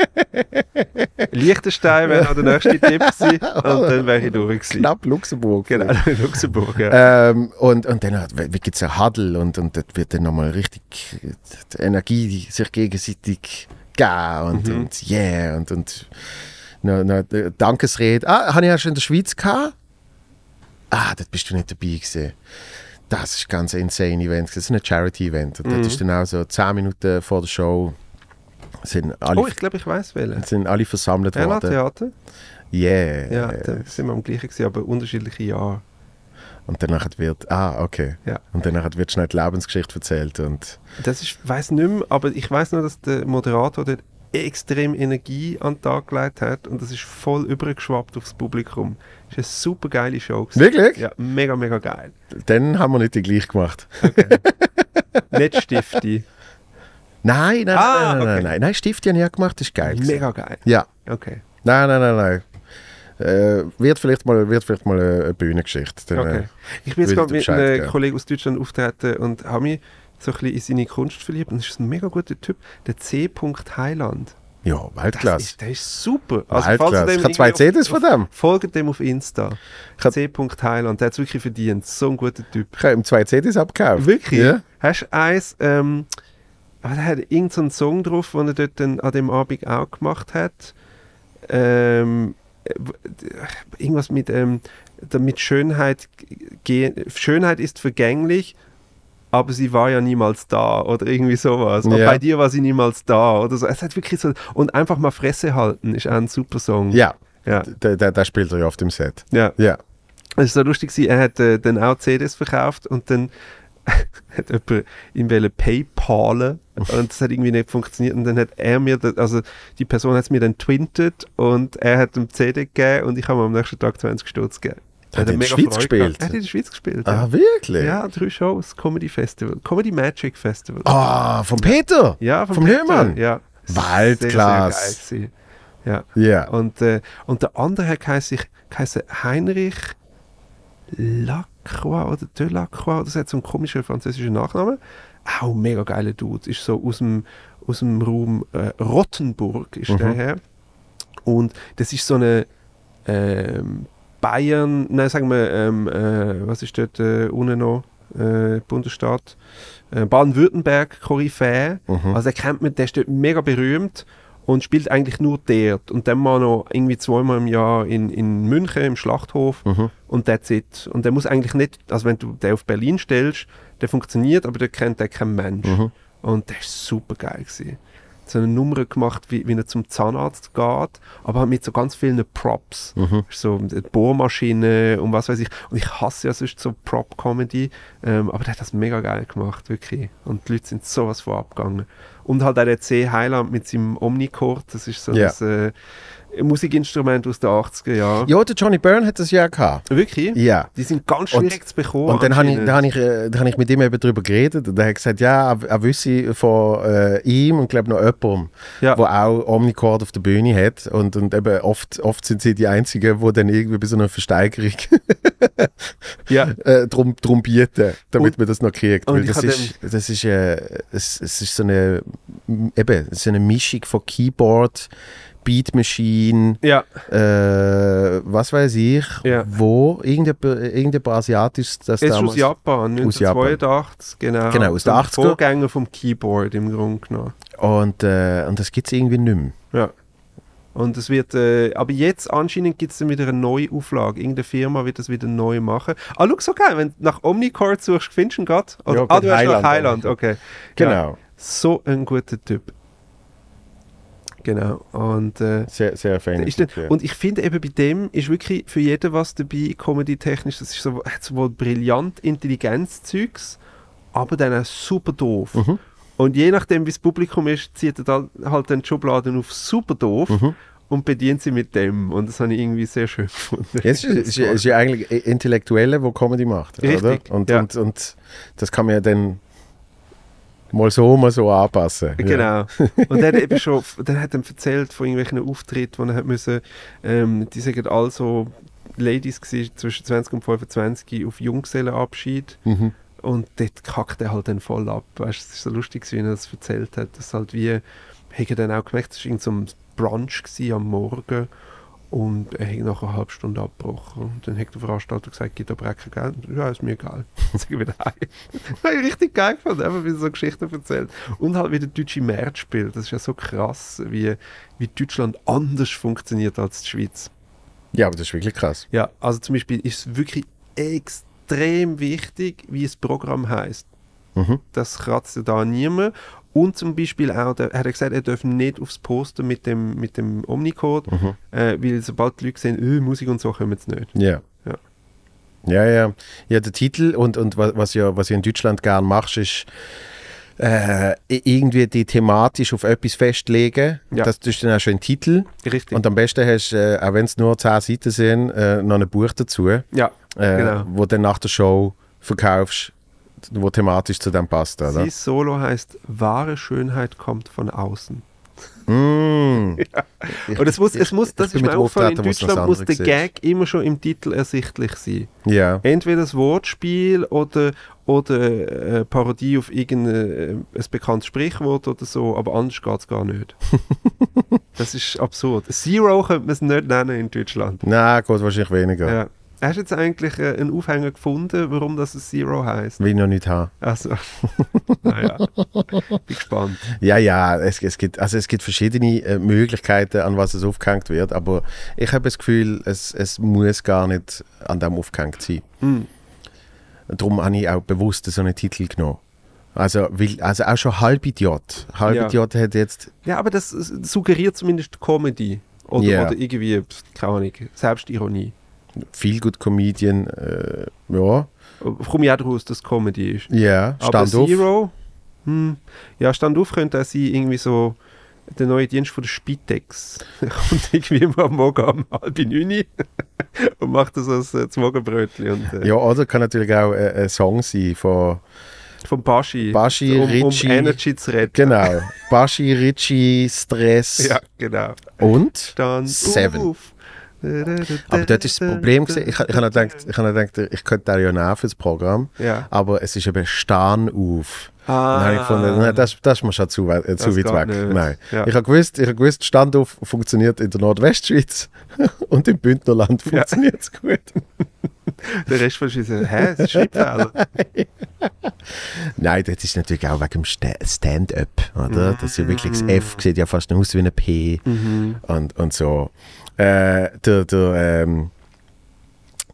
[SPEAKER 2] Liechtenstein wäre noch der nächste Tipp gewesen und dann wäre ich durch gewesen.
[SPEAKER 1] Knapp Luxemburg.
[SPEAKER 2] Genau, Luxemburg, ja.
[SPEAKER 1] Ähm, und, und dann gibt es einen Huddle und, und dort wird dann nochmal richtig die Energie die sich gegenseitig geben und,
[SPEAKER 2] Mhm.
[SPEAKER 1] und yeah und, und noch, noch eine Dankesrede. Ah, habe ich ja schon in der Schweiz gehabt? Ah, dort bist du nicht dabei gewesen. Das ist ganz ein insane Event. Das ist ein Charity-Event. Und
[SPEAKER 2] Mhm.
[SPEAKER 1] dort ist dann auch so 10 Minuten vor der Show sind alle,
[SPEAKER 2] Oh, ich glaube, ich weiß welchen.
[SPEAKER 1] sind alle versammelt
[SPEAKER 2] Erna
[SPEAKER 1] worden.
[SPEAKER 2] Theater?
[SPEAKER 1] Yeah.
[SPEAKER 2] Ja, da sind wir am gleichen gewesen, aber unterschiedliche Jahre.
[SPEAKER 1] Und danach wird, ah, okay.
[SPEAKER 2] Ja.
[SPEAKER 1] Und danach wird schnell die Lebensgeschichte erzählt und
[SPEAKER 2] Das ist, weiß nicht mehr, aber ich weiß nur, dass der Moderator dort extrem Energie an den Tag gelegt hat und das ist voll übergeschwappt aufs Publikum. Das ist eine super geile Show. gewesen.
[SPEAKER 1] Wirklich?
[SPEAKER 2] Ja, mega, mega geil.
[SPEAKER 1] Dann haben wir nicht die gleich gemacht.
[SPEAKER 2] Nicht Stifti.
[SPEAKER 1] Nein, nein,
[SPEAKER 2] Ah,
[SPEAKER 1] nein, nein,
[SPEAKER 2] okay.
[SPEAKER 1] nein, nein. Nein, Stift habe ich auch gemacht, das ist geil. gewesen.
[SPEAKER 2] mega geil.
[SPEAKER 1] Ja,
[SPEAKER 2] Okay.
[SPEAKER 1] nein, nein, nein, nein. Äh, wird, vielleicht mal, wird vielleicht mal eine eine Bühnengeschichte. Dann,
[SPEAKER 2] Okay. Ich bin
[SPEAKER 1] würde ich Äh,
[SPEAKER 2] jetzt gerade
[SPEAKER 1] dir
[SPEAKER 2] mit
[SPEAKER 1] Bescheid
[SPEAKER 2] einem
[SPEAKER 1] geben.
[SPEAKER 2] Kollegen aus Deutschland auftreten und habe mich so ein bisschen in seine Kunst verliebt. Und das ist ein mega guter Typ. Der C. Heiland.
[SPEAKER 1] äh, ja,
[SPEAKER 2] Das
[SPEAKER 1] Weltklasse.
[SPEAKER 2] Ist, der also ist super.
[SPEAKER 1] Weltklasse. Ah, halt Ich habe zwei
[SPEAKER 2] irgendwie auf-
[SPEAKER 1] CDs von dem.
[SPEAKER 2] Folgt dem auf Insta.
[SPEAKER 1] Ich hab-
[SPEAKER 2] C. Heiland. Der hat es wirklich verdient. So ein guter Typ.
[SPEAKER 1] Ich habe ihm zwei CDs abgekauft.
[SPEAKER 2] Wirklich?
[SPEAKER 1] Ja.
[SPEAKER 2] Hast du eins, ähm, ah, der hat irgendeinen so einen Song drauf, den er dort dann an dem Abend auch gemacht hat. Ähm, äh, w- d- irgendwas mit, ähm, damit Schönheit, ge- Schönheit ist vergänglich, aber sie war ja niemals da oder irgendwie sowas. Und
[SPEAKER 1] Ja.
[SPEAKER 2] bei dir war sie niemals da oder so. Es hat wirklich so. Und einfach mal Fresse halten ist auch ein super Song.
[SPEAKER 1] Ja,
[SPEAKER 2] Ja.
[SPEAKER 1] der, der, der spielt er ja auf dem Set.
[SPEAKER 2] ja.
[SPEAKER 1] Ja.
[SPEAKER 2] Es war so lustig, gewesen, er hat äh, dann auch CDs verkauft und dann hat jemand ihm wollte Paypalen und das hat irgendwie nicht funktioniert und dann hat er mir, das, also die Person hat es mir dann twintet und er hat ihm die CD gegeben und ich habe ihm am nächsten Tag 20 Stutz gegeben.
[SPEAKER 1] Hat er in der
[SPEAKER 2] mega
[SPEAKER 1] Schweiz
[SPEAKER 2] Freude
[SPEAKER 1] gespielt?
[SPEAKER 2] gehabt. Er hat in der Schweiz gespielt,
[SPEAKER 1] Ah,
[SPEAKER 2] ja.
[SPEAKER 1] wirklich?
[SPEAKER 2] Ja, drei Shows, Comedy Festival, Comedy Magic Festival.
[SPEAKER 1] Ah, von Peter?
[SPEAKER 2] Ja,
[SPEAKER 1] vom
[SPEAKER 2] Peter,
[SPEAKER 1] Höhmann?
[SPEAKER 2] Ja.
[SPEAKER 1] Weltklasse.
[SPEAKER 2] Sehr, sehr geil gewesen. ja.
[SPEAKER 1] Ja.
[SPEAKER 2] Und, äh, und der andere hat geheißen, geheißen Heinrich Lacroix oder Delacroix, das hat so einen komischen französischen Nachnamen. Auch ein mega geiler Dude, ist so aus dem, aus dem Raum äh, Rottenburg ist der her. Und das ist so eine ähm, Bayern, nein, sagen wir, ähm, äh, was ist dort äh, unten noch? Äh, Bundesstaat. Äh, Baden-Württemberg, Koryphäe. Also er kennt man, der ist dort mega berühmt und spielt eigentlich nur dort. Und dann mal noch irgendwie zweimal im Jahr in, in München im Schlachthof und that's it. Und der muss eigentlich nicht, also wenn du den auf Berlin stellst, der funktioniert, aber dort kennt der kein Mensch. Und der ist super geil gewesen. So eine Nummer gemacht, wie, wie er zum Zahnarzt geht, aber halt mit so ganz vielen Props.
[SPEAKER 1] Mhm.
[SPEAKER 2] So eine Bohrmaschine und was weiß ich. Und ich hasse ja sonst so Prop-Comedy, ähm, aber der hat das mega geil gemacht, wirklich. Und die Leute sind sowas von abgegangen. Und halt auch der C. Highland mit seinem Omnicord, das ist so
[SPEAKER 1] Ja.
[SPEAKER 2] das äh, Musikinstrument aus den 80er Jahren.
[SPEAKER 1] Ja, der Johnny Byrne hat das ja auch gehabt.
[SPEAKER 2] Wirklich?
[SPEAKER 1] Ja.
[SPEAKER 2] Die sind ganz
[SPEAKER 1] Und-
[SPEAKER 2] schwierig zu bekommen.
[SPEAKER 1] Und dann habe ich,
[SPEAKER 2] anscheinend.
[SPEAKER 1] dann hab ich, äh, dann hab ich mit ihm eben darüber geredet und er hat gesagt, ja, er, er wüsste von äh, ihm und glaube noch jemandem,
[SPEAKER 2] Ja.
[SPEAKER 1] wo auch Omnicord auf der Bühne hat und, und eben oft, oft sind sie die Einzigen, die dann irgendwie bei so einer Versteigerung
[SPEAKER 2] ja.
[SPEAKER 1] äh, drum, drum bieten, damit
[SPEAKER 2] Und-
[SPEAKER 1] man das noch kriegt.
[SPEAKER 2] und
[SPEAKER 1] Weil
[SPEAKER 2] ich
[SPEAKER 1] das,
[SPEAKER 2] hab
[SPEAKER 1] ist, das ist, äh, es, es ist so eine, eben, so eine Mischung von Keyboard, Beat Machine,
[SPEAKER 2] Ja.
[SPEAKER 1] äh, was weiß ich,
[SPEAKER 2] Ja.
[SPEAKER 1] wo irgendein, irgendein Asiatisches das
[SPEAKER 2] Es ist aus Japan,
[SPEAKER 1] Aus Japan.
[SPEAKER 2] 1982, genau.
[SPEAKER 1] Genau, aus
[SPEAKER 2] So
[SPEAKER 1] den
[SPEAKER 2] ein
[SPEAKER 1] 80er.
[SPEAKER 2] Vorgänger vom Keyboard im Grunde genommen.
[SPEAKER 1] Und, äh, und das gibt es irgendwie nicht mehr.
[SPEAKER 2] Ja. Und es wird, äh, aber jetzt anscheinend gibt es dann wieder eine neue Auflage. Irgendeine Firma wird das wieder neu machen. Ah, schau, so geil, wenn du nach Omnicord suchst, findest du ihn gerade.
[SPEAKER 1] Ja,
[SPEAKER 2] ah,
[SPEAKER 1] gut,
[SPEAKER 2] du hast nach
[SPEAKER 1] Highland,
[SPEAKER 2] Highland, okay. Ja.
[SPEAKER 1] Genau.
[SPEAKER 2] So ein guter Typ. Genau. Und, äh,
[SPEAKER 1] Sehr, sehr
[SPEAKER 2] Der
[SPEAKER 1] fein.
[SPEAKER 2] Ist dann, und ich finde eben bei dem ist wirklich für jeden was dabei, comedy-technisch. Das ist so, hat sowohl brillant Intelligenzzeugs, aber dann auch super doof. Und je nachdem, wie das Publikum ist, zieht er dann halt den Schubladen auf super doof
[SPEAKER 1] Mhm.
[SPEAKER 2] und bedient sie mit dem. Und das habe ich irgendwie sehr schön gefunden.
[SPEAKER 1] Jetzt ist, ist, ist ja eigentlich Intellektuelle, wo Comedy macht,
[SPEAKER 2] Richtig,
[SPEAKER 1] oder? Und,
[SPEAKER 2] ja.
[SPEAKER 1] und, und das kann man ja dann mal so, mal so anpassen. Ja.
[SPEAKER 2] Genau. Und dann eben schon, dann hat er erzählt von irgendwelchen Auftritten, die er hat müssen, ähm, die sind all so Ladies gewesen, zwischen 20 und 25 auf Junggesellenabschied.
[SPEAKER 1] Mhm.
[SPEAKER 2] Und dort kackt er halt dann voll ab. Weißt, du, es ist so lustig, gewesen, wie er das erzählt hat. Das halt wie, hat er dann auch gemerkt, es war irgend so ein Brunch gewesen am Morgen und er hat nach einer halben Stunde abgebrochen. Und dann hat der Veranstalter gesagt, gibt aber auch kein Geld. Und ich, Ja, ist mir egal. Dann sind wir wieder heim. Das habe ich richtig geil gefunden, einfach wie er so Geschichten erzählt. Und halt wie der deutsche März spielt. Das ist ja so krass, wie, wie Deutschland anders funktioniert als die Schweiz.
[SPEAKER 1] ja, aber das ist wirklich krass.
[SPEAKER 2] Ja, also zum Beispiel ist es wirklich extrem wichtig, wie das Programm heißt.
[SPEAKER 1] Mhm.
[SPEAKER 2] Das kratzt ja da niemand. Und zum Beispiel auch, der, hat er gesagt, er dürfe nicht aufs Poster mit dem, mit dem Omnicode,
[SPEAKER 1] Mhm.
[SPEAKER 2] äh, weil sobald die Leute sehen, öh, Musik und so, kommen sie nicht.
[SPEAKER 1] Ja.
[SPEAKER 2] Ja.
[SPEAKER 1] Ja, ja. Ja, der Titel und, und wa- was ja, was ja in Deutschland gern machst, ist äh, irgendwie die thematisch auf etwas festlegen.
[SPEAKER 2] Ja.
[SPEAKER 1] Das ist dann auch schon ein Titel.
[SPEAKER 2] Richtig.
[SPEAKER 1] Und am besten hast du, äh, auch wenn es nur 10 Seiten sind, äh, noch ein Buch dazu, äh,
[SPEAKER 2] ja, genau.
[SPEAKER 1] wo dann nach der Show verkaufst, wo thematisch zu dem passt, oder?
[SPEAKER 2] Sein Solo heißt Wahre Schönheit kommt von außen.
[SPEAKER 1] Mm.
[SPEAKER 2] Und es muss, es muss,
[SPEAKER 1] ich
[SPEAKER 2] das
[SPEAKER 1] bin
[SPEAKER 2] ist mir
[SPEAKER 1] mit
[SPEAKER 2] aufgefallen, in
[SPEAKER 1] Auftreten, wo es was
[SPEAKER 2] Deutschland muss der
[SPEAKER 1] anderes
[SPEAKER 2] Gag immer schon im Titel ersichtlich sein.
[SPEAKER 1] Ja.
[SPEAKER 2] entweder das Wortspiel oder, oder äh, Parodie auf irgendein äh, ein bekanntes Sprichwort oder so, aber anders geht es gar nicht. das ist absurd. Zero könnte man es nicht nennen in Deutschland.
[SPEAKER 1] Nein, gut, wahrscheinlich weniger.
[SPEAKER 2] Ja. Hast du jetzt eigentlich äh, einen Aufhänger gefunden, warum das ein Zero heißt?
[SPEAKER 1] Will ich noch nicht haben.
[SPEAKER 2] Also, naja, bin gespannt.
[SPEAKER 1] Ja, ja, es, es, gibt, also es gibt verschiedene äh, Möglichkeiten, an was es aufgehängt wird, aber ich habe das Gefühl, es, es muss gar nicht an dem aufgehängt sein.
[SPEAKER 2] Hm.
[SPEAKER 1] Darum habe ich auch bewusst so einen Titel genommen. Also, weil, also auch schon Halbidiot. Halbidiot hat jetzt,
[SPEAKER 2] Ja, aber das äh, suggeriert zumindest Comedy. Oder,
[SPEAKER 1] Ja.
[SPEAKER 2] oder irgendwie, pf, keine Ahnung, Selbstironie.
[SPEAKER 1] viel gut Comedian, äh, ja,
[SPEAKER 2] Komme Äh, ich auch daraus, dass Comedy ist.
[SPEAKER 1] ja,
[SPEAKER 2] Aber
[SPEAKER 1] stand auf.
[SPEAKER 2] Zero? Hm. Ja, Standauf könnte auch sein, irgendwie so der neue Dienst von der Spitex. Der kommt irgendwie immer am Morgen um halb neun und macht das als äh, Zwogenbrötchen. Und, äh,
[SPEAKER 1] Ja, oder kann natürlich auch äh, ein Song sein von,
[SPEAKER 2] Vom Baschi.
[SPEAKER 1] Baschi,
[SPEAKER 2] um, um
[SPEAKER 1] Ricci.
[SPEAKER 2] Energy zu retten.
[SPEAKER 1] genau, Baschi, Ritchie, Stress
[SPEAKER 2] Ja, genau.
[SPEAKER 1] und
[SPEAKER 2] Stand
[SPEAKER 1] Seven.
[SPEAKER 2] auf.
[SPEAKER 1] Aber dort ist das Problem, gewesen. ich, ich habe noch gedacht, ich, habe noch gedacht, ich könnte da ja nehmen für das Programm,
[SPEAKER 2] Ja.
[SPEAKER 1] aber es ist eben Stern auf.
[SPEAKER 2] Ah.
[SPEAKER 1] Dann habe ich gefunden, nein, das, das ist mir schon zu, weit- äh, zu
[SPEAKER 2] Das
[SPEAKER 1] weit
[SPEAKER 2] geht
[SPEAKER 1] weg.
[SPEAKER 2] nicht.
[SPEAKER 1] Nein.
[SPEAKER 2] Ja.
[SPEAKER 1] Ich habe gewusst, ich habe gewusst, Stand auf funktioniert in der Nordwestschweiz und im Bündnerland funktioniert es gut.
[SPEAKER 2] Der Rest von uns ist, äh, hä, es ist Schreibfehler.
[SPEAKER 1] Nein, das ist natürlich auch wegen dem Sta- Stand-up,
[SPEAKER 2] Mhm,
[SPEAKER 1] oder? Das ist ja wirklich, das F sieht ja fast aus wie ein P und, und so. Äh, der, der, ähm,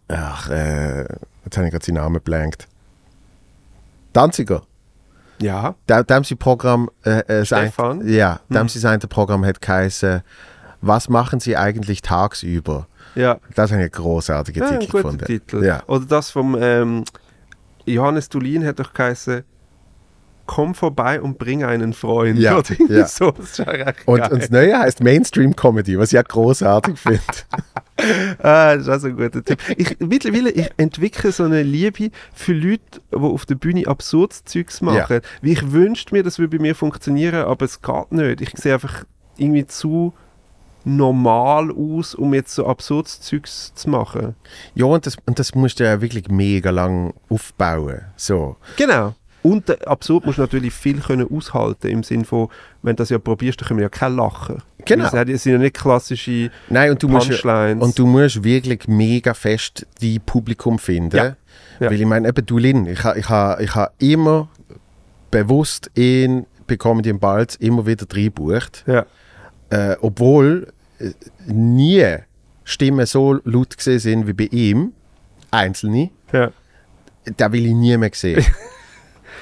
[SPEAKER 1] ach, äh, jetzt habe ich gerade seinen Namen blankt. Danziger.
[SPEAKER 2] ja.
[SPEAKER 1] Da- Dem sein Programm, äh, äh, sein,
[SPEAKER 2] Stefan? Hm.
[SPEAKER 1] ja, dem sein sein Programm hat geheißen, was machen Sie eigentlich tagsüber?
[SPEAKER 2] Ja.
[SPEAKER 1] Das habe ich einen großartigen
[SPEAKER 2] Ja,
[SPEAKER 1] Titel
[SPEAKER 2] ein guter
[SPEAKER 1] gefunden.
[SPEAKER 2] Ah, Titel.
[SPEAKER 1] Ja.
[SPEAKER 2] Oder das vom ähm, Johannes Dulin hat doch geheißen, komm vorbei und bring einen Freund.
[SPEAKER 1] Ja,
[SPEAKER 2] Oder irgendwie
[SPEAKER 1] ja.
[SPEAKER 2] so. Das ist ja recht
[SPEAKER 1] Und,
[SPEAKER 2] geil.
[SPEAKER 1] und das Neue heißt Mainstream Comedy, was ich auch großartig finde.
[SPEAKER 2] Ah, das ist auch so ein guter Tipp. Ich, mittlerweile ich entwickle so eine Liebe für Leute, die auf der Bühne absurdes Zeugs machen. Wie ich wünschte mir, das würde bei mir funktionieren, aber es geht nicht. Ich sehe einfach irgendwie zu normal aus, um jetzt so absurdes Zeugs zu machen.
[SPEAKER 1] Ja, und das, und das musst du ja wirklich mega lang aufbauen. So.
[SPEAKER 2] Genau. Und äh, absurd musst du natürlich viel können aushalten im Sinne von, wenn du das ja probierst, dann können wir ja kein Lachen.
[SPEAKER 1] Genau.
[SPEAKER 2] Das hat- Das sind ja nicht klassische
[SPEAKER 1] Nein, und du musst,
[SPEAKER 2] Punchlines.
[SPEAKER 1] und du musst wirklich mega fest die Publikum finden.
[SPEAKER 2] Ja. Ja.
[SPEAKER 1] Weil ich meine, eben du Lin, ich habe ich ha, ich ha immer bewusst in bei Comedy im Balz immer wieder reingebucht.
[SPEAKER 2] ja.
[SPEAKER 1] Äh, obwohl äh, nie Stimmen so laut gesehen sind wie bei ihm, einzelne.
[SPEAKER 2] Ja.
[SPEAKER 1] da will ich nie mehr sehen.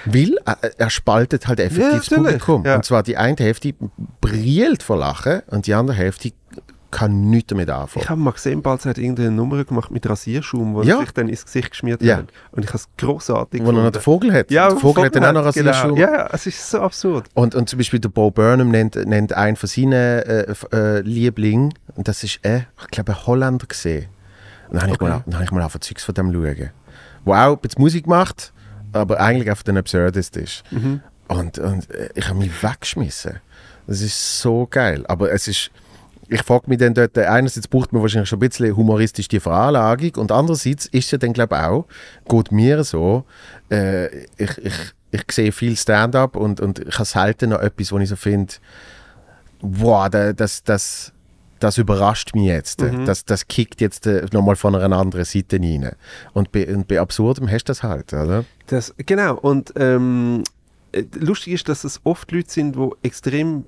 [SPEAKER 1] Weil äh, er spaltet halt effektiv
[SPEAKER 2] Ja,
[SPEAKER 1] das
[SPEAKER 2] natürlich,
[SPEAKER 1] Publikum.
[SPEAKER 2] ja.
[SPEAKER 1] Und zwar die eine Hälfte brillt vor Lachen und die andere Hälfte kann nichts damit anfangen.
[SPEAKER 2] Ich habe mal gesehen, Balz hat irgendeine Nummer gemacht mit Rasierschaum, wo
[SPEAKER 1] Ja.
[SPEAKER 2] er sich dann ins Gesicht geschmiert
[SPEAKER 1] Ja.
[SPEAKER 2] hat. Und ich habe es grossartig
[SPEAKER 1] Wo er noch den Vogel hat.
[SPEAKER 2] ja,
[SPEAKER 1] der Vogel, hat dann auch noch
[SPEAKER 2] genau.
[SPEAKER 1] Rasierschuhe.
[SPEAKER 2] Ja, ja, es ist so absurd.
[SPEAKER 1] Und, und zum Beispiel der Bo Burnham nennt, nennt einen von seinen äh, f- äh, Lieblingen, und das ist, äh, ich glaube, ein Holländer gesehen. Und dann habe
[SPEAKER 2] Okay.
[SPEAKER 1] ich mal, dann habe ich mal auf Zeugs von dem schauen. Wo auch ein bisschen Musik macht, aber eigentlich auf den Absurdest ist. Und, und äh, ich habe mich weggeschmissen. Das ist so geil. Aber es ist, ich frage mich dann dort, äh, einerseits braucht man wahrscheinlich schon ein bisschen humoristisch die Veranlagung und andererseits ist ja dann, glaube ich, auch, geht mir so, äh, ich, ich, ich sehe viel Stand-up und, und ich habe selten noch etwas, wo ich so finde, wow, da- das, das, das überrascht mich jetzt. Das, das kickt jetzt nochmal von einer anderen Seite rein. Und bei, und bei Absurdem hast du das halt, oder?
[SPEAKER 2] Das, genau, und ähm, äh, lustig ist, dass es oft Leute sind, die extrem,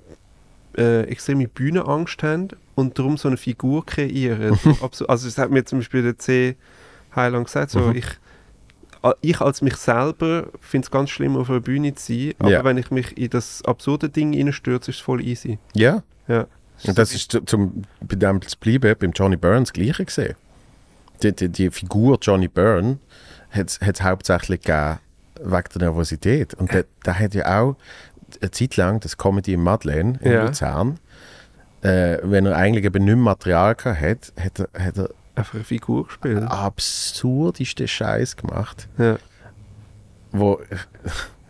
[SPEAKER 2] äh, extreme Bühnenangst haben und darum so eine Figur kreieren. So absu- also das hat mir zum Beispiel der C. Heiland gesagt, so ich, a- ich als mich selber finde es ganz schlimm, auf einer Bühne zu sein, aber
[SPEAKER 1] Ja.
[SPEAKER 2] wenn ich mich in das absurde Ding reinstürze, ist es voll easy.
[SPEAKER 1] Ja.
[SPEAKER 2] Ja.
[SPEAKER 1] Und das ist zu- zum, bei dem zu bleiben, beim Johnny Byrne das Gleiche gesehen. Die, die, die Figur Johnny Byrne hat es hauptsächlich gegeben wegen der Nervosität. Und der, der hat ja auch eine Zeit lang das Comedy in Madeleine in
[SPEAKER 2] Ja.
[SPEAKER 1] Luzern, äh, wenn er eigentlich eben nicht mehr Material gehabt hat, hat er, hat er
[SPEAKER 2] Einfach eine Figur gespielt.
[SPEAKER 1] absurdesten Scheiß gemacht,
[SPEAKER 2] Ja.
[SPEAKER 1] wo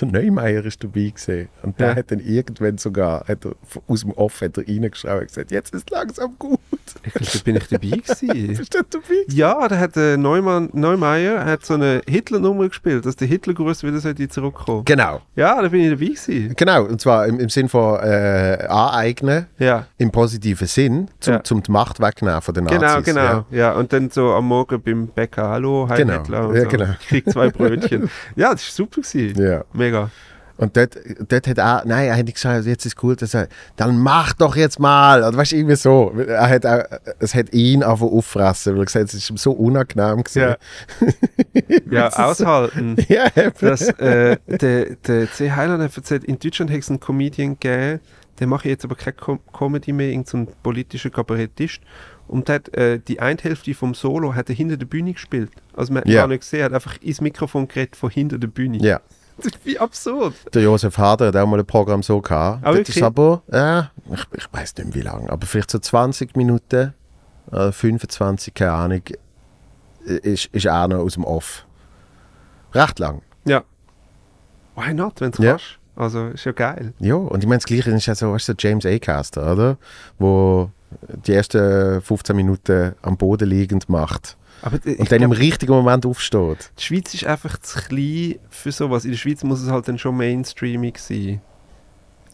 [SPEAKER 1] der Neumeier ist dabei gesehen und der
[SPEAKER 2] Ja.
[SPEAKER 1] hat dann irgendwann sogar hat er, aus dem Off hat er reingeschaut und gesagt, jetzt ist langsam gut,
[SPEAKER 2] Ich glaube, da bin ich dabei gewesen.
[SPEAKER 1] bist du dabei?
[SPEAKER 2] Ja, da hat äh, Neumann, Neumeier hat so eine Hitler-Nummer gespielt, dass der Hitlergruß wieder sollte zurückkommen.
[SPEAKER 1] Genau,
[SPEAKER 2] Ja, da bin ich dabei gewesen.
[SPEAKER 1] genau und zwar im, im Sinn von äh, aneignen,
[SPEAKER 2] Ja,
[SPEAKER 1] im positiven Sinn, zum,
[SPEAKER 2] Ja.
[SPEAKER 1] zum die Macht wegnehmen von den
[SPEAKER 2] genau,
[SPEAKER 1] Nazis.
[SPEAKER 2] genau.
[SPEAKER 1] ja.
[SPEAKER 2] Ja. und dann so am Morgen beim Bäcker, hallo, hi
[SPEAKER 1] Genau,
[SPEAKER 2] Hitler. Und
[SPEAKER 1] ja,
[SPEAKER 2] so.
[SPEAKER 1] genau.
[SPEAKER 2] Ich krieg zwei Brötchen. ja, das war super gewesen.
[SPEAKER 1] Ja.
[SPEAKER 2] Mega.
[SPEAKER 1] Und dort, dort hat er, nein, er hat nicht gesagt, also jetzt ist gut, er sagt, dann mach doch jetzt mal. Oder weißt du, irgendwie so. Er hat auch, es hat ihn einfach auffressen, weil er gesagt hat, es ist ihm so unangenehm gewesen.
[SPEAKER 2] Ja, ja aushalten.
[SPEAKER 1] Ja, eben.
[SPEAKER 2] dass äh, der, der C. Heiland hat erzählt, in Deutschland hätte es einen Comedian gegeben, der macht jetzt aber keine Com Comedy mehr, irgendein so politischer Kabarettist. Und der hat, äh, die eine Hälfte vom Solo hat er hinter der Bühne gespielt. Also man hat
[SPEAKER 1] Ja.
[SPEAKER 2] gar nicht gesehen, er hat einfach ins Mikrofon geredet von hinter der Bühne.
[SPEAKER 1] ja.
[SPEAKER 2] Wie absurd.
[SPEAKER 1] Der Josef Hader hat auch mal ein Programm so gehabt.
[SPEAKER 2] Ah,
[SPEAKER 1] das
[SPEAKER 2] wirklich?
[SPEAKER 1] ist aber, ja, ich, ich weiß nicht mehr wie lange, aber vielleicht so 20 Minuten, äh, 25, keine Ahnung, ist, ist auch noch aus dem Off. Recht lang.
[SPEAKER 2] Ja. Why not, wenn du
[SPEAKER 1] Ja.
[SPEAKER 2] kannst? Also ist ja geil.
[SPEAKER 1] Ja, und ich meine, das Gleiche ist ja so, weißt du, der James Acaster, oder? Wo die ersten 15 Minuten am Boden liegend macht
[SPEAKER 2] Aber äh, ich
[SPEAKER 1] und dann im
[SPEAKER 2] glaub,
[SPEAKER 1] richtigen Moment aufsteht.
[SPEAKER 2] die Schweiz ist einfach zu klein für sowas. In der Schweiz muss es halt dann schon mainstreamig sein.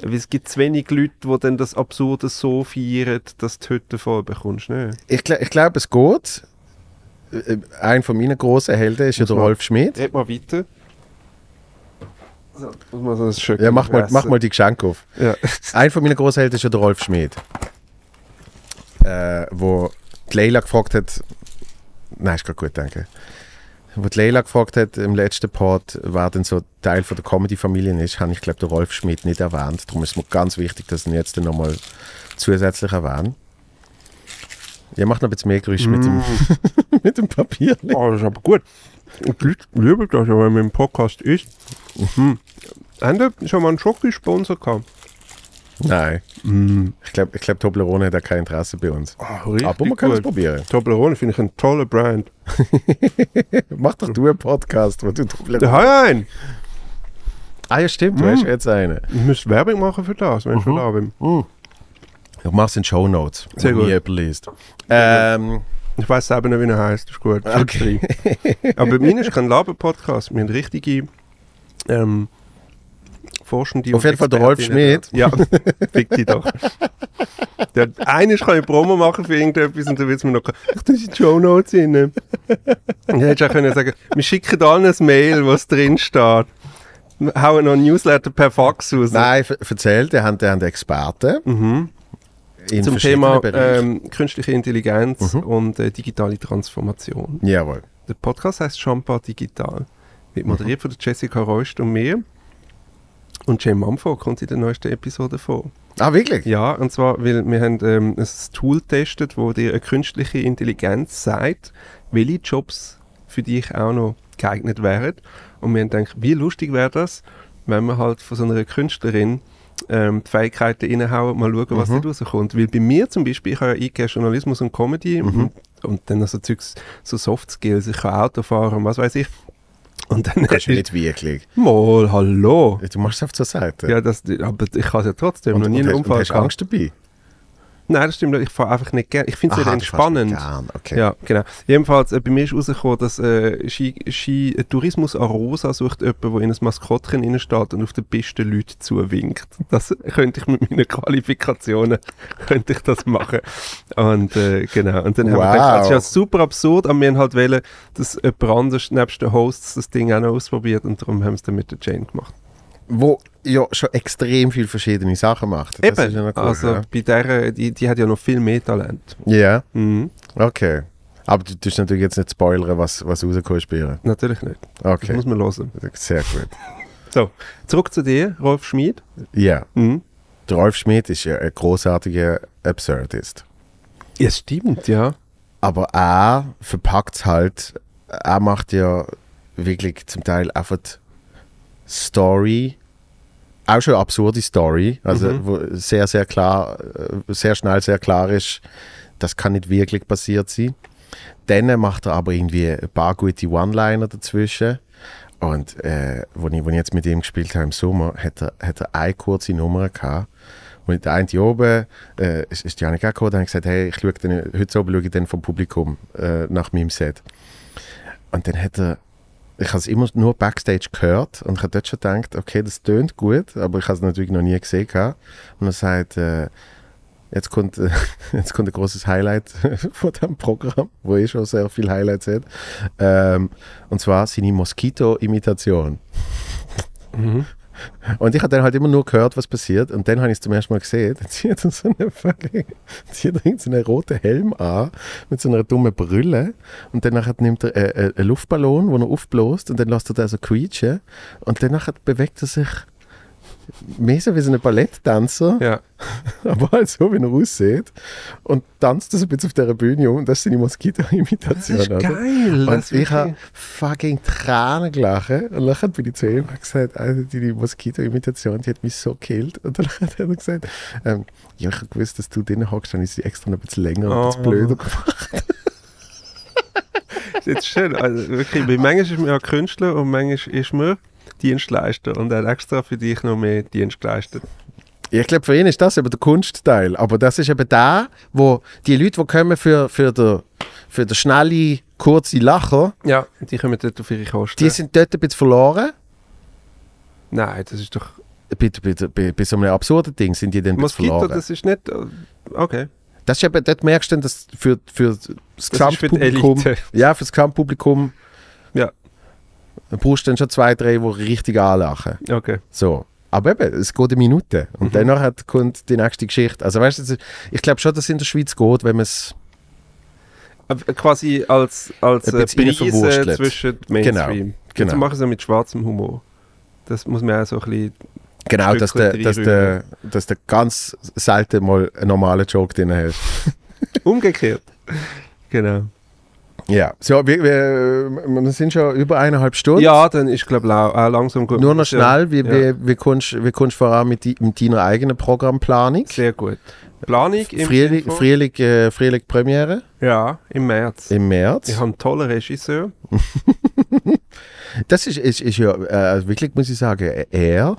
[SPEAKER 2] Weil es gibt zu wenig Leute, die dann das Absurde so feiern, dass du heute voll bekommst. Ne?
[SPEAKER 1] Ich, gl ich glaube, es geht. Äh, Ein von meinen grossen Helden ist ja der
[SPEAKER 2] mal.
[SPEAKER 1] Rolf Schmidt.
[SPEAKER 2] Red mal weiter. So, muss mal so ein Schöckchen
[SPEAKER 1] Ja, mach mal, mach
[SPEAKER 2] essen.
[SPEAKER 1] mal die Geschenke auf.
[SPEAKER 2] Ja.
[SPEAKER 1] Ein von meinen grossen Helden ist ja der Rolf Schmidt. Äh, wo die Leila gefragt hat. Nein, ist gerade gut, danke. Wo die Leila gefragt hat im letzten Part, wer denn so Teil von der Comedy-Familien ist, habe ich, glaube der Rolf Schmidt nicht erwähnt. Darum ist es mir ganz wichtig, dass ich ihn jetzt dann nochmal zusätzlich erwähne. Ihr macht noch ein bisschen mehr Geräusche mit, dem, mit dem Papier.
[SPEAKER 2] Oh, das ist aber gut. Und die Leute lieben das ja, wenn man im Podcast ist. Mhm. Haben die schon mal einen Schokosponsor gehabt?
[SPEAKER 1] Nein. Ich glaube, ich glaub, Toblerone hat da kein Interesse bei uns.
[SPEAKER 2] Oh, richtig
[SPEAKER 1] Aber man kann es probieren.
[SPEAKER 2] Toblerone finde ich ein toller Brand.
[SPEAKER 1] Mach doch du einen Podcast, wo du
[SPEAKER 2] Da
[SPEAKER 1] Toblerone
[SPEAKER 2] habe ich einen.
[SPEAKER 1] Ah ja, stimmt, du hast
[SPEAKER 2] Mm.
[SPEAKER 1] ja jetzt eine.
[SPEAKER 2] Ich müsste Werbung machen für das, wenn ich schon da bin.
[SPEAKER 1] Ich mach's in Show Notes,
[SPEAKER 2] Sehr
[SPEAKER 1] wenn
[SPEAKER 2] gut.
[SPEAKER 1] mir jemand liest. Ähm,
[SPEAKER 2] Ich weiß selber nicht, wie er heißt. Ist gut.
[SPEAKER 1] Ah, Okay.
[SPEAKER 2] Aber bei mir ist kein Laber-Podcast. Wir haben richtige ähm, Forschende.
[SPEAKER 1] Auf
[SPEAKER 2] und
[SPEAKER 1] jeden Fall der Rolf
[SPEAKER 2] Expertinnen da. Ja, fick die doch. Der eine kann ich Promo machen für irgendetwas und dann wird es mir noch. Ich tue die Show Notes rein. Und dann hättest du auch können sagen, wir schicken allen ein Mail, was drin steht. Wir hauen noch einen Newsletter per Fax raus.
[SPEAKER 1] nein, ver- erzähl, der haben, der haben Experten. In
[SPEAKER 2] Mhm. Zum
[SPEAKER 1] verschiedenen
[SPEAKER 2] Thema
[SPEAKER 1] Bereichen.
[SPEAKER 2] ähm, künstliche Intelligenz
[SPEAKER 1] Mhm.
[SPEAKER 2] und äh, digitale Transformation.
[SPEAKER 1] Jawohl.
[SPEAKER 2] Der Podcast heißt Champa Digital. Wird moderiert von der Jessica Reust und mir. Und Jane Mumford kommt in der neuesten Episode vor.
[SPEAKER 1] Ah, wirklich?
[SPEAKER 2] Ja, und zwar, weil wir haben ähm, ein Tool getestet, wo dir eine künstliche Intelligenz sagt, welche Jobs für dich auch noch geeignet wären. Und wir haben gedacht, wie lustig wäre das, wenn wir halt von so einer Künstlerin ähm, die Fähigkeiten reinhauen, mal schauen, was mhm. da rauskommt. Weil bei mir zum Beispiel, ich habe ja eingegeben Journalismus und Comedy
[SPEAKER 1] Mhm.
[SPEAKER 2] und, und dann noch so Zeugs, so Soft Skills, ich kann Auto fahren und was weiß ich. Und dann
[SPEAKER 1] Kannst du nicht wirklich.
[SPEAKER 2] Mal, hallo.
[SPEAKER 1] Du machst es auf zur Seite.
[SPEAKER 2] Ja, das, aber ich kann es ja trotzdem, noch nie einen
[SPEAKER 1] hast, und
[SPEAKER 2] Unfall
[SPEAKER 1] hast Angst dabei?
[SPEAKER 2] Nein, das stimmt. nicht. Ich fahre einfach nicht gerne. Ich finde es
[SPEAKER 1] Aha,
[SPEAKER 2] ja
[SPEAKER 1] du fährst
[SPEAKER 2] entspannend.
[SPEAKER 1] nicht gern, okay.
[SPEAKER 2] Ja, genau. Jedenfalls, äh, bei mir ist rausgekommen, dass äh, Ski, Ski, äh, Tourismus Arosa sucht jemanden, der in ein Maskottchen reinsteht und auf den Piste Leute zuwinkt. Das könnte ich mit meinen Qualifikationen könnte ich das machen. Und äh, genau. Und dann haben wir
[SPEAKER 1] Wow.
[SPEAKER 2] gedacht, das ist ja super absurd, aber wir haben halt wollen, dass jemand anderes, nebst den Hosts, das Ding auch noch ausprobiert und darum haben wir es dann mit der Jane gemacht.
[SPEAKER 1] Wo ja schon extrem viele verschiedene Sachen macht. Das ist ja noch cool,
[SPEAKER 2] also
[SPEAKER 1] ja.
[SPEAKER 2] bei der, die, die hat ja noch viel mehr Talent.
[SPEAKER 1] Ja,
[SPEAKER 2] Mhm.
[SPEAKER 1] okay. Aber du tust natürlich jetzt nicht spoilern, was, was rausgekommen ist bei ihr.
[SPEAKER 2] Natürlich nicht. Das
[SPEAKER 1] Okay,
[SPEAKER 2] muss man hören.
[SPEAKER 1] sehr gut.
[SPEAKER 2] So, zurück zu dir, Rolf Schmid.
[SPEAKER 1] Ja,
[SPEAKER 2] Mhm.
[SPEAKER 1] der Rolf Schmidt ist ja ein großartiger Absurdist.
[SPEAKER 2] Ja, stimmt, ja.
[SPEAKER 1] Aber er verpackt es halt, er macht ja wirklich zum Teil einfach Story, auch schon absurde Story, also
[SPEAKER 2] Mhm.
[SPEAKER 1] wo sehr, sehr klar, äh, sehr schnell, sehr klar ist, das kann nicht wirklich passiert sein. Dann macht er aber irgendwie ein paar gute One-Liner dazwischen. Und äh, wo, ich, wo ich jetzt mit ihm gespielt habe im Sommer, hat er, hat er eine kurze Nummer gehabt. Und der eine hier oben äh, ist, ist die Janik auch gekommen, dann habe ich gesagt, hey, ich schaue den, heute Abend schaue ich den vom Publikum äh, nach meinem Set. Und dann hat er, ich habe es immer nur Backstage gehört und ich habe dort schon gedacht, okay, das tönt gut, aber ich habe es natürlich noch nie gesehen. Gehabt. Und er sagt, äh, jetzt, kommt, äh, jetzt kommt ein großes Highlight von diesem Programm, wo ich schon sehr viele Highlights hat. Ähm, und zwar seine Moskito-Imitation. Mhm. Und ich habe dann halt immer nur gehört, was passiert. Und dann habe ich es zum ersten Mal gesehen. Dann zieht er so einen fucking, zieht er so einen roten Helm an mit so einer dummen Brille. Und dann nachher nimmt er äh, äh, einen Luftballon, den er aufbläst. Und dann lässt er den so quietschen. Und dann nachher bewegt er sich mehr so wie so ein Balletttänzer,
[SPEAKER 2] Ja,
[SPEAKER 1] aber halt so, wie er aussieht. Und tanzt das ein bisschen auf dieser Bühne um. Und das ist seine Moskito-Imitation. oder?
[SPEAKER 2] geil.
[SPEAKER 1] Und ich habe fucking Tränen gelachen. Und dann bin ich zu ihm und hab gesagt, also deine Moskito-Imitation, die hat mich so gekillt. Und dann hat er gesagt, ähm, ja, ich habe gewusst, dass du drin hockst, dann ist sie extra noch ein bisschen länger und ein bisschen
[SPEAKER 2] Oh.
[SPEAKER 1] blöder gemacht.
[SPEAKER 2] das ist schön. Also wirklich, weil manchmal ist man ja Künstler und manchmal ist man Dienstleister und er hat extra für dich noch mehr Dienst geleistet.
[SPEAKER 1] Ich glaube, für ihn ist das eben der Kunstteil. Aber das ist eben der, wo die Leute, die kommen für, für den für den schnellen, kurzen Lacher,
[SPEAKER 2] Ja. Und die kommen dort auf ihre Kosten.
[SPEAKER 1] die sind dort ein bisschen verloren.
[SPEAKER 2] Nein, das ist doch...
[SPEAKER 1] Bei, bei, bei, bei so einem absurden Ding sind die dann ein bisschen
[SPEAKER 2] Moskito,
[SPEAKER 1] verloren.
[SPEAKER 2] das ist nicht... Okay.
[SPEAKER 1] Das ist eben, dort merkst du dann, dass für, für das
[SPEAKER 2] Das ist für die
[SPEAKER 1] Gesamtpublikum,
[SPEAKER 2] Elite.
[SPEAKER 1] ja, für das Gesamtpublikum,
[SPEAKER 2] Ja.
[SPEAKER 1] dann brauchst du dann schon zwei, drei, die richtig anlachen.
[SPEAKER 2] Okay.
[SPEAKER 1] So. Aber eben, es geht eine Minute.
[SPEAKER 2] Mhm.
[SPEAKER 1] Und danach hat, kommt die nächste Geschichte. Also weißt du, das ist- ich glaube schon, dass es in der Schweiz geht, wenn man es
[SPEAKER 2] Aber Quasi als, als
[SPEAKER 1] Ein
[SPEAKER 2] äh,
[SPEAKER 1] bisschen
[SPEAKER 2] Preise
[SPEAKER 1] verwurstelt.
[SPEAKER 2] zwischen Mainstream.
[SPEAKER 1] genau.
[SPEAKER 2] Jetzt machen sie mit schwarzem Humor. Das muss man auch so ein bisschen...
[SPEAKER 1] genau,
[SPEAKER 2] Stück
[SPEAKER 1] dass der,
[SPEAKER 2] rein
[SPEAKER 1] dass, der, dass der ganz selten mal einen normalen Joke drin hast.
[SPEAKER 2] Umgekehrt. Genau.
[SPEAKER 1] Ja, so, wir, wir, wir sind schon über eineinhalb Stunden.
[SPEAKER 2] Ja, dann ist, glaube ich, auch langsam gut.
[SPEAKER 1] Nur noch schnell, wie,
[SPEAKER 2] ja.
[SPEAKER 1] wie, wie, kommst, wie kommst du voran mit, di- mit deiner eigenen Programmplanung?
[SPEAKER 2] Sehr gut. Planung im
[SPEAKER 1] Frühling,
[SPEAKER 2] Sinn von-
[SPEAKER 1] Frühling, äh, Frühling Premiere
[SPEAKER 2] Ja, im März.
[SPEAKER 1] im März.
[SPEAKER 2] Ich habe einen tollen Regisseur.
[SPEAKER 1] Das ist, ist, ist ja äh, wirklich, muss ich sagen, äh, er.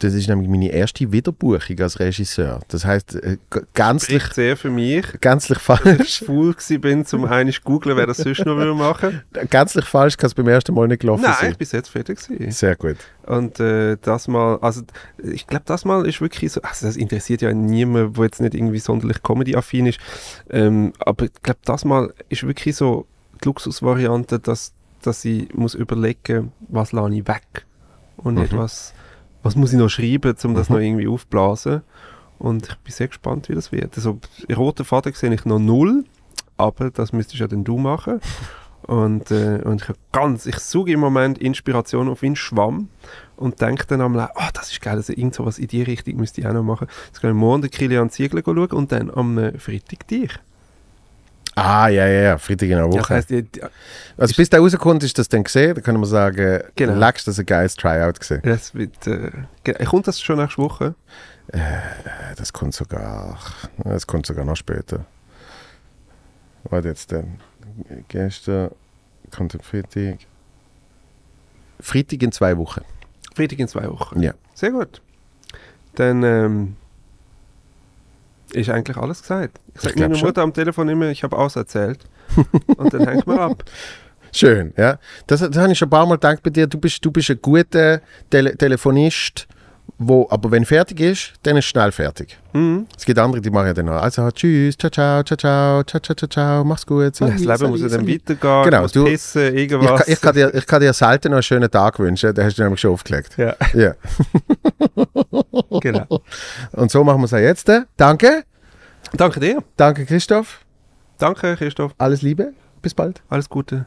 [SPEAKER 1] Das ist nämlich meine erste Wiederbuchung als Regisseur. Das heißt, äh, g- gänzlich,
[SPEAKER 2] Spricht sehr für mich.
[SPEAKER 1] gänzlich
[SPEAKER 2] Dass ich
[SPEAKER 1] falsch.
[SPEAKER 2] faul gewesen bin, zum einen zu googeln, wer das sonst noch will machen
[SPEAKER 1] gänzlich falsch kann es beim ersten Mal nicht gelaufen
[SPEAKER 2] Nein,
[SPEAKER 1] sein.
[SPEAKER 2] ich bin jetzt fertig gewesen.
[SPEAKER 1] Sehr gut.
[SPEAKER 2] Und äh, das mal, also ich glaube, das mal ist wirklich so, also das interessiert ja niemand, der jetzt nicht irgendwie sonderlich Comedy-affin ist, ähm, aber ich glaube, das mal ist wirklich so die Luxusvariante, dass, dass ich muss überlegen, was lade ich weg und nicht was, was muss ich noch schreiben, um das noch irgendwie aufblasen. Und ich bin sehr gespannt, wie das wird. Also, den roten Faden sehe ich noch null, aber das müsstest ja dann du machen. Und, äh, und ich hab ganz, ich suche im Moment Inspiration auf einen Schwamm und denke dann am Leben, oh, das ist geil, also irgend sowas in die Richtung müsste ich auch noch machen. Jetzt gehe ich morgen den Kilian Ziegler schauen und dann am äh, Freitag dich.
[SPEAKER 1] Ah, ja, ja, ja, Freitag in der Woche.
[SPEAKER 2] Ja, das heisst, ich-
[SPEAKER 1] also bis der rauskommt, ist das dann gesehen. Da können wir sagen,
[SPEAKER 2] Genau.
[SPEAKER 1] genau. leckst, das ein geiles Tryout gesehen.
[SPEAKER 2] das wird, äh, genau. kommt das schon nächste Woche?
[SPEAKER 1] Das kommt sogar, das kommt sogar noch später. Warte jetzt dann. Gestern, Content Freitag. Freitag in zwei Wochen.
[SPEAKER 2] Freitag in zwei Wochen.
[SPEAKER 1] Ja.
[SPEAKER 2] Sehr gut. Dann ähm, ist eigentlich alles gesagt. Ich
[SPEAKER 1] Ich
[SPEAKER 2] sage
[SPEAKER 1] glaub
[SPEAKER 2] meiner
[SPEAKER 1] schon.
[SPEAKER 2] Mutter am Telefon immer, ich habe alles erzählt. und dann hängt man ab.
[SPEAKER 1] Schön, ja. Das, das habe ich schon ein paar Mal gedacht bei dir. Du bist, du bist ein guter Tele Telefonist, wo, aber wenn fertig ist, dann ist schnell fertig.
[SPEAKER 2] Mhm.
[SPEAKER 1] Es gibt andere, die machen ja dann noch. Also tschüss, ciao, ciao, ciao, ciao, ciao, ciao, ciao, ciao mach's gut.
[SPEAKER 2] Das Leben muss ja dann weitergehen,
[SPEAKER 1] Genau,
[SPEAKER 2] muss
[SPEAKER 1] du-
[SPEAKER 2] pissen,
[SPEAKER 1] Ich,
[SPEAKER 2] irgendwas.
[SPEAKER 1] kann- ich, kann dir, ich kann dir selten noch einen schönen Tag wünschen, den hast du nämlich schon aufgelegt.
[SPEAKER 2] ja,
[SPEAKER 1] Ja.
[SPEAKER 2] genau.
[SPEAKER 1] Und so machen wir es auch jetzt. äh. Danke.
[SPEAKER 2] Danke dir.
[SPEAKER 1] Danke, Christoph.
[SPEAKER 2] Danke, Christoph.
[SPEAKER 1] Alles Liebe. Bis bald.
[SPEAKER 2] Alles Gute.